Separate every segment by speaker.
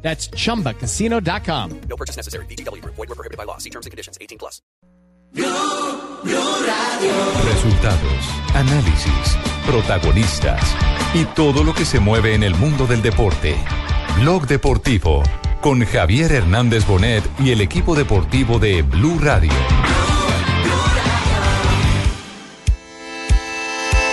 Speaker 1: That's chumbacasino.com.
Speaker 2: No purchase necessary. BGW. Void were prohibited by law. See terms and conditions. 18 plus.
Speaker 3: Resultados, análisis, protagonistas y todo lo que se mueve en el mundo del deporte. Blog Deportivo con Javier Hernández Bonet y el equipo deportivo de Blue Radio.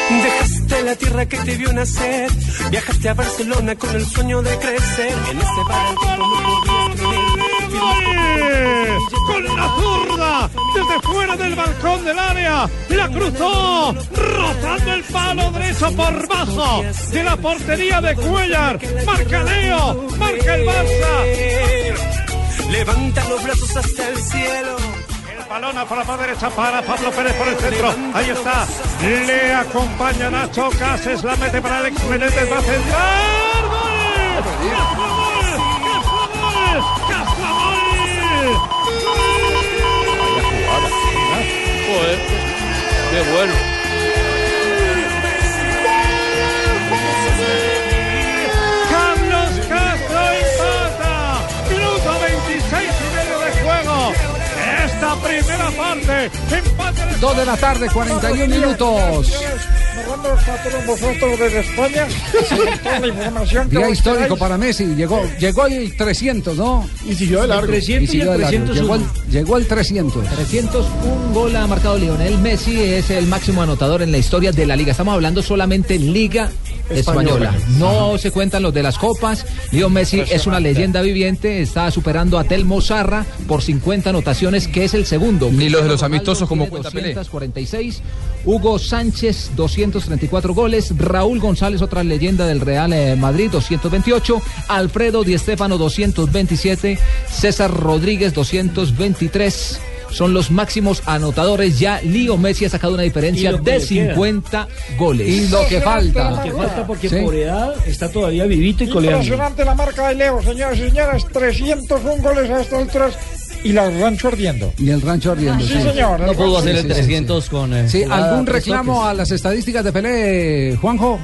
Speaker 4: Dejaste la tierra que te vio nacer, viajaste a Barcelona con el sueño de crecer. En ese barranco no podías creer.
Speaker 5: ¡Gol! Con la zurda, desde fuera del balcón del área, la cruzó, rozando el palo derecho por bajo de la portería de Cuellar. Marca Leo, marca el Barça.
Speaker 4: Levanta los brazos hasta el cielo.
Speaker 5: El balón a la derecha para Pablo Pérez por el centro. Ahí está. Le acompaña Nacho Cases, la mete para Alex Menéndez, va a centrar. ¡Gol! ¡Castro gol! ¡Castro gol! ¡Castro gol! Carlos Castro empata. Minuto 26 y medio de juego. Esta primera parte. Empate de
Speaker 6: Dos de la tarde, 41 minutos.
Speaker 5: vosotros desde España.
Speaker 6: Día histórico para Messi. Llegó, llegó el 300, ¿no?
Speaker 7: Y siguió de largo.
Speaker 8: 300
Speaker 6: Y
Speaker 8: y,
Speaker 6: siguió
Speaker 8: el
Speaker 6: el largo.
Speaker 8: 301.
Speaker 6: Llegó al, llegó al 300.
Speaker 8: 301 gol ha marcado Lionel Messi, es el máximo anotador en la historia de la liga. Estamos hablando solamente en Liga Española. No se cuentan los de las copas. Leo Messi es una leyenda viviente, está superando a Telmo Zarra por 50 anotaciones, que es el segundo. Ni los de los amistosos como cuenta 246. Hugo Sánchez 234 goles, Raúl González otra leyenda del Real eh, Madrid 228, Alfredo Di Stéfano 227, César Rodríguez 223. Son los máximos anotadores. Ya Lío Messi ha sacado una diferencia Y lo que
Speaker 6: de
Speaker 8: le queda.
Speaker 6: 50 goles. Y lo que
Speaker 8: Lo
Speaker 6: falta.
Speaker 8: que falta porque
Speaker 6: Sí.
Speaker 8: por edad está todavía vivito y coleando.
Speaker 7: Impresionante la marca de Leo, señoras y señores. 301 goles a estas alturas y la rancho ardiendo. Ah,
Speaker 6: Y el rancho ardiendo.
Speaker 7: Sí, señor.
Speaker 9: No pudo hacer
Speaker 6: sí,
Speaker 9: el
Speaker 6: sí, sí,
Speaker 9: 300 con. eh,
Speaker 6: Sí,
Speaker 9: jugada
Speaker 6: ¿algún
Speaker 9: tres
Speaker 6: reclamo
Speaker 9: toques.
Speaker 6: a las estadísticas de Pelé, Juanjo?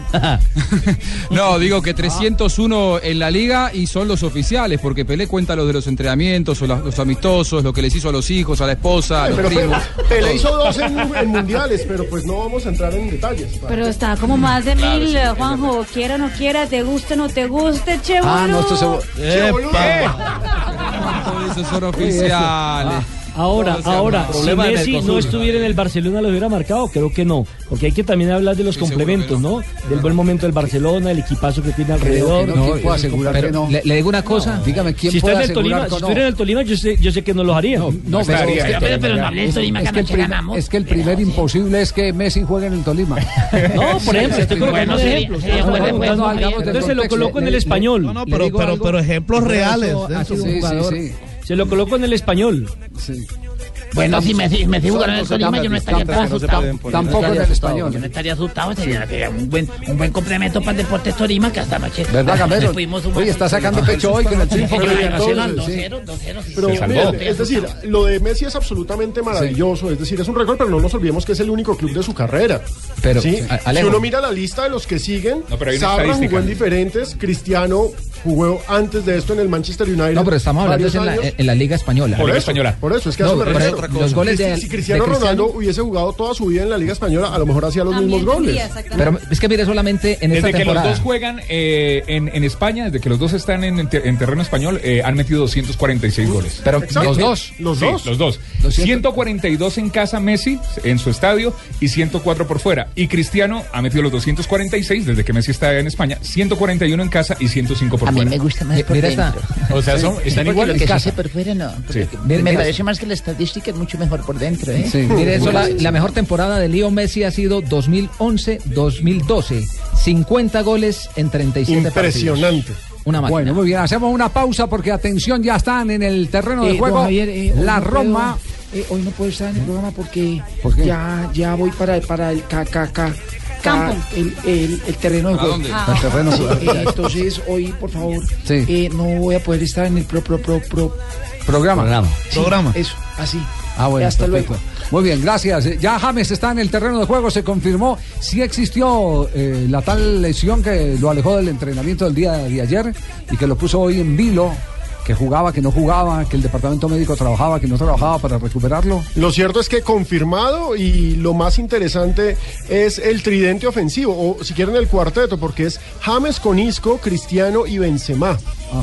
Speaker 10: No, digo que 301 en la liga y son los oficiales, porque Pelé cuenta los de los entrenamientos, o la- los amistosos, lo que les hizo a los hijos, a la esposa, a los
Speaker 7: Pero
Speaker 10: primos.
Speaker 7: Pe- Pelé hizo dos en, en mundiales, pero pues no vamos a entrar en detalles.
Speaker 11: Pero está como más de mil, eh, Juanjo, quiera o no quiera, te guste o no te guste, che,
Speaker 6: Ah, no,
Speaker 11: boludo.
Speaker 6: esto se...
Speaker 7: ¡Qué boludo!
Speaker 10: Todos esos son oficiales.
Speaker 9: Ahora,
Speaker 10: Todos se
Speaker 9: ahora,
Speaker 10: armaron.
Speaker 9: si
Speaker 10: Problema en el
Speaker 9: Messi no
Speaker 10: Mercosur.
Speaker 9: estuviera en el Barcelona, ¿lo hubiera marcado? Creo que no. Porque hay que también hablar de los
Speaker 10: Sí, seguro
Speaker 9: complementos,
Speaker 10: que no.
Speaker 9: ¿no? Del buen momento del Barcelona, el equipazo que tiene alrededor.
Speaker 6: no, ¿quién puede asegurar que no?
Speaker 8: Le, le digo una cosa.
Speaker 6: Dígame, ¿quién
Speaker 9: Si está
Speaker 6: puede
Speaker 9: en el
Speaker 6: asegurar
Speaker 9: Tolima,
Speaker 6: que
Speaker 9: si
Speaker 6: no?
Speaker 9: estuviera en el Tolima, yo sé, yo sé que no lo haría.
Speaker 6: No, pero, es que, es- es que el prim- es que el primer imposible es que Messi juegue en el Tolima.
Speaker 9: No, por ejemplo, estoy colocando un ejemplo.
Speaker 6: sería
Speaker 9: Estoy
Speaker 6: bueno,
Speaker 9: preguntando
Speaker 6: bueno,
Speaker 9: algo.
Speaker 6: digamos, del
Speaker 9: Entonces se lo
Speaker 6: contexto.
Speaker 9: coloco en
Speaker 6: Le-
Speaker 9: el
Speaker 6: le-
Speaker 9: español.
Speaker 6: no, no,
Speaker 9: Le
Speaker 6: pero-
Speaker 9: digo
Speaker 6: pero-
Speaker 9: algo
Speaker 6: pero
Speaker 9: en
Speaker 8: ejemplos
Speaker 9: relación a su
Speaker 6: Sí, sí,
Speaker 9: jugador.
Speaker 6: sí.
Speaker 9: Se lo coloco en el español.
Speaker 6: Sí.
Speaker 8: Bueno, si Messi, Messi
Speaker 6: jugara en el Tolima, yo no estaría tan asustado. Tampoco en el español.
Speaker 8: estaría asustado, sería un buen, un buen complemento para el Deportes Tolima que hasta noche.
Speaker 6: ¿Verdad, Gamero? Oye, está sacando pecho hoy con el triunfo.
Speaker 7: Pero
Speaker 6: frente al
Speaker 7: entonces,
Speaker 6: Tolima, sí.
Speaker 7: Pero miren, es decir, lo de Messi es absolutamente maravilloso. Es decir, es un récord, pero no nos olvidemos que es el único club de su carrera.
Speaker 6: Pero,
Speaker 7: ¿sí?
Speaker 6: a-
Speaker 7: si
Speaker 6: Alejo.
Speaker 7: uno mira la lista de los que siguen,
Speaker 3: No, pero hay una
Speaker 7: Sabra jugó
Speaker 3: estadística.
Speaker 7: en diferentes, Cristiano jugó antes de esto en el Manchester United.
Speaker 8: No, pero estamos hablando
Speaker 7: varios
Speaker 8: es en la, e-
Speaker 7: años.
Speaker 8: en la Liga Española.
Speaker 7: Por
Speaker 3: Liga
Speaker 7: eso,
Speaker 3: Española.
Speaker 7: por eso, es que a
Speaker 8: No,
Speaker 7: eso me
Speaker 8: pero
Speaker 7: refiero.
Speaker 8: otra cosa. los goles de-
Speaker 7: si, si Cristiano,
Speaker 8: de Cristiano-
Speaker 7: Ronaldo hubiese jugado toda su vida en la Liga Española, a lo mejor hacía los
Speaker 11: También
Speaker 7: mismos
Speaker 11: podría,
Speaker 7: goles.
Speaker 11: exactamente.
Speaker 8: Pero es que mire solamente en esta
Speaker 12: Desde que los
Speaker 8: temporada.
Speaker 12: dos juegan eh, en, en España, desde que los dos están en, en ter- en terreno español, eh, han metido 246 goles.
Speaker 6: Pero
Speaker 7: Exacto.
Speaker 6: los dos.
Speaker 7: Los
Speaker 12: Sí,
Speaker 7: dos.
Speaker 12: los dos. 142 en casa Messi, en su estadio, y 104 por fuera. Y Cristiano ha metido los 246 desde que Messi está en España, 141 en casa y 105 por fuera.
Speaker 8: gusta más por dentro.
Speaker 12: O sea, son- están igual.
Speaker 8: por fuera no.
Speaker 12: Sí.
Speaker 8: Me, parece más que la estadística es mucho mejor por dentro. ¿eh?
Speaker 6: Sí.
Speaker 8: Mire, eso, la, la mejor temporada de Leo Messi ha sido 2011-2012. 50 goles en 37 partidos.
Speaker 7: Impresionante.
Speaker 8: Una máquina.
Speaker 6: Bueno, muy bien, hacemos una pausa porque atención, ya están en el terreno de
Speaker 8: Eh,
Speaker 6: juego.
Speaker 8: don Javier, eh,
Speaker 6: la
Speaker 8: un
Speaker 6: Roma
Speaker 13: eh, hoy no puedo estar en el programa porque ya, ya voy para, para el KKK.
Speaker 11: Campo.
Speaker 13: El, el, el terreno de
Speaker 11: ¿A
Speaker 13: juego.
Speaker 11: dónde? Ah. El terreno de juego.
Speaker 13: Sí, eh, entonces, hoy, por favor,
Speaker 6: Sí.
Speaker 13: eh, no voy a poder estar en el pro, pro, pro, pro.
Speaker 6: Programa. Programa.
Speaker 13: Sí, Eso, así.
Speaker 6: Ah, bueno,
Speaker 13: Hasta
Speaker 6: perfecto.
Speaker 13: luego.
Speaker 6: Muy bien, gracias. Eh, Ya James está en el terreno de juego, se confirmó. Sí existió eh, la tal lesión que lo alejó del entrenamiento del día de ayer y que lo puso hoy en vilo, que jugaba, que no jugaba, que el departamento médico trabajaba, que no trabajaba para recuperarlo.
Speaker 7: Lo cierto es que confirmado y lo más interesante es el tridente ofensivo, o si quieren el cuarteto, porque es James con Isco, Cristiano y Benzema.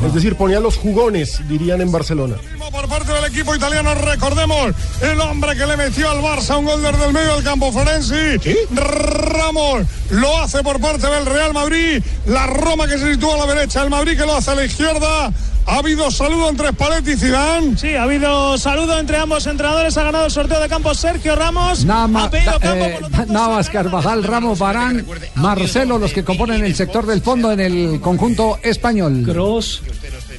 Speaker 7: Es decir, ponía los jugones, dirían en Barcelona.
Speaker 14: por parte del equipo italiano. Recordemos el hombre que le metió al Barça un gol desde el medio del campo Florenzi. Ramos lo hace por parte del Real Madrid. La Roma que se sitúa a la derecha, el Madrid que lo hace a la izquierda. Ha habido saludo entre Spalletti y Zidane.
Speaker 15: Sí, ha habido saludo entre ambos entrenadores. Ha ganado el sorteo de campo Sergio Ramos.
Speaker 6: Nama-
Speaker 15: ha pedido
Speaker 6: da-
Speaker 15: campo.
Speaker 6: eh, Navas, Carvajal, Ramos, Barán, Marcelo, los que componen el sector del fondo en el conjunto español.
Speaker 9: Cross,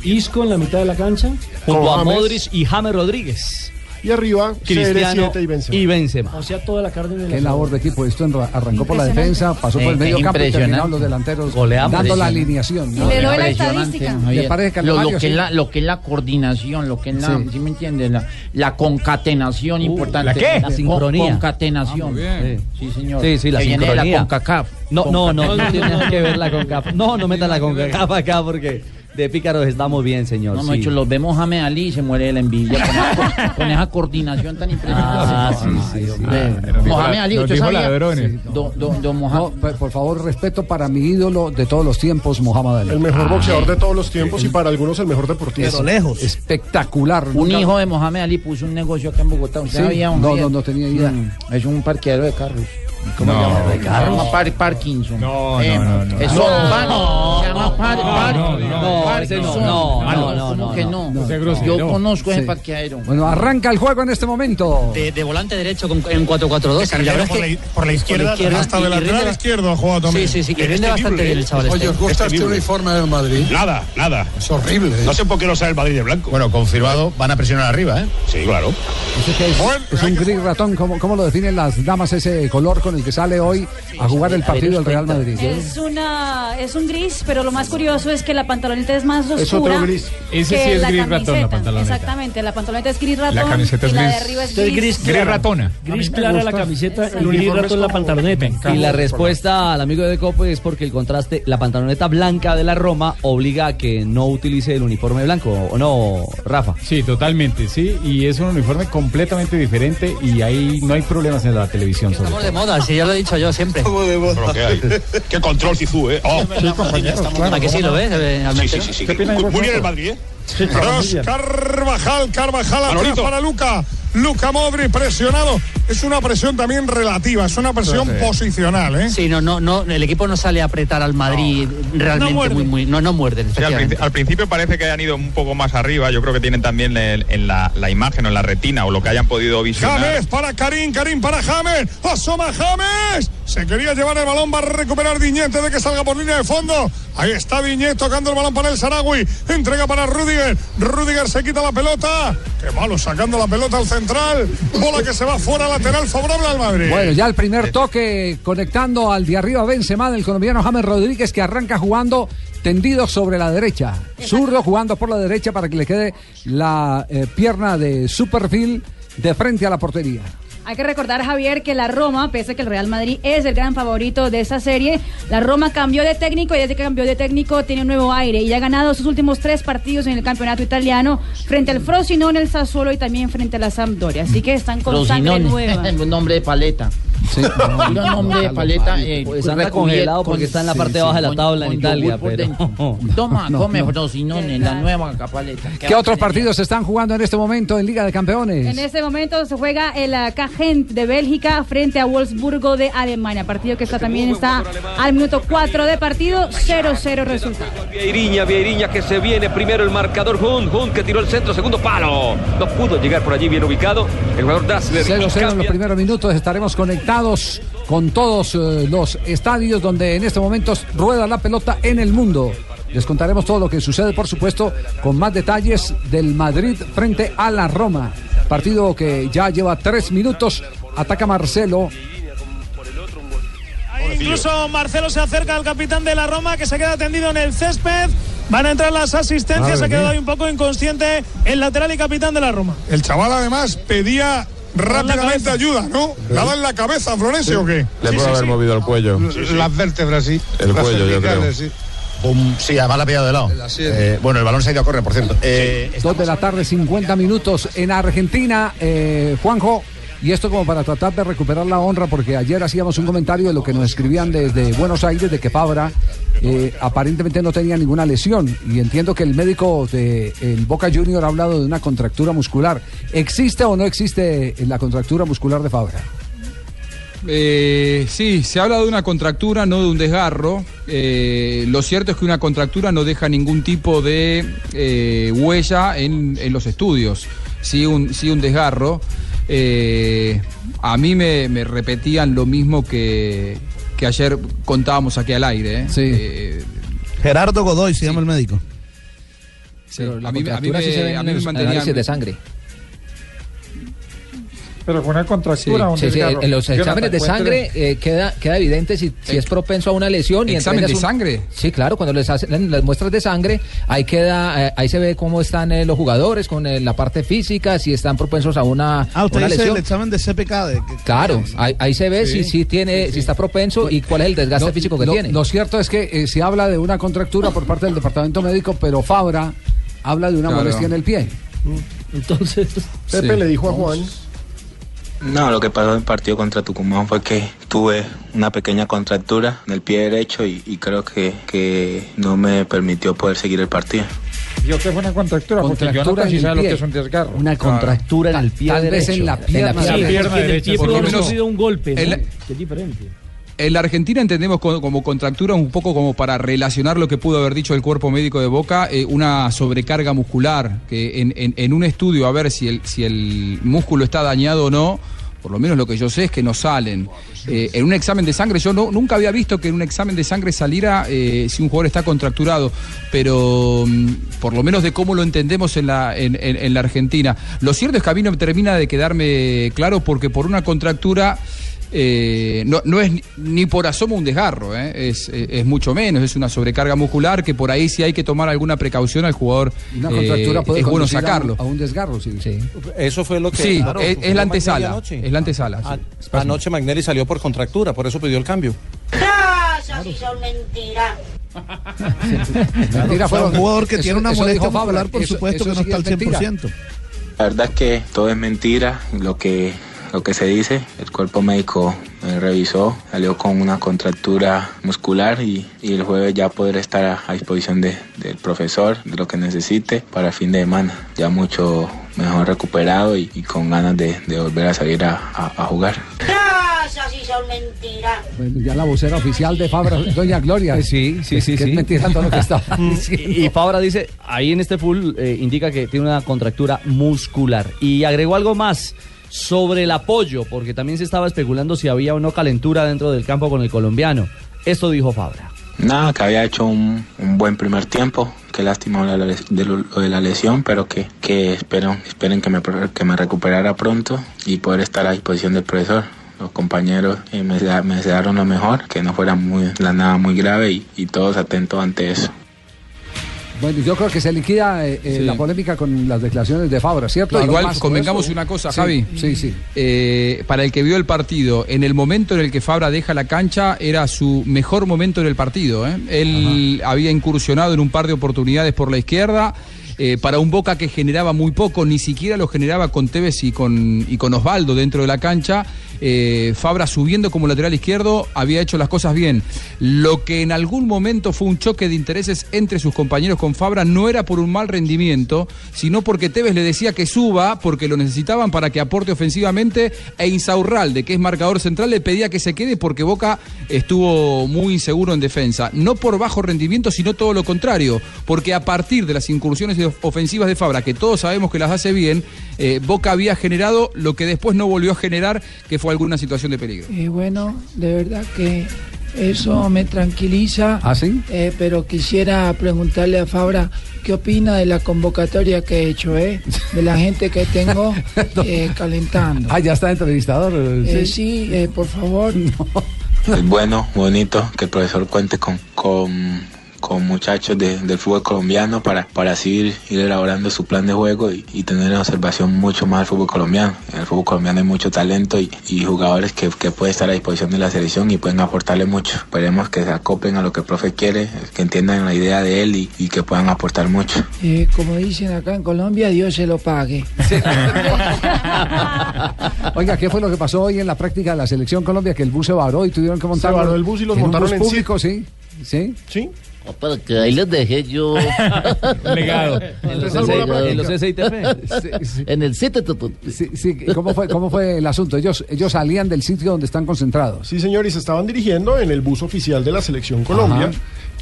Speaker 9: Isco en la mitad de la cancha.
Speaker 16: Junto a Modric y James Rodríguez.
Speaker 7: Y arriba,
Speaker 16: Cristiano
Speaker 7: CR7 y Benzema.
Speaker 16: y Benzema.
Speaker 9: O sea, toda la carne de
Speaker 6: Qué labor de equipo. Esto enra- arrancó por la
Speaker 16: Impresionante.
Speaker 6: defensa, pasó por el
Speaker 16: Eh,
Speaker 6: medio campo y
Speaker 16: impresionante.
Speaker 6: terminó los delanteros
Speaker 16: Goleamos.
Speaker 6: dando la
Speaker 16: Impresionante.
Speaker 6: alineación.
Speaker 16: Y le doy la
Speaker 17: Impresionante,
Speaker 16: estadística.
Speaker 17: Javier.
Speaker 6: ¿Le parece que
Speaker 17: lo, lo
Speaker 6: Alvario,
Speaker 17: que
Speaker 6: sí?
Speaker 17: es la, lo que es la coordinación, lo que es la,
Speaker 6: Sí.
Speaker 17: ¿sí me entiendes? La, la concatenación importante.
Speaker 16: ¿la qué?
Speaker 17: Con-
Speaker 16: sincronía.
Speaker 17: concatenación.
Speaker 16: bien.
Speaker 17: Sí, señor.
Speaker 16: Sí, sí, la
Speaker 17: que
Speaker 16: sincronía.
Speaker 17: Viene de la CONCACAF.
Speaker 16: No, no, no, no
Speaker 17: CONCACAF.
Speaker 16: tiene nada que ver la CONCACAF. No, no metan la CONCACAF acá porque de pícaros estamos bien, señor.
Speaker 17: No, no, hecho, los vemos James Ali y se muere de la envidia con, esa- con esa coordinación tan impresionante.
Speaker 16: Ah, sí, sí, sí.
Speaker 17: eh,
Speaker 6: Ah,
Speaker 17: Mohamed Ali, usted sabía. Sí. Don, don, don Mohamed.
Speaker 6: No, pe- por favor, respeto para mi ídolo de todos los tiempos, Mohamed Ali.
Speaker 7: El
Speaker 8: Ah,
Speaker 7: mejor
Speaker 17: Ah, eh.
Speaker 7: boxeador de todos los tiempos y para algunos el mejor deportista.
Speaker 6: Pero lejos. Espectacular.
Speaker 17: Un hijo de Mohamed Ali puso un negocio acá en Bogotá. ¿Usted
Speaker 6: Sí.
Speaker 17: sabía, don
Speaker 6: No,
Speaker 17: Javier?
Speaker 6: no, no tenía idea.
Speaker 17: Mm. Es un parqueadero de carros. ¿Cómo
Speaker 6: No,
Speaker 17: se llama?
Speaker 6: ¿de carros?
Speaker 17: Se llama Par- Parkinson. No,
Speaker 6: no, no.
Speaker 17: Es
Speaker 6: No.
Speaker 17: un par- Se llama Par- Par-
Speaker 16: no, ese no,
Speaker 17: Parkinson.
Speaker 16: no, no,
Speaker 17: Malo,
Speaker 16: no,
Speaker 17: ¿cómo
Speaker 16: no,
Speaker 17: que
Speaker 16: no.
Speaker 17: no?
Speaker 16: No, sea grosero.
Speaker 17: Yo conozco ese
Speaker 16: Sí.
Speaker 17: parqueadero.
Speaker 6: Bueno, arranca el juego en este momento.
Speaker 16: De, de volante derecho con, en 4-4-2.
Speaker 17: Carrilero por la-
Speaker 16: por la
Speaker 17: izquierda, hasta
Speaker 16: y- y
Speaker 17: lateral
Speaker 16: rinde-
Speaker 17: izquierdo
Speaker 16: ha jugado también. Sí, sí, sí, que rinde bastante bien el chaval este.
Speaker 18: Oye, ¿os gusta este uniforme del Madrid? ¿eh? Nada, nada. Es horrible. No sé por qué lo sabe el Madrid de blanco. Bueno, confirmado, van a presionar arriba, ¿eh? Sí, claro.
Speaker 6: Ese Este que es, es un gris ratón. ¿Cómo, cómo lo definen las damas ese color con el que sale hoy a jugar el partido del Real Madrid?
Speaker 11: Es, una, es un gris, pero lo más curioso es que la pantaloneta es más oscura.
Speaker 6: Es otro gris.
Speaker 19: Ese
Speaker 11: que
Speaker 19: sí es
Speaker 11: la
Speaker 19: gris ratón, la
Speaker 11: camiseta.
Speaker 19: pantaloneta.
Speaker 11: Exactamente, la pantaloneta es gris ratón.
Speaker 19: La camiseta es
Speaker 11: y la de
Speaker 19: gris.
Speaker 11: arriba es
Speaker 19: Este es
Speaker 11: gris.
Speaker 19: gris Gris claro. ratona.
Speaker 9: Gris clara la camiseta, el gris rato en la pantaloneta.
Speaker 16: Y la respuesta al amigo de Copo es porque el contraste, la pantaloneta blanca de la Roma obliga a que no utilice el uniforme blanco, ¿o no, Rafa?
Speaker 20: Sí, totalmente, sí. Y es un uniforme completamente diferente y ahí no hay problemas en la televisión. Sobre todo.
Speaker 16: de moda, si ya lo he dicho yo siempre.
Speaker 18: ¿Qué, control Cizú, ¿eh? Oh, sí,
Speaker 16: ¿A que sí lo ves? Eh,
Speaker 18: Sí,
Speaker 16: Alberto?
Speaker 18: sí, sí. Muy bien el Madrid, ¿eh?
Speaker 14: Cross, Carvajal, Carvajal atrás
Speaker 18: Manolito.
Speaker 14: para Luca. Luca Modri presionado. Es una presión también relativa, es una presión
Speaker 3: Sí.
Speaker 14: posicional, ¿eh?
Speaker 3: Sí, no, no, no, el equipo no sale a apretar al Madrid realmente
Speaker 14: No muerde.
Speaker 3: muy, muy, no, no muerden.
Speaker 12: Sí, al,
Speaker 3: efectivamente.
Speaker 12: princi- al principio parece que hayan ido un poco más arriba. Yo creo que tienen también el- en la, la imagen o en la retina o lo que hayan podido visionar.
Speaker 14: James para Karim, Karim para James. Asoma James. Se quería llevar el balón, va a recuperar Diñete de que salga por línea de fondo. Ahí está Diñez tocando el balón para el Saragui. Entrega para Rudiger. Rudiger se quita la pelota. Qué malo, sacando la pelota al central. Bola que se va fuera lateral favorable al Madrid.
Speaker 6: Bueno, ya el primer toque conectando al de arriba Benzema del colombiano James Rodríguez que arranca jugando tendido sobre la derecha. Zurdo jugando por la derecha para que le quede la eh, pierna de su perfil de frente a la portería.
Speaker 11: Hay que recordar, Javier, que la Roma, pese a que el Real Madrid es el gran favorito de esta serie, la Roma cambió de técnico y desde que cambió de técnico tiene un nuevo aire y ha ganado sus últimos tres partidos en el campeonato italiano frente al Frosinone, el Sassuolo y también frente a la Sampdoria. Así que están con sangre nueva.
Speaker 17: Frosinone, un nombre de paleta. Un nombre de paleta. eh,
Speaker 16: Pues anda
Speaker 17: recubierto
Speaker 16: congelado
Speaker 17: con-
Speaker 16: porque está en la
Speaker 17: sí,
Speaker 16: parte
Speaker 17: sí,
Speaker 16: baja de la
Speaker 17: con-
Speaker 16: tabla en
Speaker 17: con
Speaker 16: Italia,
Speaker 17: yogur por
Speaker 16: pero...
Speaker 17: dentro. Toma,
Speaker 16: No,
Speaker 17: come
Speaker 16: no.
Speaker 17: Frosinone, la nueva paleta.
Speaker 6: ¿Qué otros partidos se están jugando en este momento en Liga de Campeones?
Speaker 11: En este momento se juega el ah, Cagent de Bélgica frente a Wolfsburgo de Alemania, partido que está también está al minuto 4 de partido, 0-0 resultado.
Speaker 21: Vieirinha, Vieirinha que se viene primero el marcador Hun, Hun que tiró el centro, segundo palo. No pudo llegar por allí bien ubicado. El jugador Dassler.
Speaker 6: 0-0 en los primeros minutos estaremos conectados con todos eh, los estadios donde en este momento rueda la pelota en el mundo. Les contaremos todo lo que sucede, por supuesto, con más detalles del Madrid frente a la Roma. Partido que ya lleva tres minutos. Ataca Marcelo.
Speaker 15: Incluso Marcelo se acerca al capitán de la Roma que se queda tendido en el césped. Van a entrar las asistencias.
Speaker 14: Madre
Speaker 15: se ha quedado
Speaker 14: mía.
Speaker 15: ahí un poco inconsciente el lateral y capitán de la Roma.
Speaker 14: El chaval además pedía rápidamente ayuda, ¿no? ¿La da en la cabeza, Florencio, o qué?
Speaker 18: Le puedo haber movido el cuello.
Speaker 14: Las vértebras, sí.
Speaker 18: El
Speaker 14: Las
Speaker 18: cuello, yo creo.
Speaker 14: cervicales, sí.
Speaker 18: Pum, sí, además la ha pillado de lado.
Speaker 6: sierra.
Speaker 18: Eh, bueno, el balón se ha ido a correr, por cierto. Eh,
Speaker 6: Dos de la tarde, 50 minutos en Argentina. eh, Juanjo, y esto como para tratar de recuperar la honra, porque ayer hacíamos un comentario de lo que nos escribían desde Buenos Aires, de que Fabra eh, aparentemente no tenía ninguna lesión. Y entiendo que el médico del Boca Junior ha hablado de una contractura muscular. ¿Existe o no existe la contractura muscular de Fabra?
Speaker 10: Eh, sí, se habla de una contractura, no de un desgarro. Eh, lo cierto es que una contractura no deja ningún tipo de eh, huella en, en los estudios. Sí, un, sí un desgarro. Eh, a mí me, me repetían lo mismo que, que ayer contábamos aquí al aire. ¿eh? Eh,
Speaker 1: Gerardo Godoy se llama el médico.
Speaker 10: sí,
Speaker 1: la
Speaker 10: a mí, a mí
Speaker 1: contractura
Speaker 10: me,
Speaker 1: sí se ve en
Speaker 10: a mí me
Speaker 1: los
Speaker 10: mantenían-
Speaker 1: análisis de
Speaker 8: sangre.
Speaker 22: Pero con una contractura. un
Speaker 8: Sí, sí,
Speaker 22: desgarro.
Speaker 8: en los
Speaker 22: Jonathan,
Speaker 8: exámenes de
Speaker 22: cuéntele.
Speaker 8: sangre eh, queda, queda evidente si, si es propenso a una lesión. y
Speaker 10: ¿Examen
Speaker 8: entregas
Speaker 10: de
Speaker 8: un-
Speaker 10: sangre?
Speaker 8: Sí, claro, cuando les hacen las muestras de sangre, ahí queda, eh, ahí se ve cómo están eh, los jugadores con eh, la parte física, si están propensos a una,
Speaker 1: Ah, usted
Speaker 8: una
Speaker 1: dice
Speaker 8: lesión.
Speaker 1: el examen de CPK. de que-
Speaker 8: Claro, ahí, ahí se ve
Speaker 1: Sí.
Speaker 8: si, si tiene, si está propenso y cuál es el desgaste
Speaker 6: Lo-
Speaker 8: físico que
Speaker 6: lo-
Speaker 8: tiene.
Speaker 6: Lo cierto es que eh, se habla de una contractura por parte del departamento médico, pero Fabra habla de una
Speaker 23: Claro.
Speaker 6: molestia en el pie.
Speaker 23: Entonces.
Speaker 7: Pepe le dijo a Juan.
Speaker 23: No, lo que pasó en el partido contra Tucumán fue que tuve una pequeña contractura en el pie derecho y, y creo que, que no me permitió poder seguir el partido.
Speaker 22: Yo que fue una contractura, porque yo no
Speaker 6: Contractura en el
Speaker 22: sé lo
Speaker 6: pie.
Speaker 22: que es un desgarro.
Speaker 23: Una
Speaker 22: contractura
Speaker 23: en el
Speaker 22: pie
Speaker 6: Tal vez en la pierna.
Speaker 22: En la pierna
Speaker 10: Sí, en el
Speaker 22: derecha.
Speaker 10: pie
Speaker 22: por lo
Speaker 10: por lo
Speaker 22: menos.
Speaker 10: menos.
Speaker 9: sido un golpe, ¿no?
Speaker 10: El-
Speaker 9: que es diferente.
Speaker 10: En la Argentina entendemos co- como contractura un poco como para relacionar lo que pudo haber dicho el cuerpo médico de Boca, eh, una sobrecarga muscular, que en, en- en un estudio a ver si el, si el músculo está dañado o no, por lo menos lo que yo sé es que no salen. Eh, en un examen de sangre, yo no- nunca había visto que en un examen de sangre saliera eh, si un jugador está contracturado, pero mm, por lo menos de cómo lo entendemos en la, en, en- en la Argentina. Lo cierto es que a mí no me termina de quedarme claro porque por una contractura... Eh, no, no es ni- ni por asomo un desgarro, ¿eh? es, eh, es mucho menos, es una sobrecarga muscular que por ahí si hay que tomar alguna precaución al jugador
Speaker 6: Una
Speaker 10: eh,
Speaker 6: contractura puede
Speaker 10: es bueno
Speaker 6: conducir a un-
Speaker 10: sacarlo.
Speaker 6: A un desgarro, sí.
Speaker 1: Eso fue lo que.
Speaker 10: Sí,
Speaker 1: claro,
Speaker 10: es, es
Speaker 1: confirmó
Speaker 10: la
Speaker 1: Magnelli
Speaker 10: antesala,
Speaker 1: anoche. Ah,
Speaker 10: es la antesala. sí.
Speaker 1: Anoche Magnelli salió por contractura, por eso pidió el cambio.
Speaker 24: ¡Ah, esas sí son mentiras!
Speaker 1: Mentira, fue
Speaker 6: fueron-
Speaker 1: un jugador que
Speaker 6: eso-
Speaker 1: tiene una
Speaker 6: eso dijo
Speaker 1: molestia
Speaker 6: Fabra,
Speaker 1: muscular, por
Speaker 6: eso-
Speaker 1: supuesto
Speaker 6: eso
Speaker 1: que no
Speaker 6: sí
Speaker 1: está al
Speaker 6: es mentira.
Speaker 1: 100%.
Speaker 23: La verdad es que todo es mentira, lo que, lo que se dice. El cuerpo médico me revisó, salió con una contractura muscular y, y el jueves ya podré estar a, a disposición de- del profesor, de lo que necesite para el fin de semana. Ya mucho mejor recuperado y, y con ganas de, de volver a salir a- a- a jugar.
Speaker 24: ¡Ah, esas sí son mentiras!
Speaker 6: Bueno, ya la vocera oficial de Fabra, Doña Gloria.
Speaker 16: Sí, sí, sí.
Speaker 6: Que
Speaker 16: sí.
Speaker 6: es mentira todo lo que está.
Speaker 1: Mm.
Speaker 16: Y y Fabra dice, ahí en este full eh, indica que tiene una contractura muscular. Y agregó algo más sobre el apoyo, porque también se estaba especulando si había o no calentura dentro del campo con el colombiano. Esto dijo Fabra.
Speaker 23: Nada, que había hecho un, un buen primer tiempo. Qué lástima lo de la, les- de lo- lo de la lesión, pero que, que espero, esperen que me, pro- que me recuperara pronto y poder estar a disposición del profesor. Los compañeros eh, me, da- me desearon lo mejor, que no fuera muy, la nada muy grave y, y todos atentos ante eso.
Speaker 6: Bueno, yo creo que se liquida eh, eh,
Speaker 10: Sí.
Speaker 6: la polémica con las declaraciones de Fabra, ¿cierto?
Speaker 10: No,
Speaker 6: Y
Speaker 10: igual
Speaker 6: lo más-
Speaker 10: convengamos
Speaker 6: todo esto.
Speaker 10: una cosa,
Speaker 6: Sí,
Speaker 10: Javi.
Speaker 6: Sí, sí.
Speaker 10: Eh, para el que vio el partido, en el momento en el que Fabra deja la cancha, era su mejor momento en el partido. ¿eh? Él había incursionado en un par de oportunidades por la izquierda. eh, para un Boca que generaba muy poco, ni siquiera lo generaba con Tevez y con, y con Osvaldo dentro de la cancha. eh, Fabra subiendo como lateral izquierdo había hecho las cosas bien. Lo que en algún momento fue un choque de intereses entre sus compañeros con Fabra no era por un mal rendimiento, sino porque Tevez le decía que suba porque lo necesitaban para que aporte ofensivamente e Insaurralde, que es marcador central, le pedía que se quede porque Boca estuvo muy inseguro en defensa. No por bajo rendimiento, sino todo lo contrario, porque a partir de las incursiones ofensivas de Fabra, que todos sabemos que las hace bien, eh, Boca había generado lo que después no volvió a generar, que fue alguna situación de peligro.
Speaker 13: Eh, bueno, de verdad que Eso me tranquiliza.
Speaker 6: ¿Ah, sí?
Speaker 13: Eh, pero quisiera preguntarle a Fabra qué opina de la convocatoria que he hecho, ¿eh? De la gente que tengo eh, calentando.
Speaker 6: Ah, ya está entrevistador.
Speaker 13: Eh, sí, eh, por favor.
Speaker 23: Es bueno, bonito que el profesor cuente con, con, con muchachos de- del fútbol colombiano para, para así ir, ir elaborando su plan de juego y, y tener en observación mucho más al fútbol colombiano. En el fútbol colombiano hay mucho talento y, y jugadores que, que pueden estar a disposición de la selección y pueden aportarle mucho. Esperemos que se acoplen a lo que el profe quiere, que entiendan la idea de él y, y que puedan aportar mucho.
Speaker 13: Eh, como dicen acá en Colombia, Dios se lo pague.
Speaker 6: Oiga, ¿qué fue lo que pasó hoy en la práctica de la selección Colombia? Que el bus se varó y tuvieron que montar.
Speaker 7: varó el bus y los
Speaker 6: en un
Speaker 7: montaron
Speaker 6: bus
Speaker 7: en
Speaker 6: público, sí. Sí.
Speaker 7: Sí.
Speaker 25: Para que ahí les dejé yo.
Speaker 6: Legado.
Speaker 25: En los
Speaker 6: Entonces, algo la
Speaker 25: SITP.
Speaker 6: práctica. En los SITP.
Speaker 25: En el sitio
Speaker 6: Sí, sí, ¿Cómo fue, cómo fue el asunto? Ellos, ellos salían del sitio donde están concentrados.
Speaker 7: Sí, señor, y se estaban dirigiendo en el bus oficial de la Selección Colombia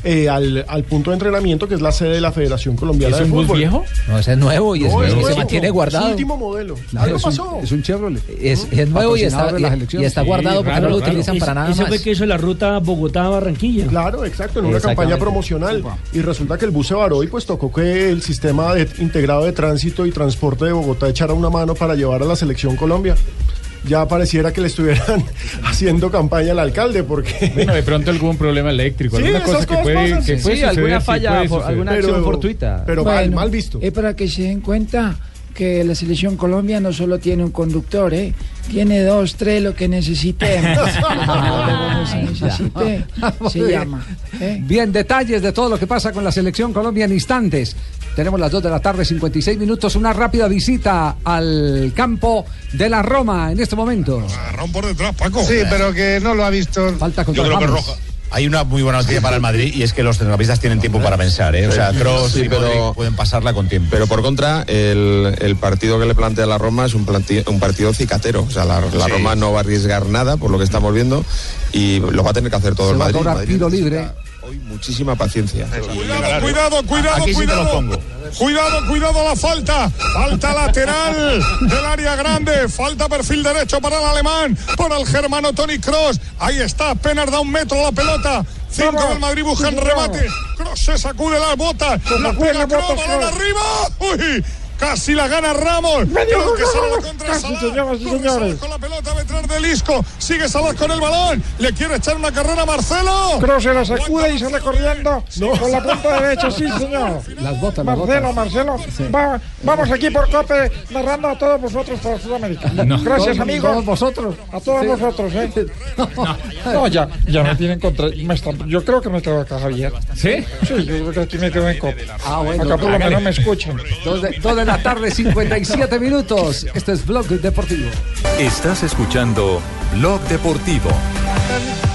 Speaker 7: eh, al, al punto de entrenamiento que es la sede de la Federación Colombiana
Speaker 6: ¿Es
Speaker 7: de
Speaker 6: un bus
Speaker 7: Fútbol.
Speaker 6: viejo?
Speaker 8: No, ese es nuevo y es,
Speaker 7: No, es
Speaker 8: nuevo, y se
Speaker 7: nuevo.
Speaker 8: mantiene
Speaker 7: Es
Speaker 8: guardado.
Speaker 7: último modelo.
Speaker 8: Claro,
Speaker 7: Algo
Speaker 8: es un-
Speaker 7: pasó. Eh,
Speaker 6: Es un Chevrolet.
Speaker 8: Es, es nuevo y
Speaker 6: Patrocinador
Speaker 8: está,
Speaker 6: de
Speaker 8: y-
Speaker 6: las
Speaker 8: y
Speaker 6: elecciones.
Speaker 8: está
Speaker 6: Sí,
Speaker 8: guardado porque no
Speaker 6: raro,
Speaker 8: lo
Speaker 6: raro.
Speaker 8: utilizan para nada
Speaker 9: Ese
Speaker 8: más.
Speaker 9: fue que hizo la ruta Bogotá-Barranquilla.
Speaker 7: Claro, exacto, en una campaña promocional. Y resulta que el bus se varó y pues tocó que el sistema de- integrado de tránsito y transporte de Bogotá echara una mano para llevar a la selección Colombia. Ya pareciera que le estuvieran haciendo campaña al alcalde porque...
Speaker 20: Bueno, de pronto algún problema eléctrico,
Speaker 7: Sí,
Speaker 20: alguna
Speaker 7: esas
Speaker 20: cosa que
Speaker 7: cosas
Speaker 20: puede,
Speaker 7: pasan.
Speaker 20: que
Speaker 7: Sí,
Speaker 20: puede suceder,
Speaker 7: alguna
Speaker 20: sí
Speaker 7: falla
Speaker 20: puede
Speaker 7: for-
Speaker 20: suceder.
Speaker 7: alguna acción Pero- fortuita. pero mal- mal
Speaker 13: visto. Es para que se den cuenta que la selección Colombia no solo tiene un conductor, ¿eh? Tiene dos, tres, lo que necesitemos.
Speaker 6: Ah,
Speaker 13: Lo que se necesite, se
Speaker 6: Muy bien.
Speaker 13: llama. ¿eh?
Speaker 6: Bien, detalles de todo lo que pasa con la selección Colombia en instantes. Tenemos las 2 de la tarde, 56 minutos, una rápida visita al campo de la Roma en este momento.
Speaker 14: Agarrón por detrás, Paco.
Speaker 18: Sí, pero que no lo ha visto.
Speaker 6: Falta contra
Speaker 18: Yo creo que
Speaker 6: James.
Speaker 18: roja. Hay una muy buena noticia para el Madrid y es que los centrocampistas tienen tiempo para pensar, ¿eh? O sea, Kroos
Speaker 5: Sí,
Speaker 18: y
Speaker 5: pero-
Speaker 18: Modric pueden pasarla con tiempo.
Speaker 5: Pero por contra, el, el partido que le plantea la Roma es un, planti- un partido cicatero. O sea, la, la
Speaker 18: Sí.
Speaker 5: Roma no va a arriesgar nada por lo que estamos viendo y lo va a tener que hacer todo
Speaker 6: Se
Speaker 5: el
Speaker 6: va a
Speaker 5: Madrid.
Speaker 6: cobrar
Speaker 5: Madrid
Speaker 6: tiro libre.
Speaker 5: hoy muchísima paciencia.
Speaker 14: Cuidado, cuidado, cuidado,
Speaker 5: Aquí sí te
Speaker 14: cuidado.
Speaker 5: lo pongo.
Speaker 14: Cuidado, cuidado la falta. Falta lateral del área grande. Falta perfil derecho para el alemán, para el germano Tony Cross. Ahí está, apenas da un metro la pelota. Cinco del Madrid buscan remate. Cross se sacude las botas. La pega Kroos, balón arriba. Uy, casi la gana Ramos. Creo que sale la contra de Salah. Corre Salah con la pelota detrás del Isco. Sigue Salah con el balón. Le quiere echar una carrera a Marcelo.
Speaker 22: Cross se la sacude y sale corriendo con la punta derecha, sí, señor.
Speaker 6: Las botas, las
Speaker 22: Marcelo,
Speaker 6: botas.
Speaker 22: Marcelo, va- vamos aquí por COPE narrando a todos vosotros por Sudamérica. Gracias,
Speaker 6: Todos- Todos
Speaker 22: amigos.
Speaker 6: vosotros.
Speaker 22: A todos
Speaker 6: Sí.
Speaker 22: vosotros, ¿eh? No, ya, ya me tienen contra. me están- yo creo que me quedo acá, Javier.
Speaker 6: ¿Sí?
Speaker 22: Sí, yo creo que aquí me quedo en COPE.
Speaker 6: Ah, bueno.
Speaker 22: Acá por lo menos
Speaker 6: Hágale.
Speaker 22: me escuchan.
Speaker 6: Dos de, dos de la tarde, 57 minutos. Este es Blog Deportivo.
Speaker 26: Estás escuchando Blog Deportivo.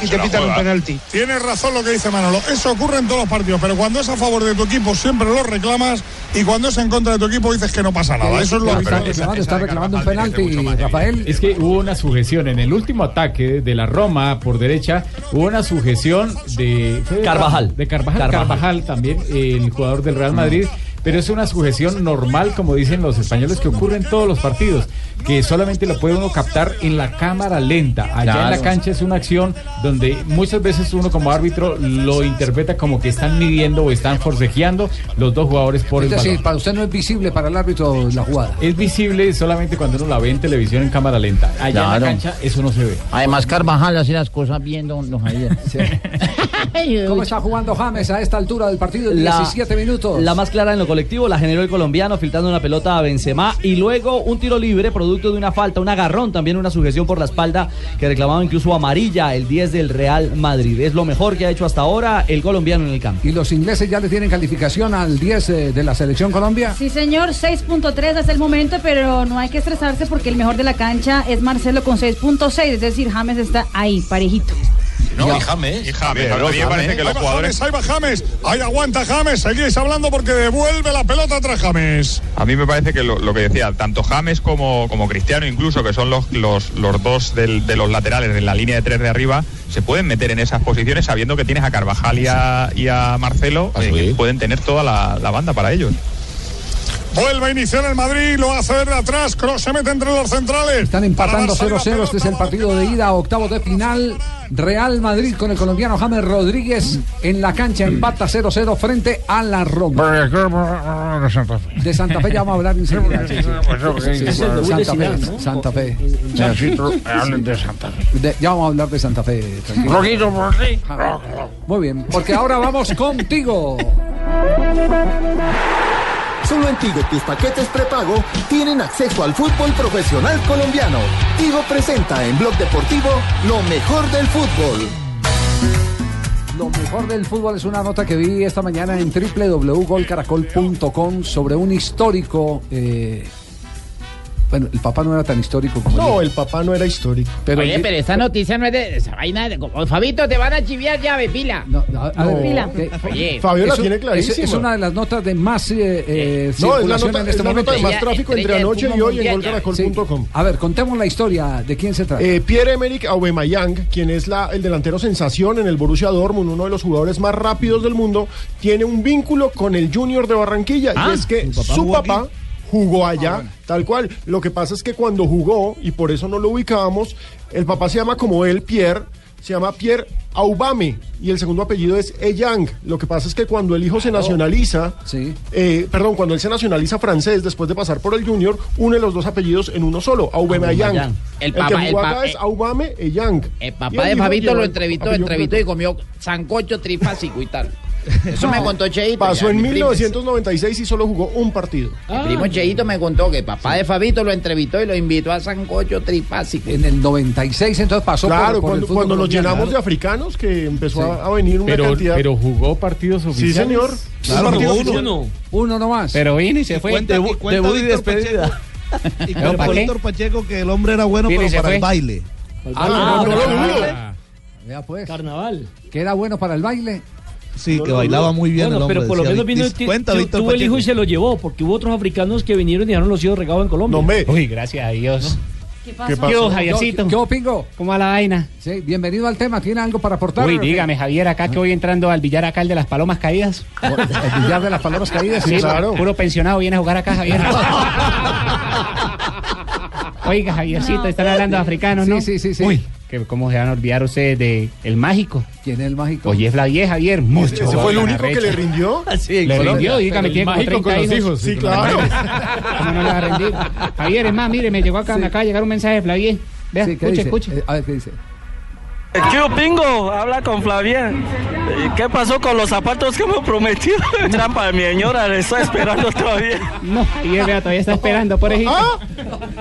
Speaker 14: y te pitan un penalti. Tienes razón lo que dice Manolo. Eso ocurre en todos los partidos, pero cuando es a favor de tu equipo siempre lo reclamas y cuando es en contra de tu equipo dices que no pasa nada. Eso es lo
Speaker 6: Está
Speaker 14: que
Speaker 6: reclamando, está reclamando un penalti, Rafael.
Speaker 20: Es que hubo una sujeción en el último ataque de la Roma por derecha, hubo una sujeción de fue de
Speaker 16: Carvajal.
Speaker 20: de Carvajal,
Speaker 16: Carvajal.
Speaker 20: Carvajal, también el jugador del Real Madrid, pero es una sujeción normal como dicen los españoles que ocurre en todos los partidos, que solamente lo puede uno captar en la cámara lenta. Allá en
Speaker 16: Claro.
Speaker 20: la cancha es una acción donde muchas veces uno como árbitro lo interpreta como que están midiendo o están forcejeando los dos jugadores por
Speaker 6: Es
Speaker 20: el balón.
Speaker 6: decir, para usted no es visible para el árbitro la jugada.
Speaker 20: Es visible solamente cuando uno la ve en televisión en cámara lenta. Allá en
Speaker 17: Claro.
Speaker 20: la cancha eso no se ve.
Speaker 17: Además, Carvajal hace las cosas bien, don, don Javier.
Speaker 6: ¿Cómo está jugando James a esta altura del partido? 17 minutos.
Speaker 16: La más clara en lo colectivo la generó el colombiano filtrando una pelota a Benzema y luego un tiro libre producto de una falta, un agarrón, también una sujeción por la espalda que reclamaba incluso amarilla el 10 del Real Madrid. Es lo mejor que ha hecho hasta ahora el colombiano en el campo.
Speaker 6: ¿Y los ingleses ya le tienen calificación al 10 eh, de la selección Colombia?
Speaker 11: Sí, señor, 6.3 hasta el momento, pero no hay que estresarse porque el mejor de la cancha es Marcelo con 6.6, es decir, James está ahí, parejito.
Speaker 18: No, y James.
Speaker 12: Y James, a mí me parece que los jugadores.
Speaker 14: Ahí va James, ahí aguanta James, seguís hablando porque devuelve la pelota atrás James.
Speaker 12: A mí me parece que lo, lo que decía, tanto James como, como Cristiano, incluso, que son los, los, los dos del- de los laterales en la línea de tres de arriba, se pueden meter en esas posiciones sabiendo que tienes a
Speaker 5: Ah,
Speaker 12: Carvajal y a, y a Marcelo, eh, que pueden tener toda la, la banda para ellos.
Speaker 14: Vuelve a iniciar el Madrid, lo hace desde atrás. Cross se mete entre los centrales.
Speaker 6: Están empatando 0-0. Este es el partido de ida, octavo de final. Real Madrid con el colombiano James Rodríguez en la cancha empata 0-0 frente a la Roma. De Santa Fe ya vamos a hablar enseguida. Sí, pues sí.
Speaker 19: Es el debut de
Speaker 6: Santa Fe.
Speaker 19: Zidane, ¿no?
Speaker 6: Santa Fe.
Speaker 19: Necesito hablen de Santa Fe.
Speaker 6: De- ya vamos a hablar de Santa Fe. tranquilo.
Speaker 19: Roquito, por sí.
Speaker 6: Muy bien, porque ahora vamos contigo.
Speaker 15: Solo en Tigo tus paquetes prepago tienen acceso al fútbol profesional colombiano. Tigo presenta en Blog Deportivo lo mejor del fútbol.
Speaker 6: Lo mejor del fútbol es una nota que vi esta mañana en www.golcaracol.com sobre un histórico. eh, bueno, el papá no era tan histórico como
Speaker 7: No, el papá no era histórico.
Speaker 6: Pero
Speaker 3: Oye,
Speaker 6: el-
Speaker 3: pero esta noticia no es de esa vaina. De, como- Fabito, te van a chiviar ya, ve, pila.
Speaker 6: A ver, ¿qué?
Speaker 3: Oye,
Speaker 6: Es un- es- Es, una de las notas de más eh, eh,
Speaker 3: No, es la
Speaker 6: circulación
Speaker 3: nota-
Speaker 6: en
Speaker 3: es
Speaker 6: este
Speaker 3: la
Speaker 6: momento.
Speaker 3: nota de más tráfico entre Estrella del anoche y hoy en fútbol mundial, ya.
Speaker 6: Sí. A ver, contemos la historia. ¿De quién se trata?
Speaker 7: Eh, Pierre-Emerick Aubameyang, quien es la- el delantero sensación en el Borussia Dortmund, uno de los jugadores más rápidos del mundo, tiene un vínculo con el Junior de Barranquilla.
Speaker 21: Ah,
Speaker 7: y es que
Speaker 21: ¿su papá
Speaker 7: su
Speaker 21: jugó aquí? Ah,
Speaker 7: papá jugó allá, tal cual. Lo que pasa es que cuando jugó, y por eso no lo ubicábamos, el papá se llama como él, Pierre, se llama Pierre Aubame, y el segundo apellido es Eyang. Lo que pasa es que cuando el hijo se nacionaliza, eh, perdón, cuando él se nacionaliza francés después de pasar por el Junior, une los dos apellidos en uno solo, Aubameyang.
Speaker 3: Aubameyang. El papá-
Speaker 7: que
Speaker 3: el
Speaker 7: jugó
Speaker 3: pa-
Speaker 7: acá es
Speaker 3: eh,
Speaker 7: Aubame Eyang.
Speaker 3: el Eh, papá de Fabito lo entrevistó, entrevistó y comió sancocho, tripas y cuital. Eso me contó Cheito.
Speaker 7: Ah, Pasó
Speaker 3: ya,
Speaker 7: en
Speaker 3: mi primo.
Speaker 7: 1996 y solo jugó un partido.
Speaker 3: Mi
Speaker 9: Ah.
Speaker 6: Ah.
Speaker 3: primo Cheito me contó que el papá de Fabito lo entrevistó y lo invitó a sancocho, tripas y cuital.
Speaker 6: En el 96 entonces pasó por-
Speaker 7: Claro,
Speaker 6: por el
Speaker 7: cuando,
Speaker 6: fútbol
Speaker 7: cuando nos
Speaker 6: colombiano.
Speaker 7: llenamos de africanos que empezó a a venir una
Speaker 20: pero,
Speaker 7: cantidad.
Speaker 20: pero jugó partidos oficiales.
Speaker 7: señor.
Speaker 20: Claro,
Speaker 7: Un partido
Speaker 20: jugó
Speaker 7: oficial.
Speaker 20: uno.
Speaker 6: Uno nomás.
Speaker 20: Pero vino y se fue. Debu- debut y despedida.
Speaker 1: Y
Speaker 20: ¿Pero
Speaker 1: cuerpo
Speaker 20: para qué?
Speaker 1: Héctor Pacheco que el hombre
Speaker 21: Ah,
Speaker 1: era bueno,
Speaker 6: Mire,
Speaker 1: pero
Speaker 6: se
Speaker 1: para
Speaker 6: fue.
Speaker 1: el baile.
Speaker 6: Ah,
Speaker 1: no, no, no, no,
Speaker 6: Vea pues. Carnaval. Que era bueno para el baile.
Speaker 1: Sí, que bailaba muy bien
Speaker 9: Bueno,
Speaker 1: el hombre.
Speaker 9: pero por lo
Speaker 1: decía
Speaker 9: menos vino,
Speaker 1: Vic-
Speaker 9: tu-
Speaker 1: cuenta
Speaker 9: tu-
Speaker 1: Víctor
Speaker 9: tuvo el
Speaker 1: Pacheco.
Speaker 9: hijo y se lo llevó, porque hubo otros africanos que vinieron y dejaron los hijos regados en Colombia.
Speaker 7: No me.
Speaker 9: Uy, gracias a Dios.
Speaker 11: ¿Qué
Speaker 9: ¿Qué pasó? Yo, Javiercito.
Speaker 6: ¿Qué opingo?
Speaker 27: ¿Cómo va la vaina?
Speaker 6: Sí, bienvenido al tema. ¿Tiene algo para aportar?
Speaker 27: Uy, dígame, Javier, acá que voy entrando al billar acá, el de las palomas caídas.
Speaker 6: El billar de las palomas caídas, sí, claro.
Speaker 27: Puro pensionado viene a jugar acá, Javier. Oiga, Javiercito, están hablando africanos, ¿no?
Speaker 6: Sí, sí, sí.
Speaker 27: Uy, que cómo se van a olvidar ustedes de El Mágico.
Speaker 6: ¿Quién es El Mágico?
Speaker 27: Oye, es la vieja, Javier, mucho.
Speaker 7: ¿Ese fue el
Speaker 27: gol,
Speaker 7: único que
Speaker 27: arrecho.
Speaker 7: le rindió?
Speaker 27: Le rindió, dígame, tiene como 30 hijos.
Speaker 7: Sí, claro.
Speaker 27: ¿Cómo no le va a rendir? Javier, es más, mire, me llegó acá, me acaba de llegar un mensaje de Flavier. Vea,
Speaker 6: Sí, ¿qué
Speaker 27: escuche,
Speaker 6: dice?
Speaker 27: escuche.
Speaker 6: Eh, a ver qué dice.
Speaker 28: ¿Qué opingo? Habla con Flavier. ¿Y ¿Qué pasó con los zapatos que me prometió? Trampa de mi señora, le está esperando todavía.
Speaker 27: No, Javier, vea, todavía está esperando,
Speaker 7: Ah.
Speaker 27: pobrecito.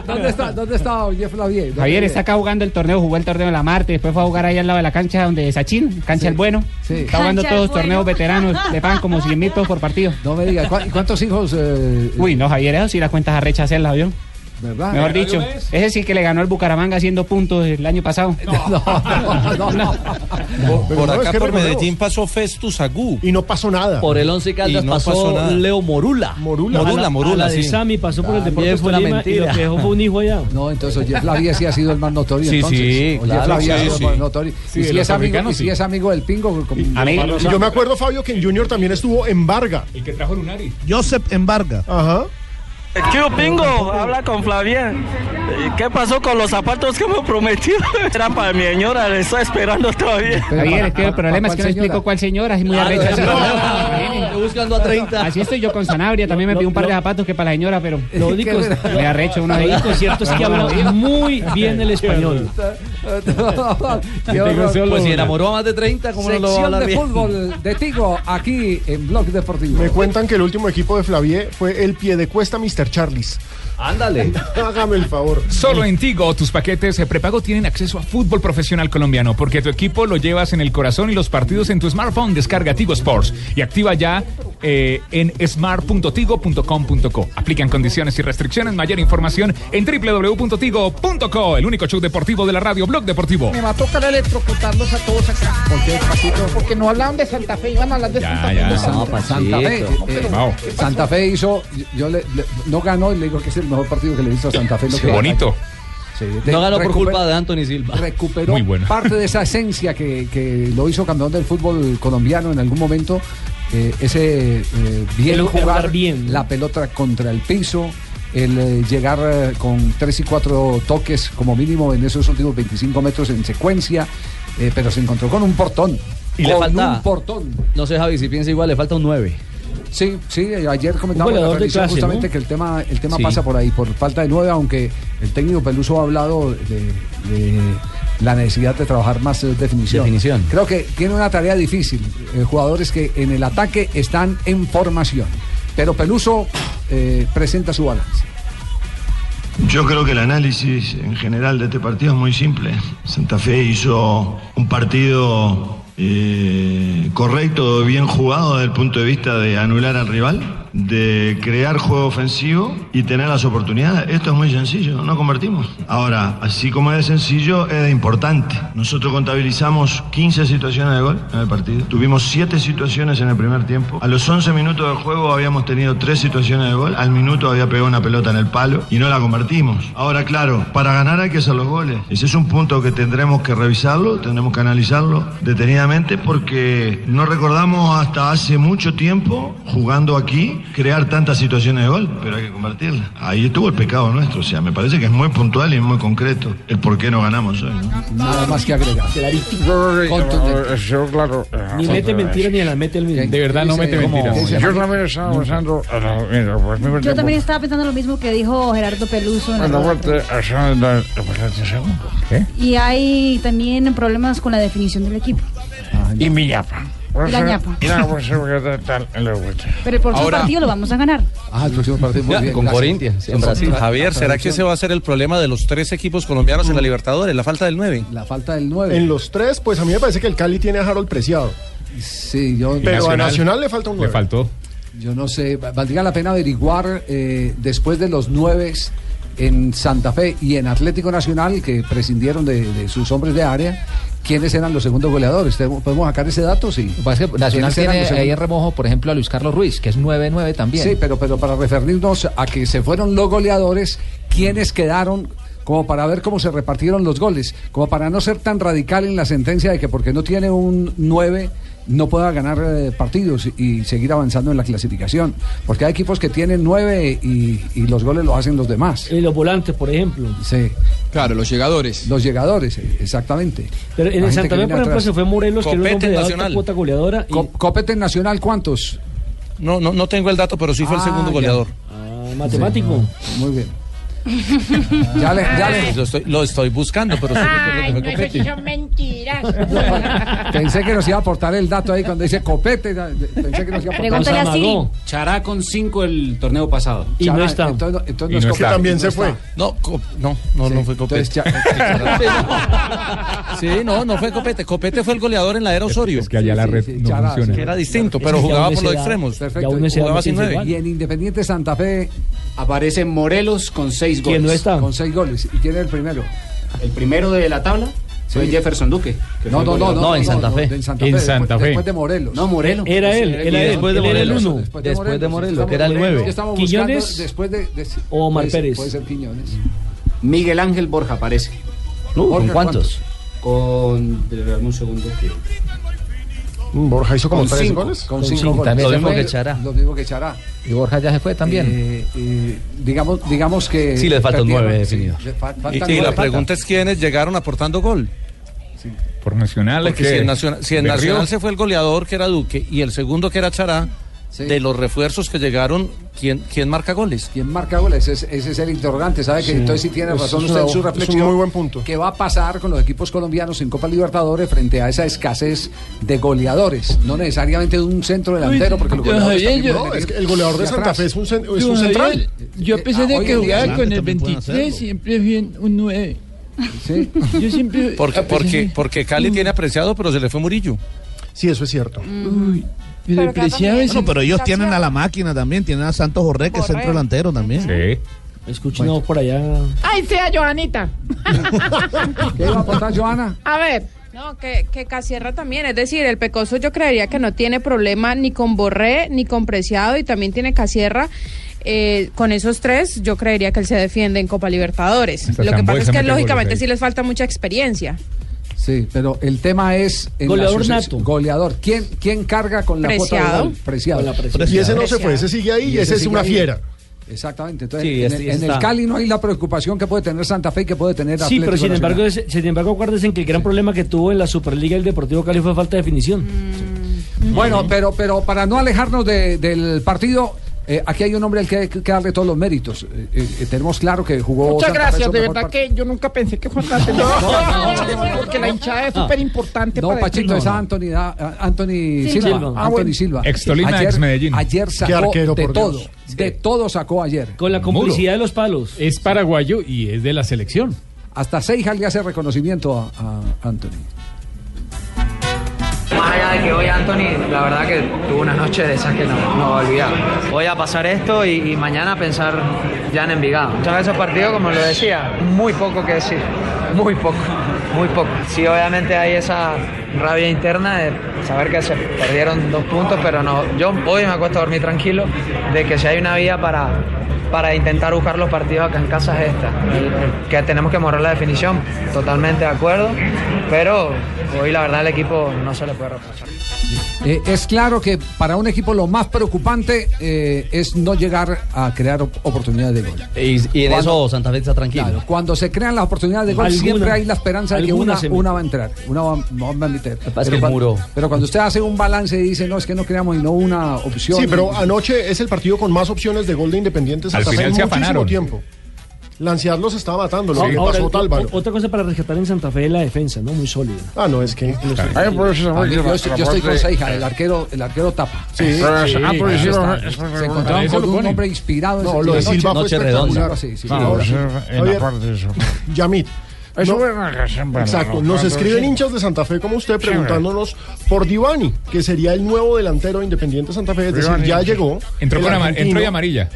Speaker 6: ¿Dónde está, dónde está Jeff Lavie? ¿Dónde
Speaker 27: Javier
Speaker 6: vive?
Speaker 27: está acá jugando el torneo, jugó el torneo de la Marte, después fue a jugar ahí al lado de la cancha donde es Sachin, cancha el bueno. Está jugando
Speaker 6: Cancha
Speaker 27: todos
Speaker 6: El
Speaker 27: los torneos veteranos, le pagan como 100 mil pesos por partido.
Speaker 6: No me diga, ¿cuá- ¿cuántos hijos? eh, Ah.
Speaker 27: Uy, no, Javier, eso sí las cuentas arrechas hacerlas, ¿vio?
Speaker 6: ¿Verdad?
Speaker 27: Mejor dicho, ese sí que le ganó el Bucaramanga haciendo puntos el año pasado.
Speaker 1: Por
Speaker 27: no, es
Speaker 1: acá,
Speaker 27: que
Speaker 1: por
Speaker 27: recordemos.
Speaker 1: Medellín, pasó Festus Agú.
Speaker 7: Y no pasó nada.
Speaker 1: Por el
Speaker 16: Once
Speaker 1: Caldas
Speaker 16: pasó
Speaker 1: Leo
Speaker 16: Morula.
Speaker 1: Morula.
Speaker 9: A la-
Speaker 1: Morula,
Speaker 9: a
Speaker 1: Morula,
Speaker 9: la de
Speaker 1: sí.
Speaker 9: Sami pasó por el
Speaker 1: También
Speaker 9: Deportes
Speaker 1: fue una
Speaker 9: Tolima y lo
Speaker 1: mentira.
Speaker 9: que dejó fue un hijo allá.
Speaker 6: No, entonces Jeff Lavie sí ha sido el más notorio.
Speaker 9: Sí,
Speaker 6: entonces.
Speaker 9: sí,
Speaker 6: O
Speaker 9: claro.
Speaker 6: Jeff Lavie ha
Speaker 9: Sí,
Speaker 6: sido
Speaker 9: sí.
Speaker 6: el más notorio.
Speaker 9: Sí,
Speaker 6: y
Speaker 9: de
Speaker 6: si
Speaker 9: los
Speaker 6: es amigo,
Speaker 27: africanos,
Speaker 6: y si
Speaker 27: sí.
Speaker 6: es amigo del pingo. como-
Speaker 7: Amigo. Y yo me acuerdo, Fabio, que en Junior también estuvo en Varga. Ah.
Speaker 27: El que trajo Lunari.
Speaker 1: Josep Embarga.
Speaker 7: Ajá.
Speaker 28: ¿Qué opingo? Habla con Flavier. ¿Y ¿Qué pasó con los zapatos que me prometió? Trampa de mi señora, le está esperando todavía.
Speaker 27: Javier, es que el problema es que no explico cuál señora, es muy arrecha. así.
Speaker 28: Estoy buscando a 30.
Speaker 27: Así estoy yo con Sanabria, también me pidió un par de zapatos que para la señora, pero
Speaker 9: Lo único, es-
Speaker 27: me arrecho uno
Speaker 9: lo
Speaker 27: de ellos.
Speaker 9: único cierto es que habla muy bien el español.
Speaker 6: Qué horror.
Speaker 16: Pues si enamoró a más de 30, ¿cómo no lo va a
Speaker 6: Sección
Speaker 16: hablar
Speaker 6: de
Speaker 16: bien?
Speaker 6: fútbol de Tigo, aquí en Blog Deportivo.
Speaker 7: Me cuentan que el último equipo de Flavier fue el pie de cuesta Mr. Charlies.
Speaker 16: Ándale.
Speaker 7: Hágame el favor.
Speaker 12: Solo en Tigo, tus paquetes de prepago tienen acceso a fútbol profesional colombiano, porque tu equipo lo llevas en el corazón y los partidos en tu smartphone. Descarga Tigo Sports y activa ya eh, en smart.tigo.com.co. Aplican condiciones y restricciones. Mayor información en www.tigo.co, el único show deportivo de la radio Blog Deportivo.
Speaker 3: Me va a tocar electrocutarlos a todos acá. ¿Por qué, Porque no hablaban de Santa Fe, iban a hablar de Santa Fe.
Speaker 6: Santa,
Speaker 9: pues
Speaker 6: Santa Fe, eh, eh,
Speaker 12: Vamos.
Speaker 6: Santa Fe hizo, yo le, le- no ganó y le digo que es el mejor partido que le hizo a Santa Fe. lo que-
Speaker 12: Bonito.
Speaker 6: de-
Speaker 16: no ganó por
Speaker 6: recuper-
Speaker 16: culpa de Anthony Silva.
Speaker 6: Recuperó parte de esa esencia que, que lo hizo campeón del fútbol colombiano en algún momento eh, ese eh, bien
Speaker 9: El jugar
Speaker 6: jugar, la pelota contra el piso, el eh, llegar eh, con tres y cuatro toques como mínimo en esos últimos 25 metros en secuencia, eh, pero se encontró con un portón.
Speaker 29: Y le
Speaker 6: con
Speaker 29: falta-
Speaker 6: un portón. No sé, Javi, si piensa igual, le falta un 9. Sí, sí, eh, ayer comentábamos en la
Speaker 9: goleador de
Speaker 6: transmisión
Speaker 9: clase,
Speaker 6: justamente
Speaker 9: ¿no?
Speaker 6: que el tema, el tema
Speaker 9: Sí.
Speaker 6: pasa por ahí, por falta de 9, aunque el técnico Peluso ha hablado de, de la necesidad de trabajar más eh, definición.
Speaker 29: Definición.
Speaker 6: Creo que tiene una tarea difícil. eh, jugadores que en el ataque están en formación. Pero Peluso eh, presenta su balance.
Speaker 25: Yo creo que el análisis en general de este partido es muy simple. Santa Fe hizo un partido eh, correcto, bien jugado desde el punto de vista de anular al rival, de crear juego ofensivo y tener las oportunidades. Esto es muy sencillo, no convertimos. Ahora, así como es de sencillo, es de importante. Nosotros contabilizamos 15 situaciones de gol en el partido. Tuvimos 7 situaciones en el primer tiempo. A los 11 minutos del juego habíamos tenido 3 situaciones de gol. Al minuto había pegado una pelota en el palo y no la convertimos. Ahora, claro, para ganar hay que hacer los goles. Ese es un punto que tendremos que revisarlo, tendremos que analizarlo detenidamente porque no recordamos hasta hace mucho tiempo, jugando aquí, crear tantas situaciones de gol, pero hay que convertirlas. Ahí estuvo el pecado nuestro. O sea, me parece que es muy puntual y muy concreto el por qué no ganamos hoy. ¿no?
Speaker 6: Nada más que agregar.
Speaker 25: Contundente.
Speaker 19: Yo, claro. eh,
Speaker 25: Ni mete mentiras
Speaker 19: ni las mete el mismo.
Speaker 25: De verdad no mete mentiras.
Speaker 19: Yo también estaba pensando. a la- Mira, pues mi
Speaker 11: Yo también estaba pensando lo mismo que dijo Gerardo Peluso. en
Speaker 19: A
Speaker 11: el
Speaker 19: la
Speaker 11: otro.
Speaker 19: vuelta, a la- la- la- espérate un segundo. ¿Qué?
Speaker 11: Y hay también problemas con la definición del equipo.
Speaker 19: Y mi ñapa.
Speaker 11: Y la ñapa.
Speaker 19: Mira, pues, eh, tal, en la vuelta.
Speaker 11: Pero el próximo
Speaker 16: Ahora-
Speaker 11: partido lo vamos a ganar.
Speaker 6: Ah, el próximo partido.
Speaker 16: Ya, con Corinthians, en Brasil. Javier, ¿será que
Speaker 6: Traducción.
Speaker 16: ese va a ser el problema de los tres equipos colombianos en la Libertadores? La falta del 9.
Speaker 6: La falta del 9.
Speaker 7: En los tres, pues a mí me parece que el Cali tiene a Harold Preciado.
Speaker 6: Sí, yo.
Speaker 7: Pero a Nacional le falta un nueve.
Speaker 6: faltó. Yo no sé, va- valdría la pena averiguar eh, después de los nueve en Santa Fe y en Atlético Nacional, que prescindieron de, de sus hombres de área, quiénes eran los segundos goleadores. ¿Tenemos- ¿Podemos sacar ese dato? Sí.
Speaker 8: Nacional
Speaker 6: ¿Quiénes eran
Speaker 8: tiene
Speaker 6: los
Speaker 8: ahí en
Speaker 6: segundos?
Speaker 8: remojo, por ejemplo, a Luis Carlos Ruiz, que es 9-9 también.
Speaker 6: Sí, pero, pero para referirnos a que se fueron los goleadores,
Speaker 8: Mm.
Speaker 6: ¿quiénes quedaron? Como para ver cómo se repartieron los goles, como para no ser tan radical en la sentencia de que porque no tiene un 9 no pueda ganar eh, partidos y seguir avanzando en la clasificación. Porque hay equipos que tienen 9 y, y los goles los hacen los demás.
Speaker 8: Y los volantes, por ejemplo.
Speaker 6: Sí.
Speaker 8: Claro, los llegadores.
Speaker 6: Los llegadores, eh, exactamente.
Speaker 9: Pero en
Speaker 6: La
Speaker 9: el
Speaker 6: gente
Speaker 9: Santa
Speaker 6: que
Speaker 9: Fe,
Speaker 6: viene
Speaker 9: por ejemplo,
Speaker 6: atrás.
Speaker 9: se fue Morelos, que era un hombre de alta cuota goleadora. Y...
Speaker 6: Co- Copete en Nacional, ¿cuántos?
Speaker 16: No, no, no tengo el dato, pero sí fue el
Speaker 6: Ah,
Speaker 16: segundo
Speaker 6: ya. Uh,
Speaker 16: goleador.
Speaker 9: matemático.
Speaker 6: Muy bien. Ya le- ya le-
Speaker 16: Lo, estoy, lo estoy buscando, pero sí
Speaker 27: Ay,
Speaker 16: creo
Speaker 27: no,
Speaker 16: que fue
Speaker 27: eso sí
Speaker 16: Copetti.
Speaker 27: son mentiras.
Speaker 6: Pensé que nos iba a aportar el dato ahí cuando dice copete. ya, de- Pensé que nos iba a aportar.
Speaker 27: Pregúntale a Siri. Chará con 5 el torneo pasado.
Speaker 6: Y Chará, no está. entonces no- entonces Y no es no está. Copete. También No se está. fue.
Speaker 16: No, co- no, no, no fue Copete. sí, no, no fue Copete. Copete fue el goleador en la era Osorio. Es que allá la red no
Speaker 6: funciona.
Speaker 16: Que era distinto, pero jugaba por los extremos.
Speaker 6: Perfecto.
Speaker 16: Jugaba sin nueve.
Speaker 6: Y en Independiente Santa Fe
Speaker 27: aparece Morelos con 6 goles.
Speaker 6: ¿Quién no está? Con 6 goles. ¿Y quién es el primero?
Speaker 27: El primero de la tabla fue
Speaker 6: Sí.
Speaker 27: Jefferson Duque. que
Speaker 6: No,
Speaker 27: fue
Speaker 6: no, no, no,
Speaker 27: goleador.
Speaker 6: no, no, no, en Santa Fe. después- Después de Morelos.
Speaker 27: No, Morelos.
Speaker 6: Era él,
Speaker 27: Ese
Speaker 6: era
Speaker 27: el
Speaker 6: él.
Speaker 27: líder.
Speaker 6: Después de Él era el Morelos. uno.
Speaker 27: Después
Speaker 6: de Después de Morelos, Morelos, que era el estamos- nueve. estamos buscando después de- de-
Speaker 27: o Omar
Speaker 6: puede ser-
Speaker 27: Pérez.
Speaker 6: puede ser Quiñones.
Speaker 27: Miguel Ángel Borja aparece.
Speaker 6: Uh, ¿con Borja, cuántos?
Speaker 27: Con. Dame un segundo. que-
Speaker 7: Mm, Borja hizo como
Speaker 27: Con
Speaker 7: tres
Speaker 27: cinco.
Speaker 7: goles.
Speaker 27: Con cinco
Speaker 6: goles.
Speaker 27: también.
Speaker 6: Lo
Speaker 27: se
Speaker 6: mismo
Speaker 27: fue.
Speaker 6: que Chará. Lo mismo que Chará.
Speaker 8: Y Borja ya se fue también.
Speaker 6: Eh, eh, digamos, digamos que.
Speaker 16: Sí, le faltan
Speaker 6: perdieron,
Speaker 16: nueve
Speaker 6: sí,
Speaker 16: definidos.
Speaker 6: le fa- faltan
Speaker 16: Y, y
Speaker 6: nueve.
Speaker 16: la pregunta es quiénes llegaron aportando gol.
Speaker 12: Por Nacional.
Speaker 16: Porque
Speaker 12: ¿qué?
Speaker 16: si en Nacional, si en
Speaker 12: Berrío.
Speaker 16: Nacional se fue el goleador que era Duque y el segundo que era Chará, de los refuerzos que llegaron, ¿quién, quién marca goles?
Speaker 6: ¿Quién marca goles? Ese, es- ese es el interrogante, ¿sabe? Que
Speaker 16: Sí.
Speaker 6: entonces sí tiene
Speaker 16: Es-
Speaker 6: razón
Speaker 16: es
Speaker 6: usted en
Speaker 16: una-
Speaker 6: su
Speaker 16: es un
Speaker 6: reflexión.
Speaker 16: muy
Speaker 6: buen punto. ¿Qué va a pasar con los equipos colombianos en Copa Libertadores frente a esa escasez de goleadores? No necesariamente de un centro delantero, porque los
Speaker 7: Yo,
Speaker 6: goleadores
Speaker 7: Javier,
Speaker 6: también
Speaker 7: yo-
Speaker 6: pueden
Speaker 7: No, es
Speaker 6: venir
Speaker 7: que el goleador de
Speaker 6: hacia
Speaker 7: Santa
Speaker 6: atrás. Eh,
Speaker 7: Fe es un cen- es
Speaker 27: Yo,
Speaker 7: un
Speaker 27: Javier,
Speaker 7: central.
Speaker 27: Yo a pesar
Speaker 7: Ah,
Speaker 27: de
Speaker 7: hoy
Speaker 27: que
Speaker 7: en
Speaker 27: jugaba
Speaker 7: día
Speaker 27: con el
Speaker 7: también pueden
Speaker 27: 23, siempre fui un- un 9. Yo siempre.
Speaker 16: Porque,
Speaker 27: a pesar
Speaker 16: porque,
Speaker 27: de-
Speaker 16: porque Cali tiene apreciado, pero se le fue Murillo.
Speaker 7: Sí, eso es cierto.
Speaker 27: Uy, pero el preciado es
Speaker 21: Bueno,
Speaker 27: el-
Speaker 21: pero ellos tienen a la máquina también, tienen a Santos Borré, que es centro delantero también. Sí.
Speaker 9: Escuchen no, por allá.
Speaker 30: Ay, sea Joanita.
Speaker 6: ¿Qué va a aportar Joana?
Speaker 30: A ver. No, que, que Casierra también, es decir, el Pecoso yo creería que no tiene problema ni con Borré, ni con Preciado, y también tiene Casierra. Eh, con esos tres, yo creería que él se defiende en Copa Libertadores.
Speaker 31: Hasta
Speaker 30: Lo que
Speaker 31: Sambuesa
Speaker 30: pasa es que
Speaker 31: mete goles
Speaker 30: lógicamente
Speaker 31: ahí.
Speaker 30: sí les falta mucha experiencia.
Speaker 6: Sí, pero el tema es. en la
Speaker 7: Goleador
Speaker 6: asociación- Goleador. ¿Quién, ¿Quién carga con la cuota de
Speaker 7: Preciado.
Speaker 6: gol? Preciado.
Speaker 7: Con la Preciado. Y ese no se fue, ese sigue ahí y ese es
Speaker 6: sigue
Speaker 7: una fiera.
Speaker 6: Exactamente. Entonces,
Speaker 9: Sí,
Speaker 6: en,
Speaker 9: este-
Speaker 6: el-
Speaker 9: este
Speaker 6: en el
Speaker 9: está.
Speaker 6: Cali no hay la preocupación que puede tener Santa Fe y que puede tener
Speaker 9: Sí,
Speaker 6: Atlético
Speaker 9: pero sin
Speaker 6: Nacional.
Speaker 9: embargo, es- sin embargo, acuérdense que el gran problema que tuvo en la Superliga el Deportivo Cali fue falta de definición.
Speaker 27: Mm.
Speaker 6: Bueno, pero, pero para no alejarnos de- del partido, eh, aquí hay un hombre al que hay que darle todos los méritos. Eh, eh, tenemos claro que jugó.
Speaker 27: Muchas
Speaker 6: Santa Fe
Speaker 27: gracias,
Speaker 6: su
Speaker 27: de
Speaker 6: mejor
Speaker 27: verdad que yo nunca pensé que fuera tan porque la hinchada Ah,
Speaker 16: Ah,
Speaker 27: es súper importante
Speaker 6: No,
Speaker 27: para el
Speaker 6: Pachito,
Speaker 27: fútbol.
Speaker 6: es Anthony, da- a- Anthony
Speaker 27: Silva.
Speaker 6: Silva.
Speaker 27: Silva. Ah,
Speaker 6: Anthony
Speaker 27: bueno.
Speaker 6: Silva.
Speaker 12: Ex Tolima,
Speaker 6: ayer,
Speaker 12: ex Medellín.
Speaker 6: Ayer
Speaker 12: Qué
Speaker 6: sacó
Speaker 12: arquero,
Speaker 6: de
Speaker 12: por
Speaker 6: todo.
Speaker 12: Dios.
Speaker 6: De todo sacó ayer.
Speaker 9: Con la
Speaker 12: complicidad
Speaker 9: de los palos.
Speaker 20: Es paraguayo y es de la selección.
Speaker 6: Hasta Seijas le hace reconocimiento a, a Anthony.
Speaker 22: Más allá de que hoy Anthony, la verdad que tuvo una noche de esas que no, no va a olvidar. Voy a pasar esto y, y mañana a pensar ya en Envigado. Entonces esos partidos, como lo decía, muy poco que decir, muy poco, muy poco. Sí, obviamente hay esa rabia interna de saber que se perdieron dos puntos, pero no, yo hoy me acuesto a dormir tranquilo de que si hay una vía para, para intentar buscar los partidos acá en casa es esta. Y Que tenemos que mejorar la definición, totalmente de acuerdo, pero hoy la verdad el equipo no se le puede reprochar.
Speaker 6: Eh, es claro que para un equipo lo más preocupante eh, es no llegar a crear op- oportunidades de gol.
Speaker 16: Y, y en
Speaker 6: Cuando-
Speaker 16: eso Santa Fe está tranquilo.
Speaker 6: Claro, cuando se crean las oportunidades de gol,
Speaker 16: Alguna-
Speaker 6: siempre hay la esperanza de que
Speaker 16: alguna
Speaker 6: una,
Speaker 16: se mete.
Speaker 6: una va a entrar, una va, no va a meter.
Speaker 16: pasa es que el
Speaker 6: cuando,
Speaker 16: muro.
Speaker 6: pero cuando usted hace un balance y dice, no, es que no creamos y no una opción.
Speaker 7: Sí, pero
Speaker 6: y-
Speaker 7: anoche es el partido con más opciones de gol de Independiente
Speaker 6: Al
Speaker 7: Santa Fe
Speaker 6: final
Speaker 7: en
Speaker 6: se
Speaker 7: muchísimo
Speaker 6: afanaron.
Speaker 7: tiempo. La ansiedad los estaba matando, lo
Speaker 9: Ahora,
Speaker 7: que pasó
Speaker 9: o-
Speaker 7: Tálvaro.
Speaker 9: o- otra cosa para rescatar en Santa Fe es la defensa, ¿no? Muy sólida.
Speaker 7: Ah, no, es que...
Speaker 9: Ay, Ah, por eso se
Speaker 6: A mí,
Speaker 9: fue
Speaker 6: yo,
Speaker 9: que
Speaker 6: estoy-
Speaker 9: la-
Speaker 6: yo
Speaker 9: la
Speaker 6: estoy con
Speaker 9: parte-
Speaker 6: Seija, el arquero, el arquero tapa.
Speaker 9: Sí, Sí, ah, sí, por
Speaker 6: ahí
Speaker 9: eso
Speaker 6: está.
Speaker 9: es- es-
Speaker 6: Se encontraron
Speaker 9: eso
Speaker 6: con
Speaker 9: lo
Speaker 6: un
Speaker 9: ponen.
Speaker 6: hombre inspirado.
Speaker 7: No, lo de
Speaker 6: Noche-
Speaker 7: Silva fue
Speaker 6: noche
Speaker 7: espectacular.
Speaker 6: redonda. Sí, sí.
Speaker 7: Ahora,
Speaker 19: Vamos a ver en la
Speaker 7: Javier,
Speaker 19: parte de eso.
Speaker 7: Yamit.
Speaker 19: Eso
Speaker 7: no-
Speaker 19: fue una ocasión para
Speaker 7: Exacto,
Speaker 19: los
Speaker 7: nos
Speaker 19: cuatro,
Speaker 7: escriben
Speaker 19: sí.
Speaker 7: hinchas de Santa Fe como usted preguntándonos por Divani, que sería el nuevo delantero de Independiente Santa Fe, es decir,
Speaker 12: Divani.
Speaker 7: ya llegó.
Speaker 12: Entró,
Speaker 7: el
Speaker 12: con ama-
Speaker 7: argentino.
Speaker 12: entró y amarilla.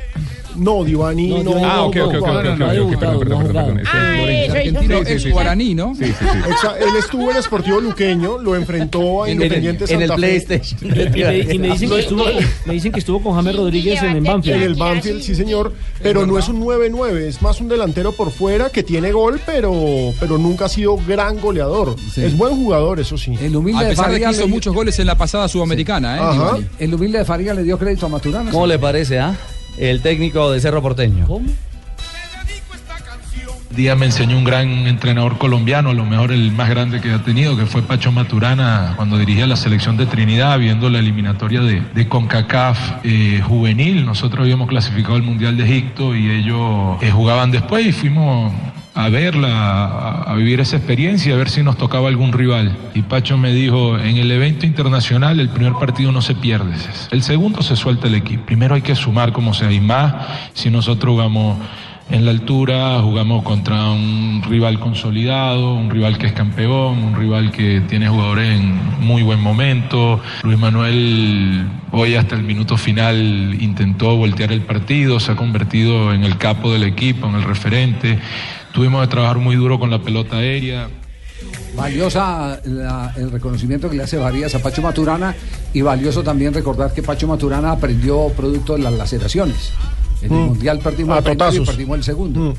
Speaker 7: No, Divani no.
Speaker 12: ah, ok, ok, ok, ok, ok, ok, perdón, perdón, perdón, perdón. es que Lorenzo.
Speaker 7: argentino
Speaker 12: Sí, sí, sí, sí.
Speaker 7: ¿no?
Speaker 12: Sí, sí, sí.
Speaker 7: Exa- Él estuvo en el Sportivo Luqueño, lo enfrentó a
Speaker 9: En el-
Speaker 7: Independiente
Speaker 9: en
Speaker 7: Santa
Speaker 9: el
Speaker 7: Fe.
Speaker 9: PlayStation. Y me- y me dicen que estuvo- me dicen que estuvo con James Rodríguez en- en Banfield.
Speaker 7: En el Banfield, sí, señor. Pero no es un 9-9, es más un delantero por fuera que tiene gol, pero, pero nunca ha sido gran goleador. Es buen jugador, eso sí.
Speaker 6: El humilde
Speaker 5: A
Speaker 6: de
Speaker 5: pesar de que
Speaker 6: Faría
Speaker 5: hizo
Speaker 6: le-
Speaker 5: muchos goles en la pasada sudamericana, ¿eh?
Speaker 6: Ajá.
Speaker 5: Divani.
Speaker 6: El humilde de Faría le dio crédito a Maturana.
Speaker 16: ¿Cómo le parece, ah? El técnico de Cerro Porteño.
Speaker 26: día me enseñó un gran entrenador colombiano, a lo mejor el más grande que ha tenido, que fue Pacho Maturana cuando dirigía la selección de Trinidad, viendo la eliminatoria de, de CONCACAF eh, juvenil. Nosotros habíamos clasificado al Mundial de Egipto y ellos eh, jugaban después y fuimos a verla, a, a vivir esa experiencia, a ver si nos tocaba algún rival. Y Pacho me dijo, en el evento internacional el primer partido no se pierde, el segundo se suelta el equipo. Primero hay que sumar como sea y más si nosotros jugamos en la altura, jugamos contra un rival consolidado, un rival que es campeón, un rival que tiene jugadores en muy buen momento. Luis Manuel hoy hasta el minuto final intentó voltear el partido, se ha convertido en el capo del equipo, en el referente. Tuvimos que trabajar muy duro con la pelota aérea.
Speaker 6: Valiosa la- el reconocimiento que le hace Varías a Pacho Maturana y valioso también recordar que Pacho Maturana aprendió producto de las laceraciones. En el
Speaker 7: Mm.
Speaker 6: Mundial perdimos
Speaker 7: A
Speaker 6: el primero y
Speaker 7: totazos.
Speaker 6: perdimos el segundo.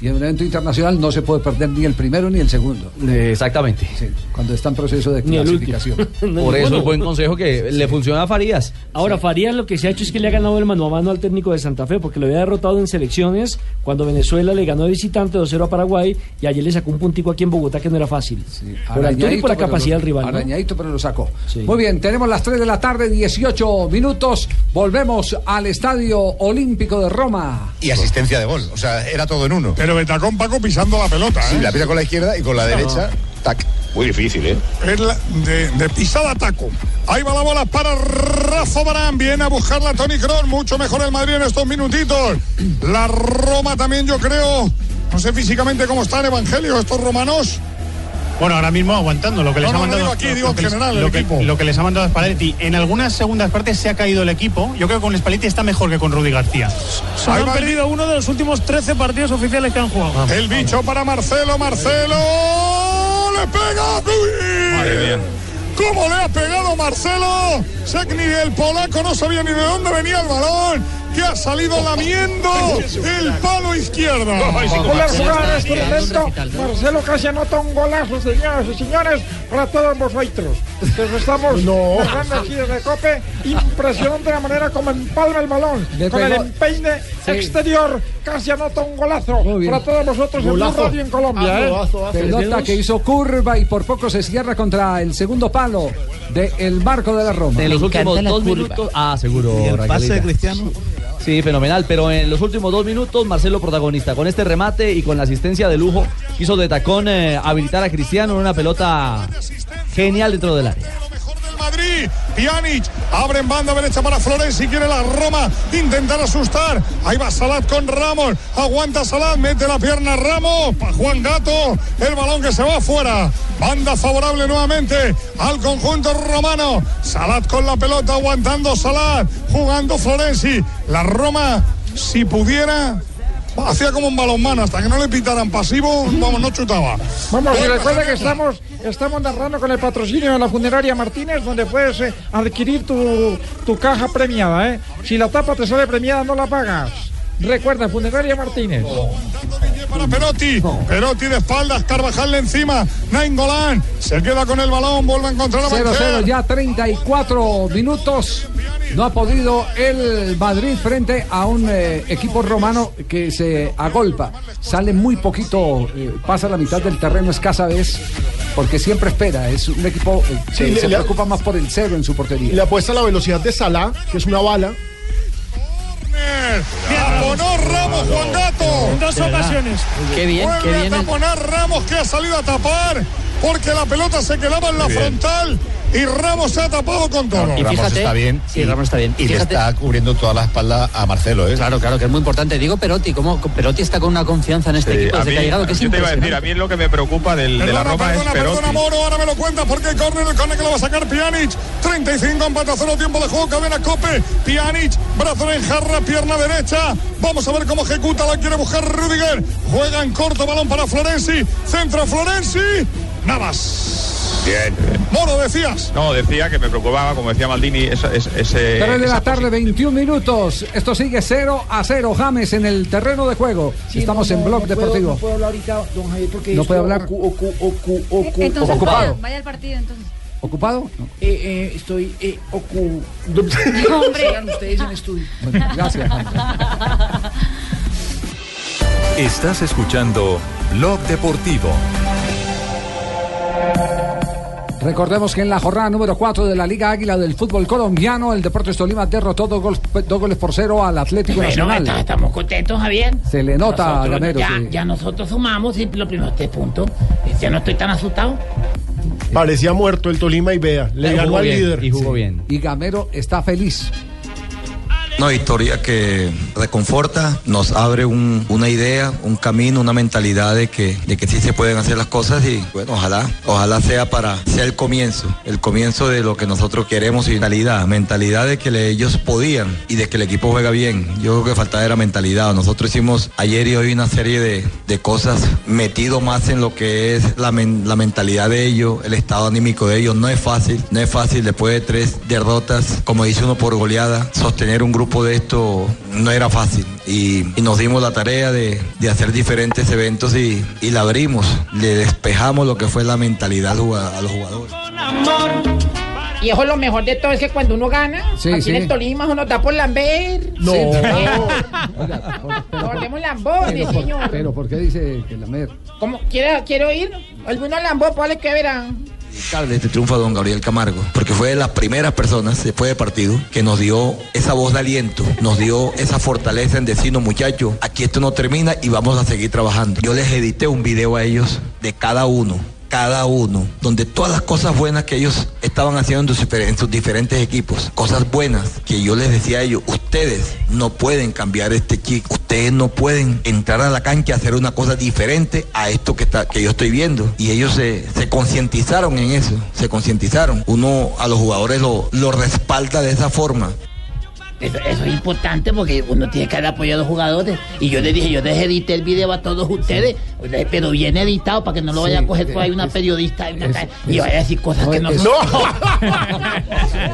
Speaker 6: Y en un evento internacional no se puede perder ni el primero ni el segundo.
Speaker 16: Exactamente.
Speaker 6: cuando está en proceso de
Speaker 16: Ni el último.
Speaker 6: clasificación.
Speaker 16: Por eso es buen consejo que le funciona a Farías.
Speaker 9: Ahora, Farías lo que se ha hecho es que le ha ganado el mano a mano al técnico de Santa Fe, porque lo había derrotado en selecciones cuando Venezuela le ganó de visitante 2-0 a Paraguay y ayer le sacó un puntico aquí en Bogotá que no era fácil. Por la altura y por la
Speaker 6: pero
Speaker 9: capacidad
Speaker 6: lo-
Speaker 9: del rival. ¿no?
Speaker 6: arañadito, pero lo sacó. Muy bien, tenemos las 3 de la tarde, 18 minutos. Volvemos al Estadio Olímpico de Roma.
Speaker 13: y asistencia de gol. O sea, era todo en uno.
Speaker 14: Pero Betacón Paco pisando la
Speaker 25: Ah.
Speaker 14: pelota.
Speaker 13: Sí,
Speaker 14: ¿eh?
Speaker 13: la pisa con la izquierda y con la derecha, tac. Muy difícil, ¿eh?
Speaker 14: Es la- de, de pisada taco. Ahí va la bola para Rafa Barán. Viene a buscarla Tony Kroos. Mucho mejor el Madrid en estos minutitos. La Roma también, yo creo. No sé físicamente cómo están, Evangelio, estos romanos.
Speaker 17: Bueno, ahora mismo aguantando lo que les
Speaker 14: No, no,
Speaker 17: ha
Speaker 14: no
Speaker 17: mandado.
Speaker 14: digo aquí, digo en
Speaker 17: que les-
Speaker 14: general, el
Speaker 17: lo que-
Speaker 14: equipo.
Speaker 17: lo que les ha mandado Spalletti. En algunas segundas partes se ha caído el equipo. Yo creo que con Spalletti está mejor que con Rudy García.
Speaker 14: Solo Ahí han va el- perdido
Speaker 17: uno de los últimos 13 partidos oficiales que han jugado.
Speaker 14: El bicho para Marcelo. Marcelo. ¡Le pega! ¡Uy! ¿Cómo le ha pegado Marcelo? Sac ni el polaco no sabía ni de dónde venía el balón. ¡Qué que ha salido lamiendo el palo izquierdo.
Speaker 19: Espectacular jugada en este momento. Marcelo casi anota un golazo, señoras y señores, para todos vosotros. Les estamos
Speaker 7: No.
Speaker 19: narrando aquí desde COPE. Impresionante la manera como empalma el balón.
Speaker 7: Le
Speaker 19: con
Speaker 7: pegó-
Speaker 19: el empeine
Speaker 7: Sí.
Speaker 19: exterior, casi anota un golazo
Speaker 6: bien.
Speaker 19: para todos vosotros en Blue
Speaker 6: Golazo.
Speaker 19: Radio en Colombia.
Speaker 6: Ah,
Speaker 19: ¿eh?
Speaker 6: golazo, golazo. Pelota que hizo curva y por poco se cierra contra el segundo palo del barco de la Roma.
Speaker 16: En los últimos dos minutos. Ah, seguro.
Speaker 6: Y el pase
Speaker 16: Raquelita.
Speaker 6: de
Speaker 1: Cristiano.
Speaker 16: Sí, fenomenal. Pero en los últimos dos minutos, Marcelo protagonista. Con este remate y con la asistencia de lujo, quiso de tacón eh, habilitar a Cristiano en una pelota genial dentro del área.
Speaker 14: Madrid, Pjanic abre en banda derecha para Flores si quiere la Roma intentar asustar. Ahí va Salat con Ramos, aguanta Salat, mete la pierna a Ramos, pa' Juan Gato, el balón que se va afuera. Banda favorable nuevamente al conjunto romano. Salat con la pelota, aguantando Salat, jugando Florenzi. La Roma, si pudiera, hacía como un balonmano, hasta que no le pitaran pasivo, vamos, no chutaba.
Speaker 19: Vamos, y recuerda que estamos, estamos narrando con el patrocinio de la funeraria Martínez, donde puedes eh, adquirir tu, tu caja premiada. ¿eh? Si la tapa te sale premiada, no la pagas. Recuerda, funeraria Martínez.
Speaker 14: para Perotti. Perotti de espaldas, Carvajal encima. Nainggolan se queda con el balón, vuelve a encontrar a
Speaker 6: 0-0,
Speaker 14: Banchero.
Speaker 6: ya 34 minutos. No ha podido el Madrid frente a un eh, equipo romano que se agolpa. Sale muy poquito, eh, pasa la mitad del terreno escasa vez, porque siempre espera. Es un equipo eh, que
Speaker 7: Sí, le-
Speaker 6: se
Speaker 7: le-
Speaker 6: preocupa más por el cero en su portería.
Speaker 7: Y le apuesta a la velocidad de Salah, que es una bala.
Speaker 14: Taponó Ramos Juan Gato.
Speaker 7: En dos ocasiones. Qué bien,
Speaker 14: Vuelve
Speaker 7: qué bien
Speaker 14: a
Speaker 7: el-
Speaker 14: taponar Ramos que ha salido a tapar porque la pelota se quedaba en la
Speaker 13: Muy bien.
Speaker 14: frontal y Ramos se ha tapado con todo.
Speaker 13: Ramos está bien.
Speaker 25: sí, Ramos está bien.
Speaker 13: Y,
Speaker 25: Y
Speaker 13: le
Speaker 25: fíjate-
Speaker 13: está cubriendo toda la espalda a Marcelo, ¿eh?
Speaker 25: Claro, claro, que es muy importante. Digo Perotti, ¿cómo? Perotti está con una confianza en este
Speaker 13: Sí,
Speaker 25: equipo
Speaker 13: a
Speaker 25: desde
Speaker 13: mí-
Speaker 25: que ha llegado, que es
Speaker 13: yo te iba a
Speaker 25: impresionante.
Speaker 13: decir,
Speaker 25: a mí lo que me preocupa del,
Speaker 13: la
Speaker 25: Roma
Speaker 13: Perdona, perdona,
Speaker 14: Moro, ahora me lo cuentas porque el córner, el córner que lo va a sacar Pjanic. 35 empate a cero, tiempo de juego, cadena Cope. Pjanic, brazo en jarra, pierna derecha. Vamos a ver cómo ejecuta, la quiere buscar Rudiger. Juega en corto, balón para Florenzi. Centro Florenzi, Navas.
Speaker 15: Bien.
Speaker 14: Moro, decías.
Speaker 15: No, decía que me preocupaba, como decía Maldini, esa- es- ese.
Speaker 6: 3 de
Speaker 15: esa
Speaker 6: la tarde, 21 minutos. Esto sigue 0 a 0. James en el terreno de juego. Estamos en Blog
Speaker 18: no puedo-
Speaker 6: Deportivo.
Speaker 18: No puedo hablar ahorita, don Javier, porque
Speaker 6: No
Speaker 18: estoy
Speaker 6: puede hablar.
Speaker 18: ocu- ocu- ocu- ocu-
Speaker 11: Eh, Entonces vaya,
Speaker 18: ocupado.
Speaker 11: vaya al partido entonces.
Speaker 6: ¿Ocupado?
Speaker 18: Eh, eh, estoy eh, ocu...
Speaker 11: Hombre.
Speaker 18: Sigan ustedes en estudio.
Speaker 6: gracias.
Speaker 3: Estás escuchando Blog Deportivo.
Speaker 6: Recordemos que en la jornada número 4 de la Liga Águila del fútbol colombiano, el Deportes Tolima derrotó dos, gol- dos goles por cero al Atlético
Speaker 24: Bueno, está-
Speaker 6: Nacional.
Speaker 24: estamos contentos, Javier.
Speaker 6: Se le nota,
Speaker 24: Nosotros
Speaker 6: Gamero,
Speaker 24: Ya,
Speaker 6: sí.
Speaker 24: ya nosotros sumamos y los primeros tres puntos. Ya no estoy tan asustado.
Speaker 7: Parecía muerto el Tolima y vea, le
Speaker 6: Y
Speaker 7: ganó
Speaker 6: jugó
Speaker 7: al
Speaker 6: bien,
Speaker 7: líder.
Speaker 6: y jugó bien. Y Gamero está feliz.
Speaker 28: Una victoria que reconforta, nos abre un- una idea, un camino, una mentalidad de que, de que sí se pueden hacer las cosas y bueno, ojalá, ojalá sea para, sea el comienzo, el comienzo de lo que nosotros queremos y mentalidad, mentalidad de que le- ellos podían y de que el equipo juega bien. Yo creo que faltaba era mentalidad. Nosotros hicimos ayer y hoy una serie de, de cosas metido más en lo que es la, men- la mentalidad de ellos, el estado anímico de ellos. No es fácil, no es fácil después de tres derrotas, como dice uno por goleada, sostener un grupo de esto no era fácil. Y, y nos dimos la tarea de, de hacer diferentes eventos y, y la abrimos, le despejamos lo que fue la mentalidad al jugado- a los jugadores.
Speaker 24: Y eso es lo mejor de todo, es que cuando uno gana,
Speaker 28: Sí,
Speaker 24: aquí
Speaker 28: sí.
Speaker 24: en el Tolima uno da por lamber.
Speaker 28: No.
Speaker 24: Nos volvemos lambón, mi
Speaker 6: Pero,
Speaker 24: señor.
Speaker 6: por, pero ¿por qué dice que la mer?
Speaker 24: ¿Cómo? ¿Quiere, ¿Quiero ir? Algunos
Speaker 3: Pues,
Speaker 24: lambón, ¿cuál es que verán?
Speaker 28: dedicar de este triunfo a don Gabriel Camargo, porque fue de las primeras personas después del partido que nos dio esa voz de aliento, nos dio esa fortaleza en decirnos, muchachos, aquí esto no termina y vamos a seguir trabajando. Yo les edité un video a ellos de cada uno. Cada uno, donde todas las cosas buenas que ellos estaban haciendo en sus difer- en sus diferentes equipos, cosas buenas que yo les decía a ellos, ustedes no pueden cambiar este chip, ustedes no pueden entrar a la cancha a hacer una cosa diferente a esto que, está, que yo estoy viendo. Y ellos se, se concientizaron en eso, se concientizaron. Uno a los jugadores lo, lo respalda de esa forma.
Speaker 24: Eso, eso es importante porque uno tiene que haber apoyado a los jugadores. Y yo le dije, yo les edité el video a todos ustedes
Speaker 17: eh,
Speaker 24: Pero bien editado para que no lo vaya a coger por ahí una periodista y, una ca- y vaya a decir cosas que no
Speaker 6: es-
Speaker 24: son.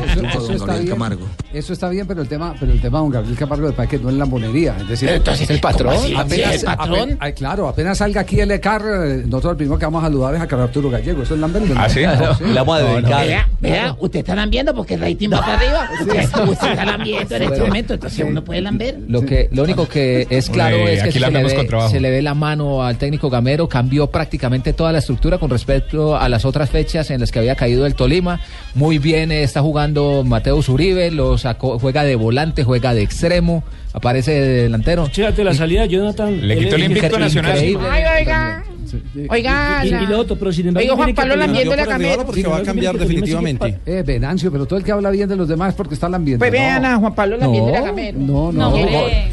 Speaker 6: Eso,
Speaker 24: Don
Speaker 6: eso está
Speaker 24: Gabriel
Speaker 6: bien.
Speaker 24: Camargo.
Speaker 6: Eso está bien, pero el tema, pero el tema de don Gabriel Camargo de Paquet no es lambonería. Es decir,
Speaker 24: Entonces,
Speaker 6: es el
Speaker 24: ¿cómo
Speaker 6: patrón.
Speaker 24: así?
Speaker 6: Apenas,
Speaker 24: ¿Sí, el patrón?
Speaker 6: apen- ay, claro, apenas salga aquí el ECAR, eh, nosotros el primero que vamos a saludar es a Carlos Arturo Gallego. Eso es lambonería.
Speaker 12: ¿Ah, sí? Le vamos a dedicar.
Speaker 24: Vea, vea, ustedes están viendo porque el rating va para arriba. Ustedes ustedes están viendo en este
Speaker 8: Bueno,
Speaker 24: momento, entonces uno puede lamber.
Speaker 8: Lo, que, lo único que es claro
Speaker 12: Uy,
Speaker 8: es que
Speaker 12: aquí
Speaker 8: se
Speaker 12: la
Speaker 8: le,
Speaker 12: andamos con
Speaker 8: ve,
Speaker 12: trabajo.
Speaker 8: se le ve la mano al técnico Gamero, cambió prácticamente toda la estructura con respecto a las otras fechas en las que había caído el Tolima. Muy bien eh, está jugando Mateo Uribe, lo sacó, juega de volante, juega de extremo, aparece de delantero.
Speaker 9: Fíjate la salida de Jonathan.
Speaker 8: Le quitó el invicto nacional. Increíble.
Speaker 24: Ay, oiga. Oiga,
Speaker 9: Y, y- y lo otro, pero sin em- embargo.
Speaker 24: Oiga, Juan Pablo,
Speaker 9: la
Speaker 24: lambiéndole a Gamero.
Speaker 6: Eh, Venancio, pero todo el que habla bien de los demás porque está lambiendo.
Speaker 24: Pues
Speaker 6: No.
Speaker 24: vean a Juan Pablo lambiéndole a Gamero.
Speaker 6: No, no, no.
Speaker 24: No,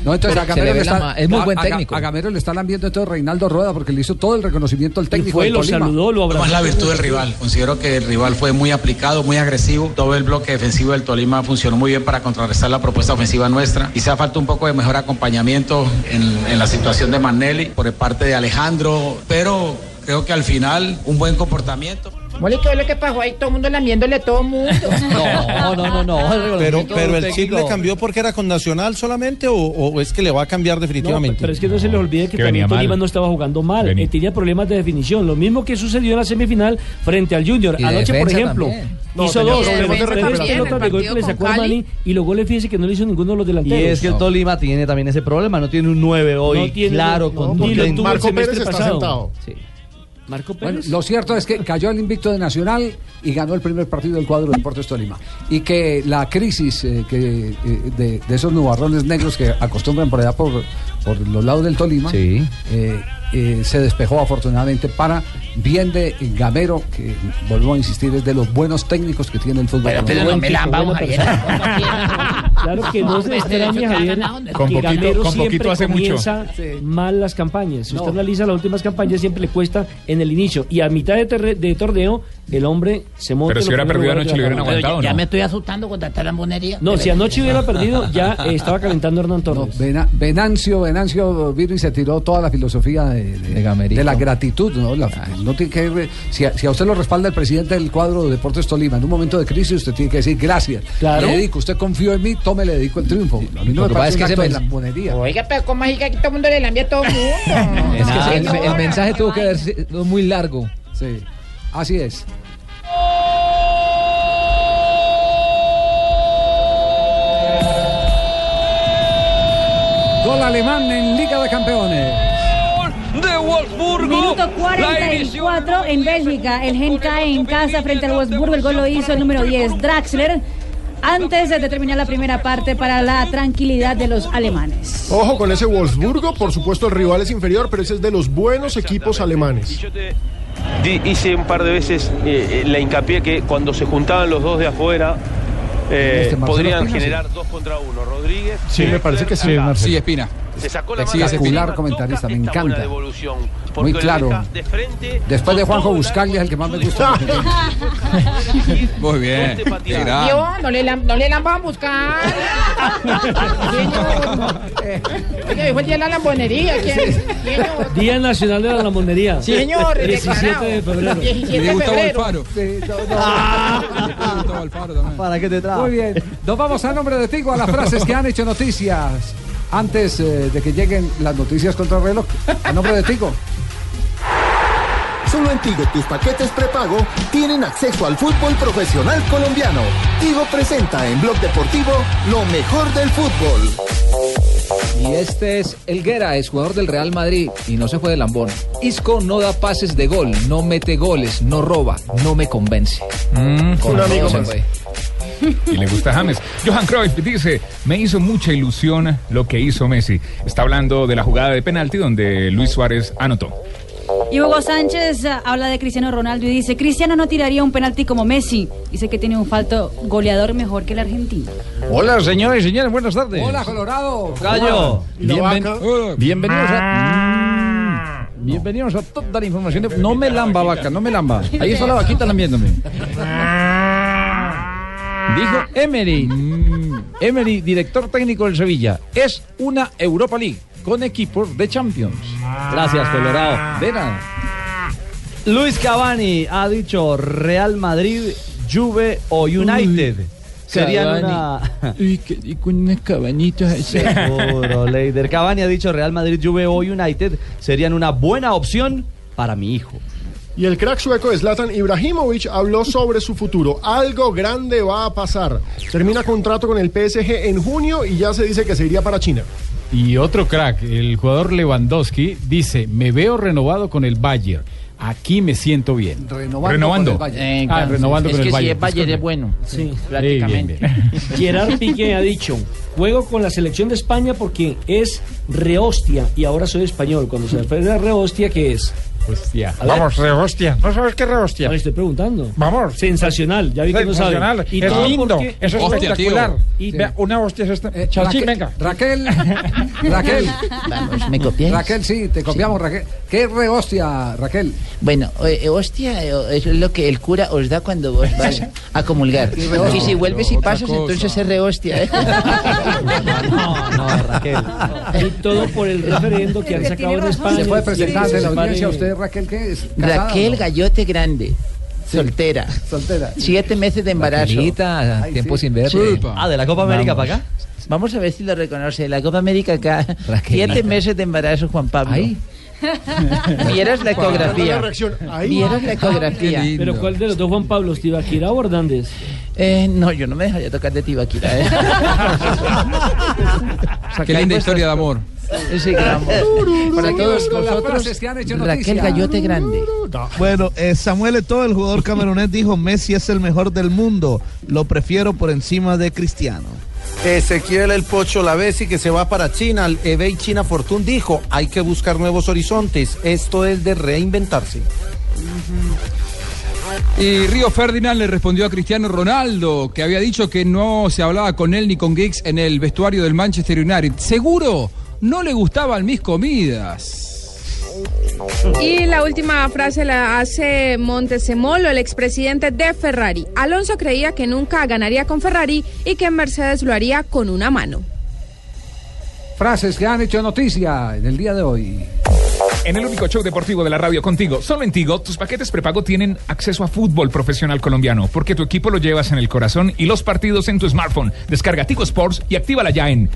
Speaker 6: No, entonces a
Speaker 24: Se le
Speaker 6: Gamero
Speaker 24: ve
Speaker 6: le
Speaker 24: la
Speaker 6: está,
Speaker 24: ma- es muy
Speaker 6: a-
Speaker 24: buen
Speaker 6: a Ga-
Speaker 24: técnico.
Speaker 6: A Gamero le está lambiendo todo Reinaldo Rueda porque le hizo todo el reconocimiento al técnico.
Speaker 9: fue,
Speaker 6: del
Speaker 9: lo
Speaker 6: Tolima.
Speaker 9: saludó, lo
Speaker 20: ¿Cómo es la virtud del rival? Considero que el rival fue muy aplicado, muy agresivo. Todo el bloque defensivo del Tolima funcionó muy bien para contrarrestar la propuesta ofensiva nuestra. Quizá falta un poco de mejor acompañamiento en, en la situación de Manelli por parte de Alejandro, pero creo que al final un buen comportamiento.
Speaker 24: Mole, ¿qué es lo que pasó ahí? Todo el mundo lamiéndole a todo el mundo.
Speaker 21: No,
Speaker 24: no, no, no.
Speaker 21: Pero, pero el chip le cambió porque era con Nacional solamente o, o es que le va a cambiar definitivamente.
Speaker 9: pero es que no se les olvide que,
Speaker 21: Que
Speaker 9: también
Speaker 21: venía mal.
Speaker 9: Tolima no estaba jugando mal, eh, tenía problemas de definición. Lo mismo que sucedió en la semifinal frente al Junior.
Speaker 21: Y de
Speaker 9: Anoche, por
Speaker 21: defensa
Speaker 9: ejemplo,
Speaker 21: también.
Speaker 24: No,
Speaker 9: hizo
Speaker 24: tenía
Speaker 9: dos,
Speaker 24: problemas de
Speaker 9: tres, tres
Speaker 24: defensa también,
Speaker 9: pelotas de
Speaker 24: el
Speaker 9: gol que le
Speaker 24: partido
Speaker 9: sacó
Speaker 24: con
Speaker 9: a
Speaker 24: Cali.
Speaker 9: Armani y los goles fíjense que no le hizo ninguno de los
Speaker 16: Y
Speaker 9: delanteros.
Speaker 16: es que el Tolima tiene también ese problema, no tiene un 9 hoy,
Speaker 9: No tiene-
Speaker 16: claro,
Speaker 9: no,
Speaker 16: con
Speaker 9: ni lo tuvo el Marco semestre Pérez está pasado. sentado.
Speaker 16: Sí.
Speaker 9: Marco
Speaker 6: Bueno,
Speaker 9: Pérez.
Speaker 6: lo cierto es que cayó el invicto de Nacional y ganó el primer partido del cuadro de Deportes Tolima. Y que la crisis eh, que, eh, de, de esos nubarrones negros que acostumbran por allá por, por los lados del Tolima eh, eh, se despejó afortunadamente para bien de Gamero, que volvemos a insistir, es de los buenos técnicos que tiene el fútbol.
Speaker 24: Bueno, pero
Speaker 6: colombiano.
Speaker 24: no me lamba, vamos a
Speaker 9: Claro que no se
Speaker 24: Este
Speaker 9: extraña, Javier,
Speaker 6: Con
Speaker 9: que
Speaker 6: poquito-
Speaker 9: Gamero
Speaker 6: con
Speaker 9: siempre
Speaker 6: poquito hace mucho.
Speaker 9: comienza mal las campañas. Si usted analiza las últimas campañas, siempre le cuesta en el inicio. Y a mitad de, terre- de torneo, el hombre se monta.
Speaker 12: Pero
Speaker 9: en
Speaker 12: si
Speaker 9: los
Speaker 12: hubiera perdido
Speaker 9: primeros lugares
Speaker 12: anoche,
Speaker 9: de
Speaker 12: le
Speaker 9: la
Speaker 12: hubieran
Speaker 9: tabla.
Speaker 24: Pero ya, ya me estoy asustando con tanta lambonería.
Speaker 9: No, si anoche hubiera perdido, ya eh, estaba calentando Hernán Torres.
Speaker 6: Vena- Venancio, Venancio vino y se tiró toda la filosofía de, de- de la gratitud, ¿no? La- no tiene que re- si, a, si a usted lo respalda el presidente del cuadro de Deportes Tolima en un momento de crisis, usted tiene que decir gracias.
Speaker 9: Claro.
Speaker 6: Le dedico, usted confió en mí, tome, le dedico el triunfo. A mí
Speaker 8: Lo
Speaker 6: no me
Speaker 8: que pasa
Speaker 6: parece
Speaker 8: es que ese
Speaker 6: un acto de
Speaker 8: men-
Speaker 6: lambonería.
Speaker 24: Oiga, pero ¿cómo es que aquí todo el mundo le lambia a todo el mundo?
Speaker 8: Es que
Speaker 24: Ah,
Speaker 8: el,
Speaker 24: señora.
Speaker 8: el mensaje tuvo que haber sido muy largo.
Speaker 6: Sí, así es. Gol alemán en Liga de Campeones.
Speaker 11: de Wolfsburgo. Minuto 44 en Bélgica. El Gen cae en casa frente al Wolfsburgo. El gol lo hizo el número 10, Draxler. Antes de terminar la primera parte para la tranquilidad de los alemanes.
Speaker 10: Ojo con ese Wolfsburgo, por supuesto el rival es inferior, pero ese es de los buenos equipos alemanes.
Speaker 5: Di- hice un par de veces eh, eh, la hincapié que cuando se juntaban los dos de afuera eh,
Speaker 10: Este, Marcelo
Speaker 5: podrían
Speaker 10: Espina, sí.
Speaker 5: generar dos contra uno. Rodríguez.
Speaker 10: Sí, me parece que sí, Marcelo.
Speaker 12: Sí, Espina.
Speaker 5: Se sacó la mano.
Speaker 6: Espectacular comentarista, me
Speaker 5: Buena
Speaker 6: encanta.
Speaker 5: devolución.
Speaker 6: Muy
Speaker 5: porque lo
Speaker 6: claro.
Speaker 5: deja de frente
Speaker 6: Después de Juanjo Buscaglia es el que más me gusta.
Speaker 12: Muy bien.
Speaker 5: Este
Speaker 12: Qué gran.
Speaker 24: Dios, no le, lam- no le lamban a buscar. Señor. Oiga, dijo el día de la lambonería. ¿quién? Señor.
Speaker 9: Día Nacional de la Lamondería.
Speaker 24: Sí, señor,
Speaker 9: 17 de febrero.
Speaker 24: 17 de febrero.
Speaker 9: Ah,
Speaker 6: ¿Para qué te Muy bien. Nos vamos a nombre de Tigo a las frases que han hecho noticias. Antes eh, de que lleguen las noticias contra el reloj, a nombre de Tigo.
Speaker 7: Solo en Tigo tus paquetes prepago tienen acceso al fútbol profesional colombiano. Tigo presenta en Blog Deportivo lo mejor del fútbol.
Speaker 8: Y este es Elguera, es jugador del Real Madrid y no se fue de lambón. Isco no da pases de gol, no mete goles, no roba, no me convence. Con
Speaker 12: Un amigo
Speaker 8: todo se
Speaker 12: más.
Speaker 8: fue.
Speaker 12: y le gusta James. Johan Cruyff dice, me hizo mucha ilusión lo que hizo Messi. Está hablando de la jugada de penalti donde Luis Suárez anotó.
Speaker 11: Y Hugo Sánchez ah, habla de Cristiano Ronaldo y dice, Cristiano no tiraría un penalti como Messi. Dice que tiene un falto goleador mejor que el argentino.
Speaker 19: Hola, señores y señores, buenas tardes.
Speaker 6: Hola, Colorado.
Speaker 19: Gallo.
Speaker 21: Bienven- bienvenidos a. Mm, Bienvenidos a toda la información. de- No me lamba, vaca, no me lamba. Ahí está la vaquita lambiéndome. Dijo Emery, mm, Emery, director técnico del Sevilla, es una Europa League.
Speaker 32: con equipos de Champions. Ah.
Speaker 16: Gracias, Colorado.
Speaker 32: De nada.
Speaker 16: Luis Cavani ha dicho Real Madrid, Juve o United. Serían una...
Speaker 32: Uy, qué rico, unas cabanitas así.
Speaker 16: Seguro, Leider. Cavani ha dicho Real Madrid, Juve o United serían una buena opción para mi hijo.
Speaker 7: Y el crack sueco Zlatan Ibrahimovic habló sobre su futuro. Algo grande va a pasar. Termina contrato con el PSG en junio y ya se dice que se iría para China.
Speaker 20: Y otro crack, el jugador Lewandowski, dice, me veo renovado con el Bayern. Aquí me siento bien.
Speaker 6: Renovando.
Speaker 20: Renovando.
Speaker 6: con el Bayern.
Speaker 20: Ah, renovando
Speaker 17: Eh, es
Speaker 20: con
Speaker 17: que
Speaker 20: el
Speaker 17: si
Speaker 20: Bayern.
Speaker 17: es Bayern es
Speaker 20: disculpe.
Speaker 17: bueno.
Speaker 9: Sí.
Speaker 17: prácticamente.
Speaker 20: bien, bien.
Speaker 9: Gerard Piqué ha dicho, juego con la selección de España porque es rehostia y ahora soy español. Cuando se refiere a rehostia, ¿qué es?
Speaker 20: Hostia.
Speaker 19: Vamos, rehostia. ¿No sabes qué rehostia?
Speaker 9: Le estoy preguntando.
Speaker 19: Vamos.
Speaker 9: Sensacional, ya vi que no sabe.
Speaker 19: Sensacional.
Speaker 9: Y
Speaker 19: es
Speaker 9: todo
Speaker 19: lindo.
Speaker 9: porque-
Speaker 19: Eso es
Speaker 9: Hostia, tío.
Speaker 19: espectacular.
Speaker 9: Y-
Speaker 19: Vea, una hostia es esta. Chachín,
Speaker 6: Raquel,
Speaker 19: venga.
Speaker 6: Raquel, Raquel.
Speaker 17: ¿me copiáis?
Speaker 6: Raquel, sí, te copiamos, Raquel. ¿Qué re hostia, Raquel?
Speaker 17: Bueno, eh, eh, hostia, eh, eso es lo que el cura os da cuando vos vas a comulgar. Y si vuelves y pasas, entonces es re hostia. ¿eh?
Speaker 9: Y todo por el referendo que han sacado en España.
Speaker 6: Se puede presentar
Speaker 9: Sí,
Speaker 6: de la
Speaker 9: separe-
Speaker 6: audiencia usted, Raquel, ¿qué es? ¿Casada o
Speaker 17: Raquel
Speaker 6: no?
Speaker 17: Gallote Grande, soltera.
Speaker 6: Soltera.
Speaker 17: Siete meses de embarazo.
Speaker 33: Raquelita, Ay, tiempo sí. sin verte.
Speaker 16: Ah, ¿de la Copa América para acá?
Speaker 17: Vamos a ver si lo reconoce. La Copa América acá. Siete meses de embarazo, Juan Pablo. Vieras la ecografía. Vieras la ecografía.
Speaker 9: Pero ¿cuál de los dos Juan Pablo, Tibaquira o Hernández?
Speaker 17: Eh, no, yo no me dejaría tocar de Tibaquira. ¿eh?
Speaker 33: Qué linda historia de amor.
Speaker 17: Sí, gran voz. Para todos
Speaker 6: Con las
Speaker 17: vosotros,
Speaker 6: frases que han hecho
Speaker 17: Raquel
Speaker 6: noticia.
Speaker 17: Gallote Grande.
Speaker 34: Bueno, eh, Samuel Eto'o, el jugador camerunés, dijo Messi es el mejor del mundo. Lo prefiero por encima de Cristiano.
Speaker 21: Ezequiel El Pocho Lavesi que se va para China, el eBay China Fortune dijo, hay que buscar nuevos horizontes, esto es de reinventarse.
Speaker 10: Y Río Ferdinand le respondió a Cristiano Ronaldo, que había dicho que no se hablaba con él ni con Giggs en el vestuario del Manchester United. Seguro no le gustaban mis comidas.
Speaker 30: Y la última frase la hace Montesemolo, el expresidente de Ferrari. Alonso creía que nunca ganaría con Ferrari y que Mercedes lo haría con una mano.
Speaker 6: Frases que han hecho noticia en el día de hoy.
Speaker 12: En el único show deportivo de la radio contigo, solo en Tigo, tus paquetes prepago tienen acceso a fútbol profesional colombiano, porque tu equipo lo llevas en el corazón y los partidos en tu smartphone. Descarga Tigo Sports y actívala ya en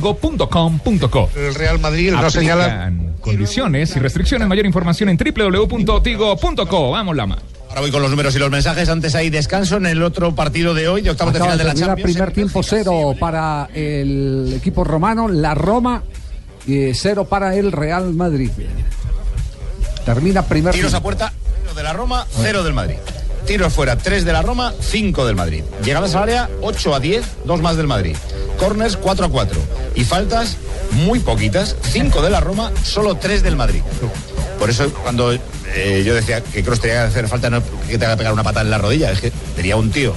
Speaker 12: www.smart.tigo.com.co.
Speaker 18: El Real Madrid
Speaker 25: Ah,
Speaker 18: no señala.
Speaker 12: Aplican Condiciones y restricciones. Mayor información en www.tigo.co. Vamos, Lama.
Speaker 18: Ahora voy con los números y los mensajes. Antes hay descanso en el otro partido de hoy, de octavos de
Speaker 6: Acaba
Speaker 18: final de
Speaker 6: de
Speaker 18: la
Speaker 6: terminar
Speaker 18: Champions.
Speaker 6: primer tiempo cero para el equipo romano, la Roma, y eh, cero para el Real Madrid. Termina primer
Speaker 18: Tiros a
Speaker 6: tiempo.
Speaker 18: puerta, cero de la Roma, cero del Madrid. Tiros fuera, tres de la Roma, cinco del Madrid. Llegadas al área, 8 a 10, dos más del Madrid. Corners, 4 a 4. Y faltas, muy poquitas, cinco de la Roma, solo tres del Madrid. Por eso, cuando eh, yo decía que Cross tenía que hacer falta, no que te haga pegar una patada en la rodilla, es que tenía un tío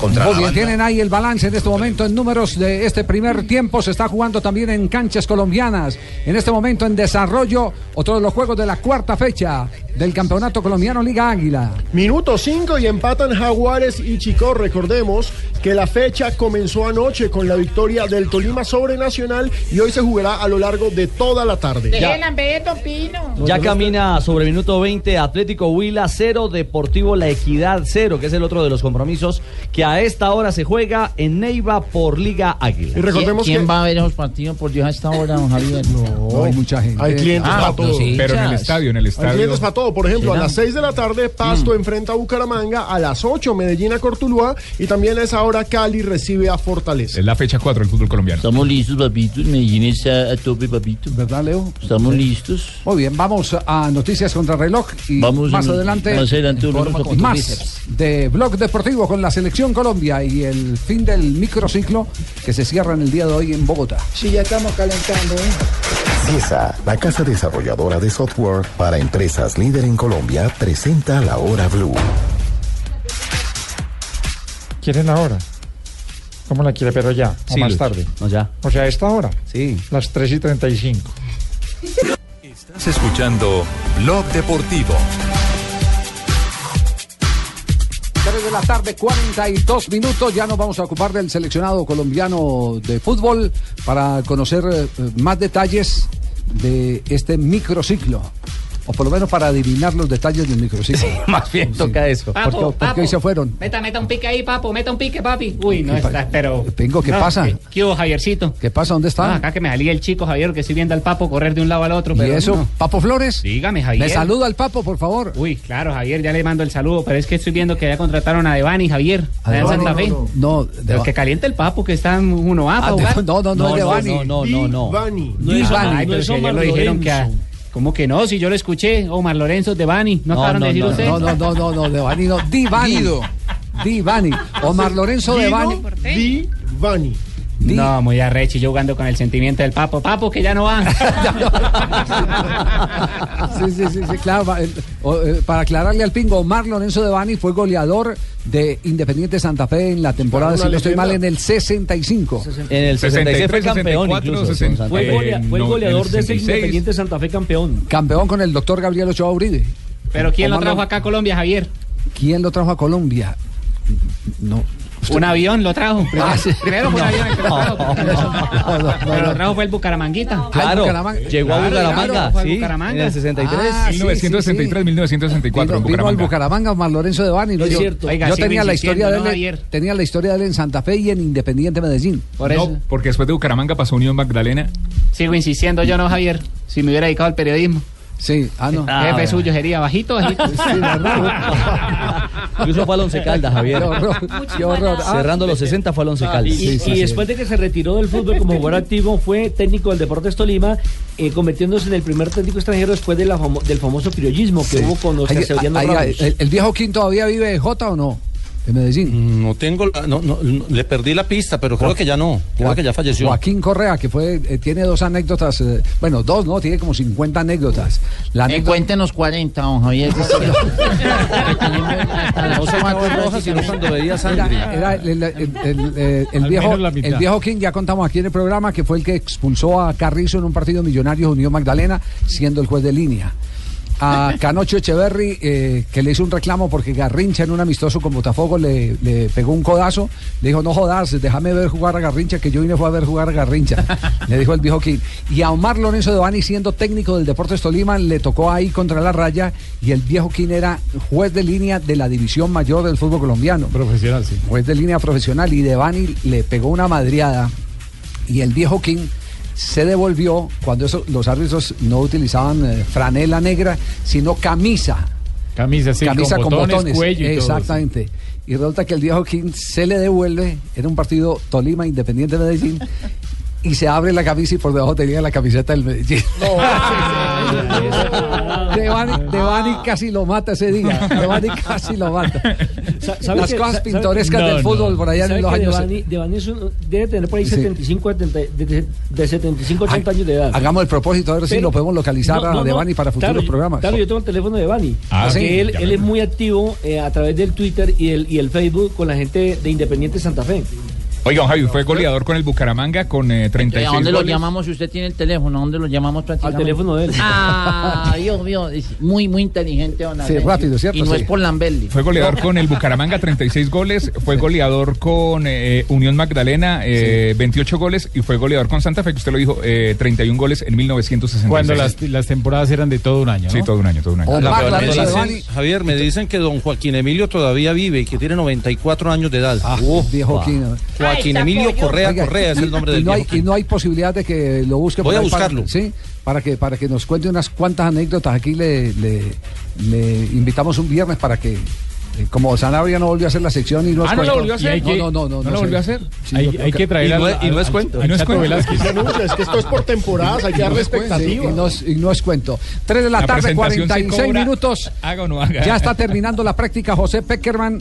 Speaker 18: contra
Speaker 6: Muy
Speaker 18: la
Speaker 6: bien,
Speaker 18: banda.
Speaker 6: tienen ahí el balance en este momento en números de este primer tiempo. Se está jugando también en canchas colombianas. En este momento en desarrollo otro de los juegos de la cuarta fecha del Campeonato Colombiano Liga Águila.
Speaker 7: Minuto 5 y empatan Jaguares y Chico. Recordemos que la fecha comenzó anoche con la victoria del Tolima sobre Nacional y hoy se jugará a lo largo de toda la tarde.
Speaker 17: Dejen
Speaker 7: Ya.
Speaker 17: Pino.
Speaker 16: Ya camina sobre minuto 20 Atlético Huila 0, Deportivo La Equidad 0, que es el otro de los compromisos que a esta hora se juega en Neiva por Liga Águila.
Speaker 17: ¿Quién- ¿Quién va a ver los partidos por Dios a esta hora, don Javier?
Speaker 6: No, hay mucha gente.
Speaker 7: Hay clientes
Speaker 17: Ah,
Speaker 7: para todo.
Speaker 17: los hinchas.
Speaker 12: Pero en el estadio, en el
Speaker 7: Hay
Speaker 12: estadio.
Speaker 7: clientes para todo. Por ejemplo, a
Speaker 12: Sí, no.
Speaker 7: las 6 de la tarde, Pasto enfrenta a Bucaramanga. A las 8, Medellín a Cortuluá. Y también a esa hora, Cali recibe a Fortaleza.
Speaker 12: Es la fecha 4 del fútbol colombiano.
Speaker 17: Estamos listos, papito. Medellín está a tope, papito.
Speaker 6: ¿Verdad, Leo?
Speaker 17: Estamos listos.
Speaker 6: Muy bien, vamos a noticias contra reloj y
Speaker 17: Vamos,
Speaker 6: más
Speaker 17: mm,
Speaker 6: adelante,
Speaker 17: más adelante
Speaker 6: informa
Speaker 17: volvemos
Speaker 6: con
Speaker 17: con
Speaker 6: más
Speaker 17: bíceps.
Speaker 6: de Blog Deportivo con la Selección Colombia y el fin del microciclo que se cierra en el día de hoy en Bogotá.
Speaker 13: Sí, ya estamos calentando, ¿eh?
Speaker 35: CISA, la casa desarrolladora de software para empresas líder en Colombia, presenta la hora blue.
Speaker 19: ¿Quieren la hora? ¿Cómo la quiere? Pero ya, o
Speaker 16: Sí,
Speaker 19: más
Speaker 16: Lucho.
Speaker 19: tarde.
Speaker 16: No, ya.
Speaker 19: O sea, esta hora.
Speaker 16: Sí.
Speaker 19: Las 3 y 35.
Speaker 3: Estás escuchando Blog Deportivo.
Speaker 6: 3 de de la tarde, 42 minutos. Ya nos vamos a ocupar del seleccionado colombiano de fútbol para conocer eh, más detalles de este microciclo. O por lo menos para adivinar los detalles del microciclo.
Speaker 5: Más bien toca eso.
Speaker 6: porque,
Speaker 27: Papo,
Speaker 6: porque hoy se
Speaker 27: papo.
Speaker 6: fueron.
Speaker 27: Meta, meta un pique ahí, papo, meta un pique, papi. Uy, no
Speaker 6: ¿Qué pa-
Speaker 27: estás, pero.
Speaker 6: Tengo, ¿qué
Speaker 27: No,
Speaker 6: pasa?
Speaker 27: ¿Qué, qué hubo, Javiercito?
Speaker 6: ¿Qué pasa? ¿Dónde
Speaker 27: No,
Speaker 6: está?
Speaker 27: acá que me salía el chico Javier, que estoy viendo al papo correr de un lado al otro.
Speaker 6: ¿Y
Speaker 27: Pero
Speaker 6: eso?
Speaker 27: no.
Speaker 6: ¿Papo Flores?
Speaker 27: Dígame, Javier.
Speaker 6: Me saluda al Papo, por favor.
Speaker 27: Uy, claro, Javier, ya le mando el saludo, pero es que estoy viendo que ya contrataron a Devani, Javier, allá en
Speaker 6: Devani,
Speaker 27: Santa
Speaker 6: no,
Speaker 27: Fe.
Speaker 6: no, No, de-
Speaker 27: Pero que caliente el papo, que está en uno A
Speaker 6: Ah,
Speaker 27: para jugar.
Speaker 6: de- no, no, no, es Devani.
Speaker 27: No, no, no.
Speaker 21: Divani.
Speaker 27: No es
Speaker 6: Divani.
Speaker 27: Omar- Ay,
Speaker 6: No
Speaker 27: pero
Speaker 6: es
Speaker 27: si ayer
Speaker 6: Omar
Speaker 27: lo dijeron que...
Speaker 6: Lorenzo.
Speaker 27: a- ¿Cómo que no? Si yo lo escuché, Omar Lorenzo, Devani. ¿No, acabaron de decir
Speaker 6: no,
Speaker 27: ustedes?
Speaker 6: no, no, no, no, no, Devani, no, Divani. Divani. Omar Lorenzo Devani.
Speaker 21: Divani.
Speaker 27: No, muy arrecho, y yo jugando con el sentimiento del papo. Papo, que ya no va.
Speaker 6: Sí, sí, sí, sí, claro. va, el- o, eh, para aclararle al pingo, Omar Lorenzo Devani fue goleador de Independiente Santa Fe en la temporada,
Speaker 27: Claro,
Speaker 6: si
Speaker 27: una
Speaker 6: no estoy mal, en
Speaker 27: leyenda.
Speaker 6: el 65.
Speaker 5: En el 66 fue campeón incluso. con Santa
Speaker 9: Fue,
Speaker 5: Fe.
Speaker 9: el golea- fue el goleador de ese Independiente Santa Fe campeón.
Speaker 6: Campeón con el doctor Gabriel Ochoa Uribe.
Speaker 27: Pero ¿quién lo
Speaker 6: Omar
Speaker 27: trajo acá a Colombia, Javier?
Speaker 6: ¿Quién lo trajo a Colombia? No.
Speaker 27: Un avión lo trajo. Primero, primero fue un avión el que lo trajo. Pero lo
Speaker 6: no.
Speaker 27: trajo fue el Bucaramanguita. Ah,
Speaker 5: Claro,
Speaker 27: Bucaramanga.
Speaker 5: llegó a
Speaker 27: Claro,
Speaker 5: Bucaramanga,
Speaker 27: claro, fue a
Speaker 5: sí, en
Speaker 27: Bucaramanga.
Speaker 5: el 63.
Speaker 27: Ah, sí,
Speaker 12: 1963, 1964 en
Speaker 6: Vino, vino al
Speaker 12: Bucaramanga.
Speaker 6: Bucaramanga Omar Lorenzo Devani. ¿no?
Speaker 27: Es
Speaker 6: yo
Speaker 27: cierto.
Speaker 6: yo
Speaker 27: Oiga, sigo
Speaker 6: tenía la historia de él,
Speaker 27: insistiendo, ¿no,
Speaker 6: en- tenía la historia de él en Santa Fe y en Independiente Medellín.
Speaker 27: eso.
Speaker 12: No, porque después de Bucaramanga pasó Unión Magdalena.
Speaker 27: Sigo insistiendo yo, no, Javier. Si me hubiera dedicado al periodismo.
Speaker 6: Sí, ah, no.
Speaker 27: Jefe suyo sería bajito, bajito.
Speaker 5: Incluso fue al Once Caldas, Javier.
Speaker 27: Qué horror,
Speaker 5: Qué horror. Cerrando los 60 fue al Once
Speaker 9: Ah, Y,
Speaker 5: Caldas.
Speaker 9: y después de que se retiró del fútbol como jugador activo, fue técnico del Deportes Tolima, eh, convirtiéndose en el primer técnico extranjero después de la famo- del famoso criollismo que
Speaker 6: Sí.
Speaker 9: hubo con los
Speaker 6: Ahí-
Speaker 9: Terceriano
Speaker 6: ahí-
Speaker 9: Ramos.
Speaker 6: el, el viejo King todavía vive J o no? De Medellín.
Speaker 16: Mm, No tengo, la- no, no, no, le perdí la pista, pero creo que ya no, creo que ya falleció.
Speaker 6: Joaquín Correa, que fue, eh, tiene dos anécdotas, eh, bueno, dos, ¿no? Tiene como 50 anécdotas. La
Speaker 17: Eh,
Speaker 6: anécdota...
Speaker 17: cuéntenos 40, don Javier. que sí.
Speaker 16: No son aguas rojas, sino cuando veía sangre.
Speaker 6: Era, era el, el- el- el- eh, el
Speaker 16: Al
Speaker 6: viejo,
Speaker 16: menos la mitad.
Speaker 6: el viejo King, ya contamos aquí en el programa, que fue el que expulsó a Carrizo en un partido millonario Unión Magdalena, siendo el juez de línea. A Canocho Echeverry, eh, que le hizo un reclamo porque Garrincha en un amistoso con Botafogo le, le pegó un codazo. Le dijo, no jodas, déjame ver jugar a Garrincha, que yo vine fue a ver jugar a Garrincha. le dijo el viejo King. Y a Omar Lorenzo Devani, siendo técnico del Deportes Tolima, le tocó ahí contra la raya y el viejo King era juez de línea de la división mayor del fútbol colombiano
Speaker 20: Profesional, sí.
Speaker 6: juez de línea profesional y Devani le pegó una madriada y el viejo King se devolvió cuando eso- los árbitros no utilizaban eh, franela negra, sino camisa.
Speaker 20: Camisa, sí,
Speaker 6: camisa
Speaker 20: con, botones, cuello y todo, sí.
Speaker 6: exactamente. Y resulta que el viejo King se le devuelve en un partido Tolima Independiente de Medellín y se abre la camisa y por debajo tenía la camiseta del Medellín. Devani, Devani
Speaker 9: Ah.
Speaker 6: casi lo mata ese día. Devani casi lo mata.
Speaker 9: ¿Sabe
Speaker 6: Las
Speaker 9: que-
Speaker 6: cosas
Speaker 9: sa- sabe-
Speaker 6: pintorescas del fútbol por allá
Speaker 9: ¿Sabe
Speaker 6: en los
Speaker 9: que
Speaker 6: años.
Speaker 9: Devani, Devani es un- debe tener por ahí
Speaker 6: Sí.
Speaker 9: 75, 70 de, de- de 75, 80 años de edad.
Speaker 6: Hagamos el propósito, a ver si
Speaker 9: Pero-
Speaker 6: lo podemos localizar
Speaker 9: No,
Speaker 6: a
Speaker 9: no, no.
Speaker 6: Devani para futuros
Speaker 9: Claro, yo-
Speaker 6: programas.
Speaker 9: Claro, yo tengo el teléfono de Devani.
Speaker 6: Ah,
Speaker 9: Porque
Speaker 6: sí,
Speaker 9: él,
Speaker 6: ya
Speaker 9: él
Speaker 6: me-
Speaker 9: es muy activo eh, a través del Twitter y el, y el Facebook con la gente de Independiente Santa Fe.
Speaker 12: Oiga, don Javi, fue goleador con el Bucaramanga con eh,
Speaker 17: ¿A
Speaker 12: 36
Speaker 17: dónde lo
Speaker 12: goles.
Speaker 17: llamamos si usted tiene el teléfono? ¿A dónde lo llamamos prácticamente?
Speaker 12: Al teléfono de él.
Speaker 17: Ah, Dios mío, es muy, muy inteligente, don Laurencio. Y no es por Lambelli.
Speaker 12: Fue goleador con el Bucaramanga, 36 goles. Fue goleador con eh, Unión Magdalena, eh, 28 goles. Y fue goleador con Santa Fe, que usted lo dijo, eh, 31 goles en 1966.
Speaker 20: Cuando las, las temporadas eran de todo un año, ¿no?
Speaker 12: Sí, todo un año, todo un año.
Speaker 20: Omar
Speaker 16: Pero me
Speaker 20: Lorenzo
Speaker 16: dicen-
Speaker 20: Devani.
Speaker 16: Javier, me dicen que don Joaquín Emilio todavía vive y que tiene 94 años de edad. Oh,
Speaker 6: viejo
Speaker 16: wow.
Speaker 6: Quino.
Speaker 16: Joaquín Emilio Correa
Speaker 6: Oiga,
Speaker 16: Correa es
Speaker 6: y-
Speaker 16: el nombre
Speaker 6: y
Speaker 16: del
Speaker 6: no hay,
Speaker 16: viejo
Speaker 6: Y no hay posibilidad de que lo busque.
Speaker 16: Voy
Speaker 6: por
Speaker 16: a
Speaker 6: ahí para-
Speaker 16: buscarlo.
Speaker 6: sí, para que, para que nos cuente unas cuantas anécdotas. Aquí le, le- le invitamos un viernes para que. eh, Como Sanabria no volvió a hacer la sección y no
Speaker 12: Ah, ¿no la
Speaker 6: es cuento.
Speaker 12: volvió a hacer?
Speaker 6: Y hay que- No, no, no.
Speaker 12: ¿No la
Speaker 6: sé.
Speaker 12: volvió a hacer?
Speaker 6: Sí,
Speaker 12: Hay-
Speaker 6: yo creo
Speaker 12: hay que traer Y no al- es- y no al- es cuento. al- Y no es al Chato cuento. Velázquez.
Speaker 21: Ya no, es que esto es por temporadas, hay que darle expectativa.
Speaker 6: Sí, y, no es, y no es cuento. 3 de la,
Speaker 12: La
Speaker 6: tarde,
Speaker 12: presentación se
Speaker 6: 46
Speaker 12: cobra,
Speaker 6: minutos.
Speaker 12: haga o no haga.
Speaker 6: Ya está terminando la práctica José Peckerman.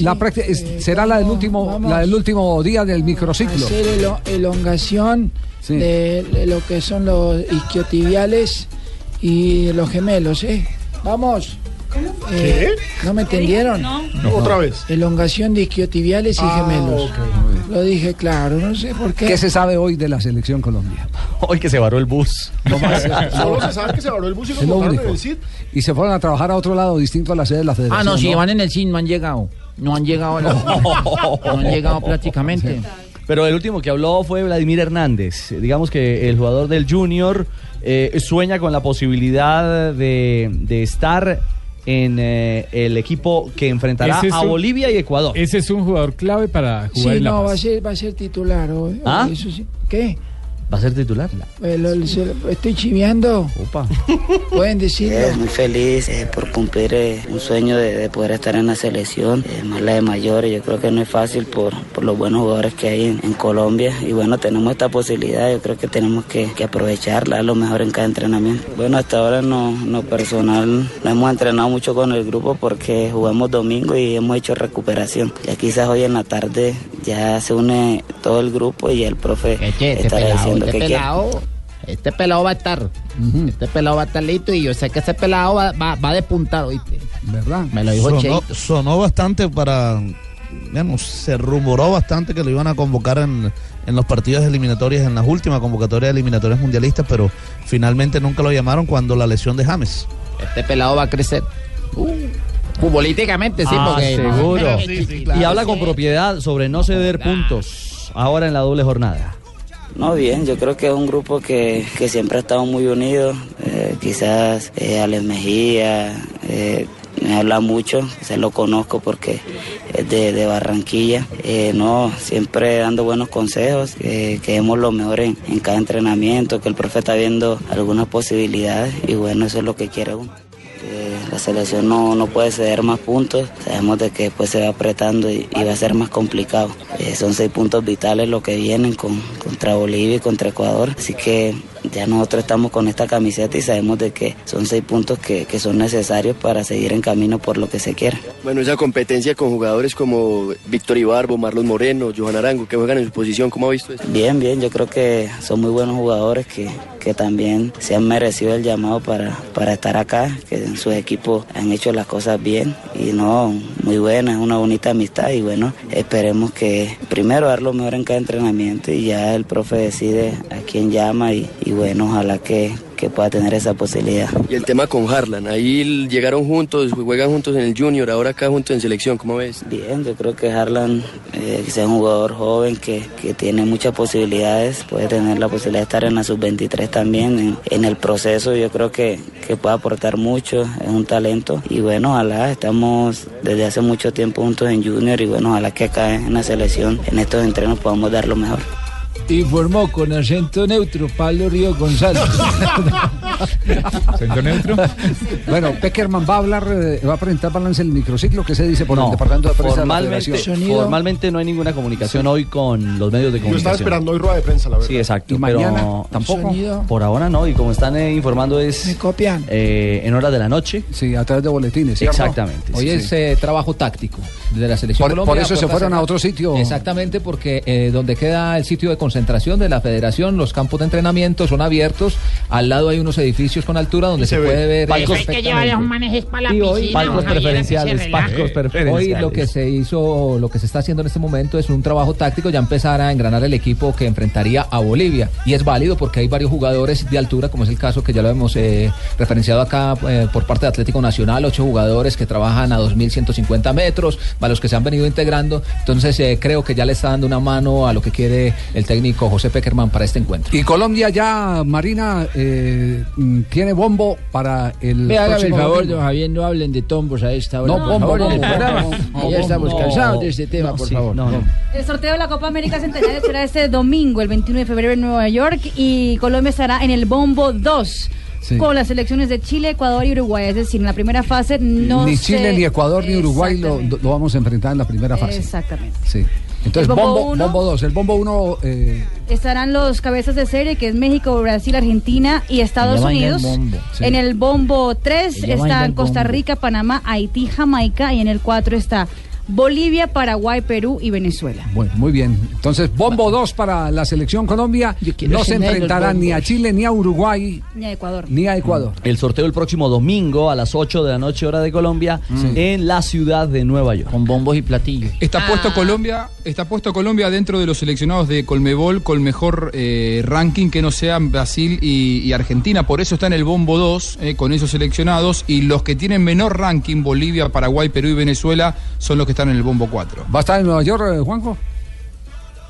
Speaker 6: la práctica es- será la del último la del último día del microciclo.
Speaker 13: Hacer elo- elongación de de lo que son los isquiotibiales y los gemelos, ¿eh? Vamos. Eh, ¿No me entendieron?
Speaker 17: No. Otra vez.
Speaker 13: Elongación de isquiotibiales y
Speaker 6: Ah,
Speaker 13: gemelos.
Speaker 6: ok, muy bien.
Speaker 13: Lo dije claro, no sé por qué.
Speaker 6: ¿Qué se sabe hoy de la selección Colombia?
Speaker 16: Hoy que se varó el bus.
Speaker 17: Solo se sabe que se varó el bus y lo
Speaker 6: Es lo
Speaker 17: montaron
Speaker 6: único.
Speaker 17: en el CID.
Speaker 6: Y se fueron a trabajar a otro lado distinto a la sede de la
Speaker 24: Ah,
Speaker 6: federación.
Speaker 24: no, si van en el CIN, no han llegado. No han llegado. a la- No han llegado prácticamente.
Speaker 16: Pero el último que habló fue Vladimir Hernández. Digamos que el jugador del Junior eh, sueña con la posibilidad de, de estar en eh, el equipo que enfrentará
Speaker 9: Ese es
Speaker 16: a
Speaker 9: un-
Speaker 16: Bolivia y Ecuador.
Speaker 9: Ese es un jugador clave para jugar
Speaker 13: Sí,
Speaker 9: en La
Speaker 13: no,
Speaker 9: Paz.
Speaker 13: va a ser, va a ser titular hoy.
Speaker 16: ¿Ah?
Speaker 13: hoy, eso sí. ¿Qué?
Speaker 16: ¿Va a ser titular?
Speaker 13: Eh, lo- se lo- estoy chiviando.
Speaker 16: Opa.
Speaker 13: Pueden decirlo.
Speaker 36: Eh, muy feliz eh, por cumplir eh, un sueño de, de poder estar en la selección, eh, más la de mayores. Yo creo que no es fácil por, por los buenos jugadores que hay en, en Colombia. Y bueno, tenemos esta posibilidad. Yo creo que tenemos que, que aprovecharla a lo mejor en cada entrenamiento. Bueno, hasta ahora no, no personal, no hemos entrenado mucho con el grupo porque jugamos domingo y hemos hecho recuperación. Ya quizás hoy en la tarde ya se une todo el grupo y ya el profe
Speaker 24: Este
Speaker 36: estará
Speaker 24: pelado,
Speaker 36: diciendo
Speaker 24: este
Speaker 36: que quiere.
Speaker 24: pelado, este pelado va a estar. Este pelado va a estar listo y yo sé que ese pelado va, va, va a despuntar, ¿oíste?
Speaker 6: ¿Verdad?
Speaker 24: Me lo dijo
Speaker 37: sonó,
Speaker 24: Cheito.
Speaker 37: sonó bastante para. Bueno, se rumoró bastante que lo iban a convocar en, en los partidos eliminatorios, en las últimas convocatorias eliminatorias mundialistas, pero finalmente nunca lo llamaron cuando la lesión de James.
Speaker 24: Este pelado va a crecer. Uh, futbolísticamente, sí,
Speaker 16: Ah,
Speaker 24: porque.
Speaker 16: seguro.
Speaker 24: Sí, sí,
Speaker 16: y
Speaker 24: claro.
Speaker 16: habla con propiedad sobre no ceder puntos ahora en la doble jornada.
Speaker 36: No, bien, yo creo que es un grupo que, que siempre ha estado muy unido. Eh, quizás eh, Alex Mejía eh, me habla mucho, se lo conozco porque es de, de Barranquilla. Eh, no, siempre dando buenos consejos, eh, que demos lo mejor en, en cada entrenamiento, que el profe está viendo algunas posibilidades y bueno, eso es lo que quiere uno. Eh, La selección no, no puede ceder más puntos, sabemos de que después se va apretando y, y va a ser más complicado. Eh, son seis puntos vitales lo que vienen con, contra Bolivia y contra Ecuador, así que ya nosotros estamos con esta camiseta y sabemos de que son seis puntos que, que son necesarios para seguir en camino por lo que se quiere.
Speaker 38: Bueno, esa competencia con jugadores como Víctor Ibarbo, Marlon Moreno, Johan Arango, que juegan en su posición, ¿cómo ha visto esto?
Speaker 36: Bien, bien, yo creo que son muy buenos jugadores que, que también se han merecido el llamado para, para estar acá, que en sus equipos han hecho las cosas bien y no, muy buena, es una bonita amistad y bueno, esperemos que primero dar lo mejor en cada entrenamiento y ya el profe decide a quién llama y, y bueno, ojalá que, que pueda tener esa posibilidad.
Speaker 38: Y el tema con Harlan, ahí llegaron juntos, Pues juegan juntos en el Junior, ahora acá juntos en selección, ¿cómo ves?
Speaker 36: Bien, yo creo que Harlan, eh, que sea un jugador joven que, que tiene muchas posibilidades, puede tener la posibilidad de estar en la sub-23 también. En, en el proceso yo creo que, que puede aportar mucho, es un talento. Y bueno, ojalá estamos desde hace mucho tiempo juntos en Junior y bueno, ojalá que acá en la selección, en estos entrenos podamos dar lo mejor.
Speaker 6: Informó con acento neutro Pablo Río González.
Speaker 10: ¿Acento neutro?
Speaker 6: Bueno, Peckerman va a hablar, eh, va a presentar balance del microciclo que se dice por el Departamento de Prensa de
Speaker 16: Formalmente,
Speaker 6: la Federación.
Speaker 16: formalmente no hay ninguna comunicación hoy con los medios de
Speaker 17: Yo
Speaker 16: comunicación.
Speaker 17: estaba esperando hoy rueda de prensa, la verdad.
Speaker 16: Sí, exacto.
Speaker 17: ¿Y
Speaker 16: pero
Speaker 17: mañana?
Speaker 16: tampoco.
Speaker 17: ¿Sonido?
Speaker 16: Por ahora no. Y como están eh, informando es. eh, en horas de la noche.
Speaker 6: Sí, a través de boletines.
Speaker 8: ¿cierto?
Speaker 16: Exactamente.
Speaker 8: Hoy
Speaker 16: sí,
Speaker 8: es
Speaker 16: sí.
Speaker 8: eh, trabajo táctico de la selección
Speaker 6: Por- por
Speaker 8: Colombia,
Speaker 6: eso se
Speaker 8: puertas
Speaker 6: fueron a
Speaker 8: cerradas.
Speaker 6: otro sitio.
Speaker 8: Exactamente, porque eh, donde queda el sitio de concentración de la federación, los campos de entrenamiento son abiertos. Al lado hay unos edificios con altura donde se, puede ver.
Speaker 24: Palcos. Hay que
Speaker 8: perfectamente.
Speaker 24: llevar a un manejes para la
Speaker 8: Y hoy-
Speaker 24: piscina.
Speaker 8: palcos
Speaker 24: Javier,
Speaker 8: preferenciales,
Speaker 24: que se relaje.
Speaker 8: palcos Eh, Hoy lo que se hizo, lo que se está haciendo en este momento es un trabajo táctico, ya empezar a engranar el equipo que enfrentaría a Bolivia. Y es válido porque hay varios jugadores de altura, como es el caso que ya lo hemos eh, referenciado acá eh, por parte de Atlético Nacional, ocho jugadores que trabajan a 2.150 metros, para los que se han venido integrando. Entonces eh, creo que ya le está dando una mano a lo que quiere el técnico José Peckerman para este encuentro.
Speaker 6: Y Colombia ya, Marina, eh, mm, tiene bombo para el
Speaker 24: Ve, hágame el
Speaker 6: próximo
Speaker 24: favor,
Speaker 6: domingo.
Speaker 24: don Javier, no hablen de tombos a esta hora.
Speaker 6: No,
Speaker 24: por
Speaker 6: bombo,
Speaker 24: favor, en el
Speaker 6: bombo,
Speaker 24: programa.
Speaker 6: bombo,
Speaker 24: Ya estamos
Speaker 6: bombo.
Speaker 24: cansados de este tema,
Speaker 6: No,
Speaker 24: por
Speaker 6: sí,
Speaker 24: favor.
Speaker 6: no, no.
Speaker 11: El sorteo de la Copa América Centenario será este domingo, el 21 de febrero en Nueva York y Colombia estará en el bombo 2
Speaker 6: Sí.
Speaker 11: con las selecciones de Chile, Ecuador y Uruguay. Es decir, en la primera fase no
Speaker 6: ni
Speaker 11: se-
Speaker 6: Chile, ni Ecuador, ni Uruguay lo, lo vamos a enfrentar en la primera fase.
Speaker 11: Exactamente.
Speaker 6: Sí. Entonces,
Speaker 11: El bombo
Speaker 6: bombo
Speaker 11: uno.
Speaker 6: 2. El bombo eh, 1
Speaker 11: Estarán los cabezas de serie, que es México, Brasil, Argentina y Estados
Speaker 6: Ella baila el
Speaker 11: Unidos.
Speaker 6: bombo, sí.
Speaker 11: En el bombo 3
Speaker 6: Ella baila
Speaker 11: están
Speaker 6: el
Speaker 11: Costa
Speaker 6: bombo.
Speaker 11: Rica, Panamá, Haití, Jamaica y en el 4 está Bolivia, Paraguay, Perú y Venezuela.
Speaker 6: Bueno, muy bien. Entonces, bombo 2 para la selección Colombia. No
Speaker 11: quiero
Speaker 6: se
Speaker 11: cenar los
Speaker 6: enfrentará ni a
Speaker 11: bombos.
Speaker 6: Chile, ni a Uruguay,
Speaker 11: Ni a Ecuador.
Speaker 6: ni a Ecuador.
Speaker 16: El sorteo el próximo domingo a las 8 de la noche, hora de Colombia, en la ciudad de Nueva York. Con bombos y platillos.
Speaker 10: Está puesto Colombia, está puesto Colombia dentro de los seleccionados de Colmebol con mejor eh, ranking que no sean Brasil y, y Argentina. Por eso está en el bombo 2 eh, con esos seleccionados y los que tienen menor ranking Bolivia, Paraguay, Perú y Venezuela son los que están en el bombo 4.
Speaker 6: ¿Va a estar en Nueva York, eh, Juanjo?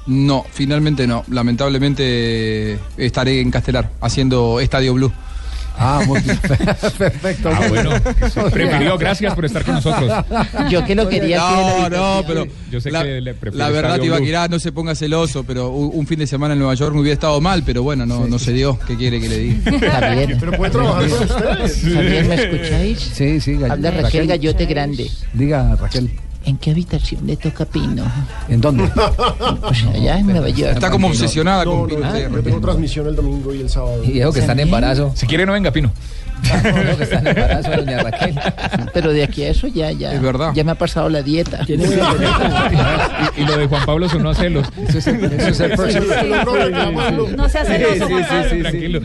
Speaker 10: No, finalmente no. Lamentablemente eh, estaré en Castelar haciendo Estadio Blue.
Speaker 6: Ah, muy bien. Perfecto.
Speaker 10: Ah, bueno.
Speaker 12: Prefirió, gracias por estar con nosotros.
Speaker 17: Yo que lo quería
Speaker 10: No,
Speaker 17: aquí en la
Speaker 10: no, pero
Speaker 12: Yo sé
Speaker 10: la,
Speaker 12: que le prefiere
Speaker 10: la verdad,
Speaker 12: Estadio
Speaker 10: Tibaquirá, no se ponga celoso, pero u- un, fin de semana en Nueva York me hubiera estado mal, pero bueno, no, no se dio. ¿Qué quiere que le diga?
Speaker 17: También.
Speaker 10: Pero puede trabajar con ustedes.
Speaker 17: También me escucháis.
Speaker 6: Sí, sí, Gall-
Speaker 17: Habla Raquel,
Speaker 6: Raquel.
Speaker 17: Gallote Grande.
Speaker 6: Diga, Raquel.
Speaker 17: ¿En qué habitación le toca Pino?
Speaker 6: ¿En dónde?
Speaker 17: Pues allá en Nueva York. Ah,
Speaker 10: Está como obsesionada
Speaker 7: No,
Speaker 10: con
Speaker 7: no, yo tengo transmisión el domingo y el sábado.
Speaker 17: Y
Speaker 12: dijo que está en embarazo.
Speaker 10: Si quiere, no venga, Pino.
Speaker 17: Pero de aquí a eso ya, ya.
Speaker 12: Es verdad.
Speaker 17: Ya me ha pasado la dieta.
Speaker 12: Y, y lo de Juan Pablo sonó a celos. Eso es,
Speaker 6: el próximo-
Speaker 11: No se hace
Speaker 12: Sí, sí, sí, sí, sí. Tranquilo.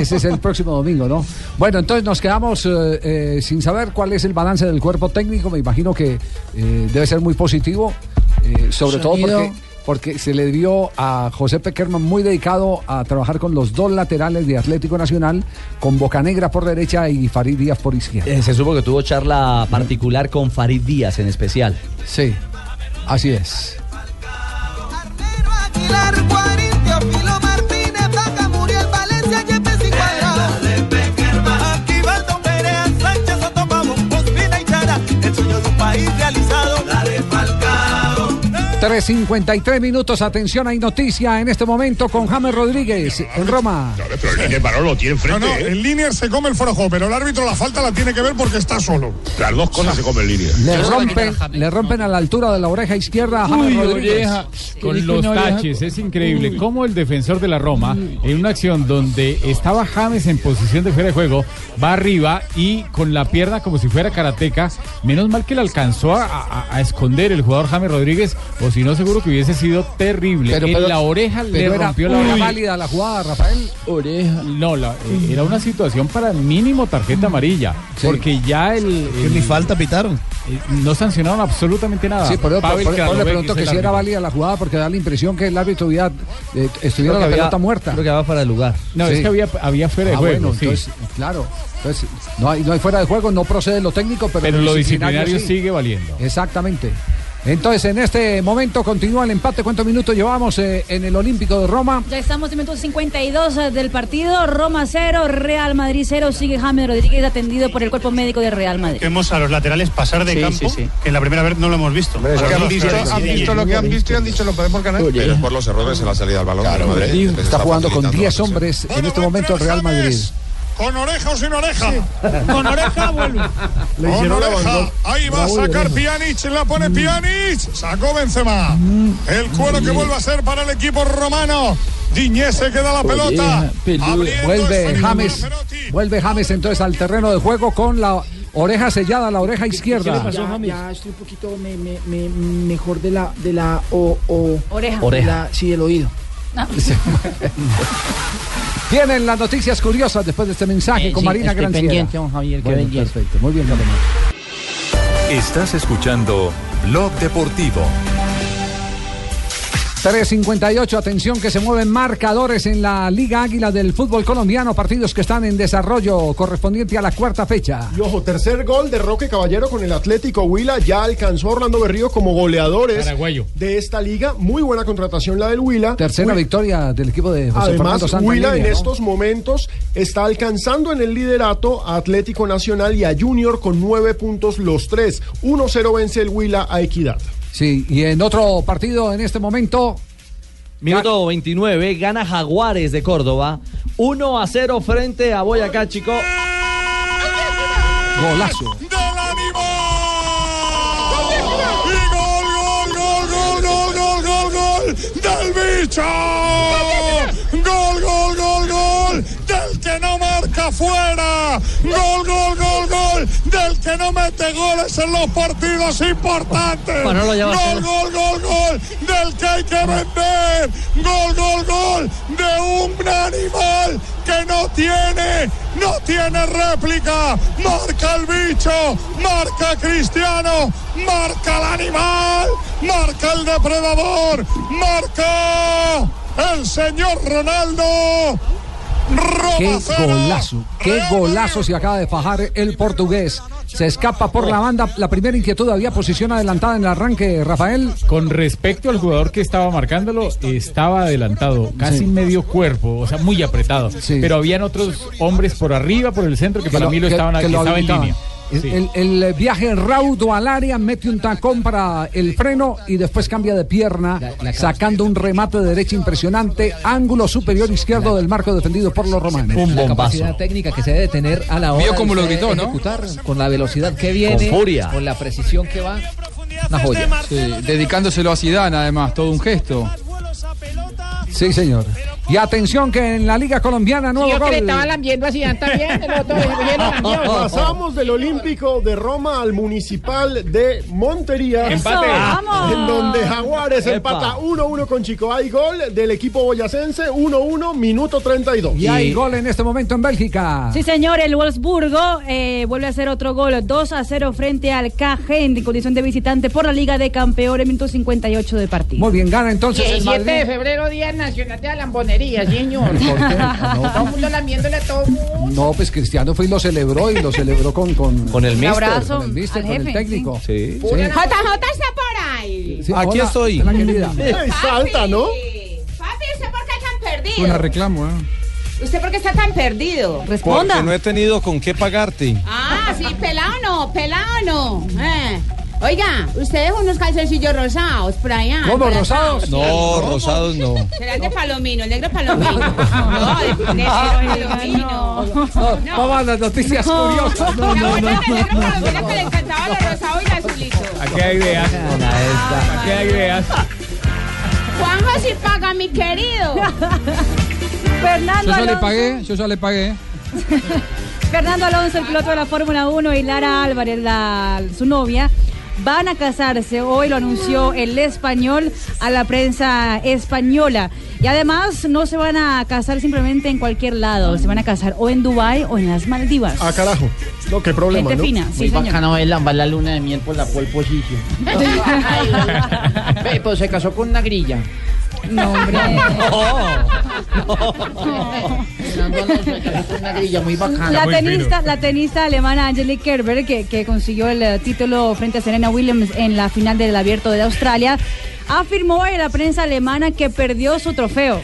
Speaker 6: Ese es el próximo domingo, ¿no? Bueno, entonces nos quedamos eh, eh, sin saber cuál es el balance del cuerpo técnico. Me imagino que eh, debe ser muy positivo, eh, sobre todo
Speaker 17: Sonido.
Speaker 6: porque, porque se le vio a José Pequerman muy dedicado a trabajar con los dos laterales de Atlético Nacional, con Bocanegra por derecha y Farid Díaz por izquierda.
Speaker 16: Eh, se supo que tuvo charla particular con Farid Díaz en especial.
Speaker 6: Sí, así es.
Speaker 5: realizado. La de Falcao.
Speaker 6: 3.53 minutos, atención, hay noticia en este momento con James Rodríguez en Roma.
Speaker 14: No,
Speaker 18: ¿eh?
Speaker 14: no, en línea se come el forojón, pero el árbitro la falta la tiene que ver porque está solo.
Speaker 18: Las dos cosas se comen línea.
Speaker 6: Le rompen, le rompen a la altura de la oreja izquierda a James
Speaker 20: Uy,
Speaker 6: Rodríguez.
Speaker 20: oreja, con los taches, es increíble cómo el defensor de la Roma, en una acción donde estaba James en posición de fuera de juego, va arriba y con la pierna como si fuera karateca, menos mal que le alcanzó a, a- a esconder el jugador James Rodríguez, o si no seguro que hubiese sido terrible.
Speaker 6: Pero-
Speaker 20: en
Speaker 6: pero-
Speaker 20: la oreja le
Speaker 6: pero era-
Speaker 20: rompió la
Speaker 6: era
Speaker 20: oreja.
Speaker 6: válida la jugada, Rafael.
Speaker 20: Oreja. No, la- eh, era una situación para mínimo tarjeta amarilla, porque ya el, Mm. ni falta pitaron. No sancionaron absolutamente nada.
Speaker 6: Sí, por eso,
Speaker 20: Ah, Pavel
Speaker 6: por- por- le
Speaker 20: Kralovec,
Speaker 6: pregunto
Speaker 20: que
Speaker 6: que
Speaker 20: es el
Speaker 6: si era
Speaker 20: árbitro.
Speaker 6: válida la jugada porque da la impresión que el árbitro hubiera, eh, estuviera
Speaker 16: Creo
Speaker 6: la
Speaker 16: que había-
Speaker 6: pelota muerta.
Speaker 16: Creo que va para el lugar.
Speaker 20: No, es que había, había fuera de
Speaker 6: Ah,
Speaker 20: juego.
Speaker 6: bueno,
Speaker 20: sí.
Speaker 6: entonces, claro. Entonces, no hay, no hay fuera de juego, no procede lo técnico, pero,
Speaker 20: pero lo disciplinario
Speaker 6: sí.
Speaker 20: sigue valiendo.
Speaker 6: Exactamente. Entonces, en este momento continúa el empate. ¿Cuántos minutos llevamos eh, en el Olímpico de Roma?
Speaker 11: Ya estamos en minuto 52 eh, del partido. Roma 0, Real Madrid 0. Sigue James Rodríguez atendido por el cuerpo médico de Real Madrid.
Speaker 39: Vemos a los laterales pasar de campo, que en la primera vez no lo hemos visto.
Speaker 18: eso
Speaker 39: Porque
Speaker 18: no
Speaker 39: han
Speaker 18: es
Speaker 39: visto,
Speaker 18: claro.
Speaker 39: han visto lo que han visto y han dicho lo podemos ganar.
Speaker 18: Pero es por los errores en la salida del balón. del Madrid. Entonces
Speaker 6: Está jugando con
Speaker 18: facilitando
Speaker 6: 10 hombres en este momento el Real Madrid.
Speaker 14: Con oreja o sin oreja.
Speaker 6: Con oreja, vuelve. Le
Speaker 14: Con
Speaker 6: hicieron la
Speaker 14: oreja.
Speaker 6: bandota.
Speaker 14: Ahí va a
Speaker 6: Bravo,
Speaker 14: sacar
Speaker 6: Benzema.
Speaker 14: Pjanic. La
Speaker 6: Mm.
Speaker 14: pone Pjanic. Sacó Benzema. El cuero
Speaker 6: Mm.
Speaker 14: que vuelve a ser para el equipo romano. Diñez se queda la pelota.
Speaker 6: Vuelve James. Vuelve James entonces al terreno de juego con la oreja sellada, la oreja izquierda.
Speaker 13: Ya, ya estoy un poquito me- me- me- mejor de la, de la o, o-
Speaker 11: Oreja.
Speaker 13: de
Speaker 6: Oreja.
Speaker 13: la- sí, el oído.
Speaker 6: Vienen las noticias curiosas después de este mensaje
Speaker 13: Eh,
Speaker 6: con
Speaker 13: sí,
Speaker 6: Marina
Speaker 13: estoy
Speaker 6: Granciera.
Speaker 13: pendiente, don Javier, qué
Speaker 6: Bueno,
Speaker 13: pendiente.
Speaker 6: perfecto. Muy bien, Carolina.
Speaker 3: Estás escuchando Blog Deportivo.
Speaker 6: 3.58, atención que se mueven marcadores en la Liga Águila del fútbol colombiano, partidos que están en desarrollo correspondiente a la cuarta fecha.
Speaker 7: Y ojo, tercer gol de Roque Caballero con el Atlético Huila. Ya alcanzó a Orlando Berrío como goleadores
Speaker 20: Paraguayo.
Speaker 7: de esta liga. Muy buena contratación la del Huila.
Speaker 6: Tercera
Speaker 7: Huila-
Speaker 6: victoria del equipo de José
Speaker 7: Además,
Speaker 6: Fernando Santa
Speaker 7: Huila en
Speaker 13: este
Speaker 6: Emilia, ¿no?
Speaker 7: estos momentos está alcanzando en el liderato a Atlético Nacional y a Junior con nueve puntos los tres. 1-0 vence el Huila a Equidad.
Speaker 6: Sí, y en otro partido en este momento,
Speaker 16: Minuto 29, gana Jaguares de Córdoba. 1 a 0 frente a Boyacá, chico.
Speaker 6: Golazo.
Speaker 14: Gol, gol, gol, gol, gol del bicho. Gol, gol, gol, gol del que no marca fuera. Gol, gol, gol, gol de el que no mete goles en los partidos importantes.
Speaker 9: Manolo, ya va a
Speaker 14: gol,
Speaker 9: ser-
Speaker 14: gol, gol, gol del que hay que vender. Gol, gol, gol de un animal que no tiene, no tiene réplica. Marca el bicho, marca Cristiano, marca el animal, marca el depredador, marca el señor Ronaldo.
Speaker 6: Qué golazo, qué golazo se acaba de fajar el portugués. Se escapa por la banda. La primera inquietud había posición adelantada en el arranque, Rafael.
Speaker 20: Con respecto al jugador que estaba marcándolo, estaba adelantado, casi
Speaker 6: Sí.
Speaker 20: medio cuerpo, o sea, muy apretado. Pero habían otros hombres por arriba, por el centro, que,
Speaker 6: Que
Speaker 20: para
Speaker 6: lo-
Speaker 20: mí lo
Speaker 6: que-
Speaker 20: estaban
Speaker 6: que
Speaker 20: que
Speaker 6: lo
Speaker 20: estaba en
Speaker 6: habilitaban.
Speaker 20: línea.
Speaker 6: El,
Speaker 20: Sí.
Speaker 6: el- el viaje raudo al área, mete un tacón para el freno y después cambia de pierna, sacando un remate de derecha impresionante, ángulo superior izquierdo del marco defendido por los romanos.
Speaker 8: la capacidad técnica que se debe tener a la hora
Speaker 6: Vio cómo
Speaker 8: de
Speaker 6: lo
Speaker 8: usted
Speaker 6: gritó, ¿no?
Speaker 8: ejecutar, con la velocidad que viene,
Speaker 10: furia.
Speaker 8: con la precisión que va. Una joya.
Speaker 10: Sí, dedicándoselo a Zidane, además, todo un gesto.
Speaker 6: Sí, señor. Y atención que en la Liga Colombiana nuevo
Speaker 24: Yo que
Speaker 6: gol.
Speaker 24: le estaba lambiendo así también, el otro oye, lo lambió.
Speaker 7: Pasamos del Olímpico de Roma al Municipal de Montería.
Speaker 24: Empate. ¡Vamos!
Speaker 7: En donde Jaguares
Speaker 24: Epa.
Speaker 7: empata 1-1 con Chico. Hay gol del equipo boyacense, 1-1, minuto 32.
Speaker 6: Y hay gol en este momento en Bélgica.
Speaker 11: Sí, señor, el Wolfsburgo eh, vuelve a hacer otro gol, 2 a 0 frente al KG en condición de visitante por la Liga de Campeones, minuto 58 de partido.
Speaker 6: Muy bien, gana entonces el
Speaker 24: 17 de
Speaker 6: Madrid.
Speaker 24: febrero, Día Nacional de la Lambonería, señor. Todo el mundo lambiéndole a todo el mundo.
Speaker 6: No, pues Cristiano fue y lo celebró y lo celebró con con,
Speaker 9: Con el Un mister.
Speaker 24: abrazo
Speaker 6: con el mister,
Speaker 24: al
Speaker 6: con el
Speaker 24: jefe,
Speaker 6: técnico. Sí.
Speaker 24: JJ está por ahí.
Speaker 6: Sí, hola, hola, querida.
Speaker 24: Papi,
Speaker 40: Papi, ¿usted por qué tan perdido?
Speaker 10: Suena reclamo, ¿eh?
Speaker 40: ¿Usted por qué está tan perdido?
Speaker 16: Porque no he tenido con qué pagarte.
Speaker 40: Ah, sí, pelado no, pelado no. Eh. Oiga, usted dejó unos calzoncillos rosados por allá.
Speaker 16: ¿Cómo,
Speaker 40: por acá.
Speaker 16: rosados? No, rosados no.
Speaker 40: Serán de palomino, el negro palomino. No, Ah, de, de negro palomino.
Speaker 6: Vamos a las noticias
Speaker 40: No.
Speaker 6: curiosas.
Speaker 40: No, no, no, no, que le encantaba lo rosado y lo azulito.
Speaker 20: Aquí hay ideas. Aquí hay ideas.
Speaker 40: Juanjo sí paga, mi querido.
Speaker 10: Yo
Speaker 11: Fernando
Speaker 10: ya le
Speaker 11: Alonso,
Speaker 10: pagué, yo ya le pagué.
Speaker 11: Fernando Alonso, el piloto de la Fórmula 1, y Lara Álvarez, la- su novia, van a casarse. Hoy lo anunció el español a la prensa española. Y además no se van a casar simplemente en cualquier lado, se van a casar o en Dubái o en las Maldivas.
Speaker 7: Ah, carajo. No, qué problema,
Speaker 11: Gente
Speaker 7: ¿no?
Speaker 11: fina, sí,
Speaker 24: Muy
Speaker 11: señor.
Speaker 24: bacano es lambar la luna de miel por la pole position. Ve, pues se casó con una grilla. Oh,
Speaker 11: No, hombre.
Speaker 24: Una grilla muy bacana.
Speaker 11: La tenista, la tenista alemana Angelique Kerber, que, que consiguió el eh, título frente a Serena Williams en la final del abierto de Australia, afirmó en la prensa alemana que perdió su trofeo.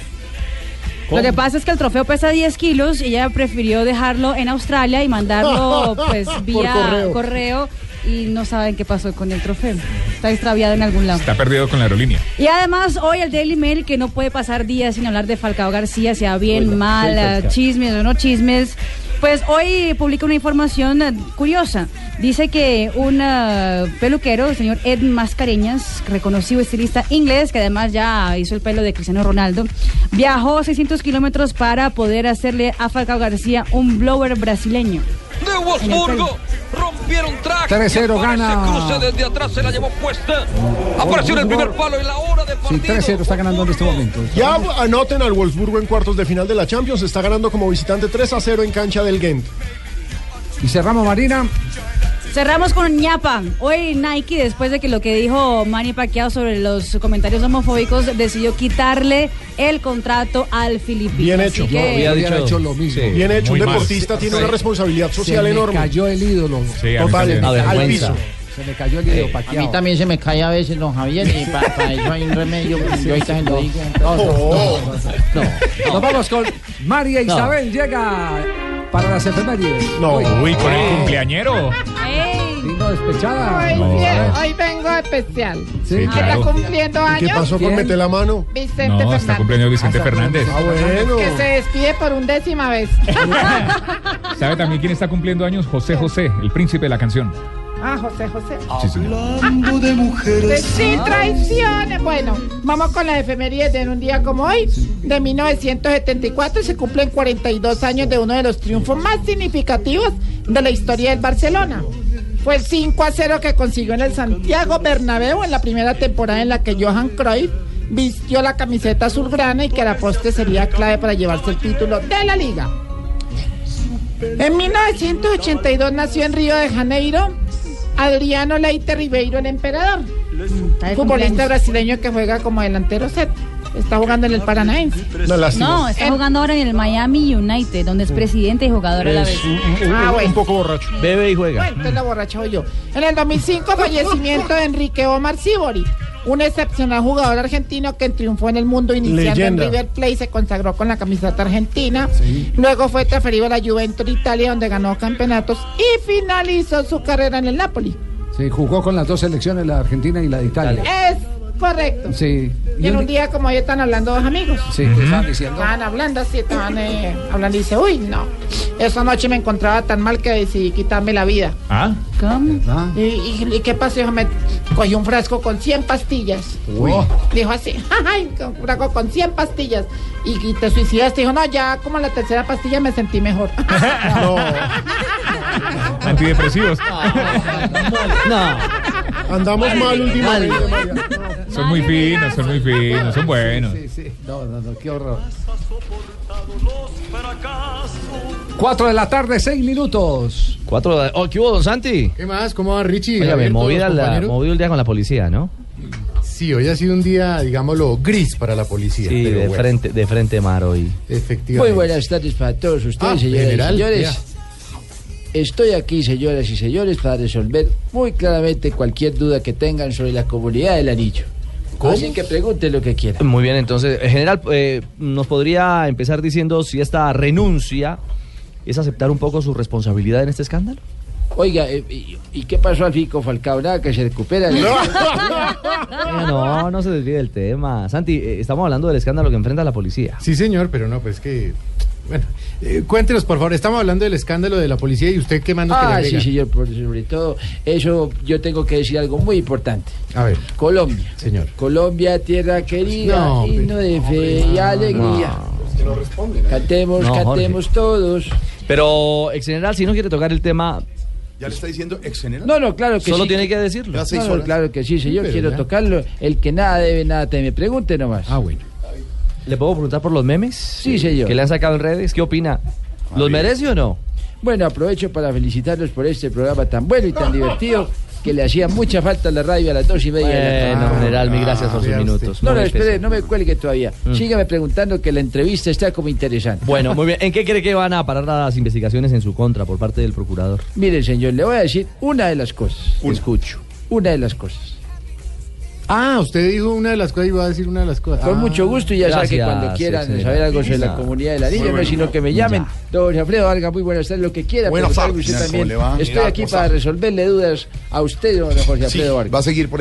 Speaker 24: ¿Cómo?
Speaker 11: Lo que pasa es que el trofeo pesa 10 kilos y ella prefirió dejarlo en Australia y mandarlo pues
Speaker 40: Por
Speaker 11: vía
Speaker 40: correo.
Speaker 11: correo. y no saben qué pasó con el trofeo. Está extraviado en algún lado.
Speaker 12: Está perdido con la aerolínea.
Speaker 11: Y además hoy el Daily Mail que no puede pasar días sin hablar de Falcao García, sea bien,
Speaker 36: Oiga,
Speaker 11: mal,
Speaker 36: soy
Speaker 11: eh,
Speaker 36: Falcao.
Speaker 11: chismes o no chismes. Pues hoy publica una información eh, curiosa. Dice que un eh, peluquero, el señor Ed Mascareñas, reconocido estilista inglés, que además ya hizo el pelo de Cristiano Ronaldo, viajó 600 kilómetros para poder hacerle a Falcao García un blower brasileño.
Speaker 21: de Wolfsburgo. Rompieron track.
Speaker 6: 3-0
Speaker 21: y
Speaker 6: gana.
Speaker 21: aparece Cruce desde atrás se la llevó puesta. Apareció en el primer palo y la hora de
Speaker 6: Sí, 3-0 está ganando en este momento.
Speaker 7: Ya anoten al Wolfsburgo en cuartos de final de la Champions. Está ganando como visitante 3 a 0 en cancha del Gent.
Speaker 6: Y cerramos, Marina.
Speaker 11: Cerramos con ñapa. Hoy Nike, después de que lo que dijo Manny Pacquiao sobre los comentarios homofóbicos, decidió quitarle el contrato al filipino.
Speaker 7: Bien
Speaker 11: Así
Speaker 7: hecho.
Speaker 11: que-
Speaker 6: hecho lo mismo.
Speaker 7: Bien hecho.
Speaker 6: Muy
Speaker 7: un
Speaker 6: mal.
Speaker 7: deportista tiene
Speaker 6: Sí.
Speaker 7: una responsabilidad social
Speaker 6: se
Speaker 7: enorme.
Speaker 6: Me cayó el ídolo.
Speaker 7: a mí Total, también.
Speaker 24: La
Speaker 7: al
Speaker 24: vergüenza.
Speaker 7: piso.
Speaker 6: Se me cayó el
Speaker 17: Eh,
Speaker 6: ídolo.
Speaker 24: Eh, A mí también se me cae a veces, don Javier, y para eso hay un remedio. Yo ahorita se lo digo. No, no,
Speaker 7: Oh.
Speaker 24: no, no.
Speaker 6: Nos vamos con María
Speaker 24: No.
Speaker 6: Isabel. Llega para las efemérides. No.
Speaker 12: Uy, con el cumpleañero.
Speaker 6: No, despechada.
Speaker 24: Hoy,
Speaker 6: No.
Speaker 24: fie- hoy vengo especial.
Speaker 6: Sí,
Speaker 24: Está
Speaker 12: claro.
Speaker 24: cumpliendo
Speaker 7: ¿Y
Speaker 24: años.
Speaker 7: ¿Qué pasó con meter la mano?
Speaker 24: Vicente
Speaker 12: No, está
Speaker 24: Fernández.
Speaker 12: cumpleaños Vicente Fernández.
Speaker 7: Ah, bueno.
Speaker 24: Que se despide por undécima vez.
Speaker 12: ¿Sabe también quién está cumpliendo años? José José, el príncipe de la canción.
Speaker 24: ah, José José.
Speaker 12: Sí, señor.
Speaker 24: Hablando de mujeres. Sí, traiciones. Bueno, vamos con las efemerías de un día como hoy. De 1974 se cumplen 42 años de uno de los triunfos más significativos de la historia del Barcelona. Fue el 5 a 0 que consiguió en el Santiago Bernabéu en la primera temporada en la que Johan Cruyff vistió la camiseta azulgrana y que la poste sería clave para llevarse el título de la liga. En 1982 nació en Río de Janeiro Adriano Leite Ribeiro, el emperador. Futbolista brasileño que juega como delantero set. Está jugando en el Paranaense.
Speaker 11: No, está jugando ahora en el Miami United, donde es presidente y jugador a la vez.
Speaker 24: Ah, bueno.
Speaker 7: Un poco borracho.
Speaker 16: Bebe y juega.
Speaker 24: Bueno, entonces la borracha soy yo. En el 2005, fallecimiento de Enrique Omar Sibori, un excepcional jugador argentino que triunfó en el mundo iniciando
Speaker 7: Leyenda.
Speaker 24: en River Plate y se consagró con la camiseta argentina. Luego fue transferido a la Juventus de Italia, donde ganó campeonatos y finalizó su carrera en el Napoli.
Speaker 6: Sí, jugó con las dos selecciones, la de Argentina y la de Italia.
Speaker 24: Es correcto.
Speaker 6: Sí.
Speaker 24: Y en un día como hoy están hablando dos amigos.
Speaker 6: Sí, ¿qué estaban diciendo?
Speaker 24: Estaban hablando así, estaban eh, hablando y dice, uy, no. Esa noche me encontraba tan mal que decidí quitarme la vida.
Speaker 12: ¿Ah?
Speaker 24: ¿Cómo? ¿Y, y, y qué pasó? Dijo, me cogí un frasco con 100 pastillas.
Speaker 12: Uy.
Speaker 24: Dijo así, ay, un frasco con 100 pastillas. Y, y te suicidaste. Dijo, no, ya como la tercera pastilla me sentí mejor.
Speaker 12: Antidepresivos.
Speaker 16: No.
Speaker 7: Andamos mal últimamente. María.
Speaker 12: Son muy finos, son muy finos, son buenos.
Speaker 6: Sí, sí. No, no, no, qué horror. Cuatro de la tarde, seis minutos.
Speaker 16: Cuatro de- oh, ¿Qué hubo, don Santi?
Speaker 13: ¿Qué más? ¿Cómo va Richie?
Speaker 16: Oiga, me
Speaker 13: Javier, todos
Speaker 16: moví,
Speaker 13: los
Speaker 16: a la-
Speaker 13: compañeros.
Speaker 16: moví el día con la policía, ¿no?
Speaker 13: Sí, hoy ha sido un día, digámoslo, gris para la policía.
Speaker 16: Sí,
Speaker 13: pero
Speaker 16: de
Speaker 13: bueno,
Speaker 16: frente, de frente mar hoy.
Speaker 13: Efectivamente.
Speaker 21: Muy buenas tardes para todos ustedes,
Speaker 13: Ah,
Speaker 21: señoras
Speaker 13: general,
Speaker 21: y señores. Estoy aquí, señoras y señores, para resolver muy claramente cualquier duda que tengan sobre la comunidad del anillo. Así que pregunten lo que quieran.
Speaker 16: Muy bien, entonces, eh, general, eh, nos podría empezar diciendo si esta renuncia es aceptar un poco su responsabilidad en este escándalo.
Speaker 21: Oiga, eh, ¿y, y qué pasó al Fico Falcao? Nada, que se recupera.
Speaker 16: Eh, no, no se desvíe del tema. Santi, eh, estamos hablando del escándalo que enfrenta la policía.
Speaker 13: Sí, señor, pero no, pues que. Bueno, eh, cuéntenos, por favor. Estamos hablando del escándalo de la policía y usted qué mando que le
Speaker 21: Ah,
Speaker 13: agrega?
Speaker 21: sí, señor, por- sobre todo, eso yo tengo que decir algo muy importante.
Speaker 13: A ver.
Speaker 21: Colombia.
Speaker 13: Señor.
Speaker 21: Colombia, tierra querida,
Speaker 13: No, hombre.
Speaker 21: himno de fe y alegría. Cantemos,
Speaker 16: No, Jorge.
Speaker 21: cantemos todos.
Speaker 16: Pero, ex general, si no quiere tocar el tema,
Speaker 17: ¿Ya le está diciendo ex
Speaker 21: No, no, claro que Solo sí. tiene
Speaker 16: que decirlo.
Speaker 21: No,
Speaker 17: Ya seis
Speaker 21: no,
Speaker 17: horas.
Speaker 21: claro que sí, señor,
Speaker 17: Pero
Speaker 21: quiero
Speaker 17: ya.
Speaker 21: tocarlo. El que nada debe, nada teme. Pregunte nomás. Ah,
Speaker 13: bueno.
Speaker 16: ¿le puedo preguntar por los memes? Sí,
Speaker 21: señor.
Speaker 16: Que le han sacado en redes. ¿Qué opina? ¿Los merece o no?
Speaker 21: Bueno, aprovecho para felicitarlos por este programa tan bueno y tan divertido que le hacía mucha falta a la radio a las dos y media de la
Speaker 16: Bueno,
Speaker 21: tarde.
Speaker 16: general, mil gracias por sus minutos.
Speaker 21: No, no,
Speaker 16: Muy
Speaker 21: espere,
Speaker 16: especial.
Speaker 21: no me cuelgue todavía.
Speaker 16: Mm.
Speaker 21: Sígame preguntando que la entrevista está como interesante.
Speaker 16: Bueno, muy bien. ¿En qué cree que van a parar las investigaciones en su contra por parte del procurador?
Speaker 21: Mire, señor, le voy a decir una de las cosas. Escucho. Una de las cosas.
Speaker 13: Ah, usted dijo una de las cosas y va a decir una de las cosas.
Speaker 21: Con
Speaker 13: Ah.
Speaker 21: mucho gusto y ya sabe que cuando quieran
Speaker 13: señora.
Speaker 21: saber algo sobre la
Speaker 13: Ya.
Speaker 21: comunidad de la
Speaker 13: Muy
Speaker 21: niña, no
Speaker 13: bueno.
Speaker 21: es sino que me llamen. Don Alfredo Vargas, muy buenas tardes, lo que quiera.
Speaker 17: Buenas
Speaker 21: preguntarme
Speaker 17: tardes.
Speaker 21: usted
Speaker 17: ¿Cómo
Speaker 21: también.
Speaker 17: le va?
Speaker 21: Estoy
Speaker 17: Ya,
Speaker 21: aquí
Speaker 17: por
Speaker 21: para
Speaker 17: favor.
Speaker 21: resolverle dudas a usted, don Jorge Alfredo Vargas.
Speaker 17: va a seguir por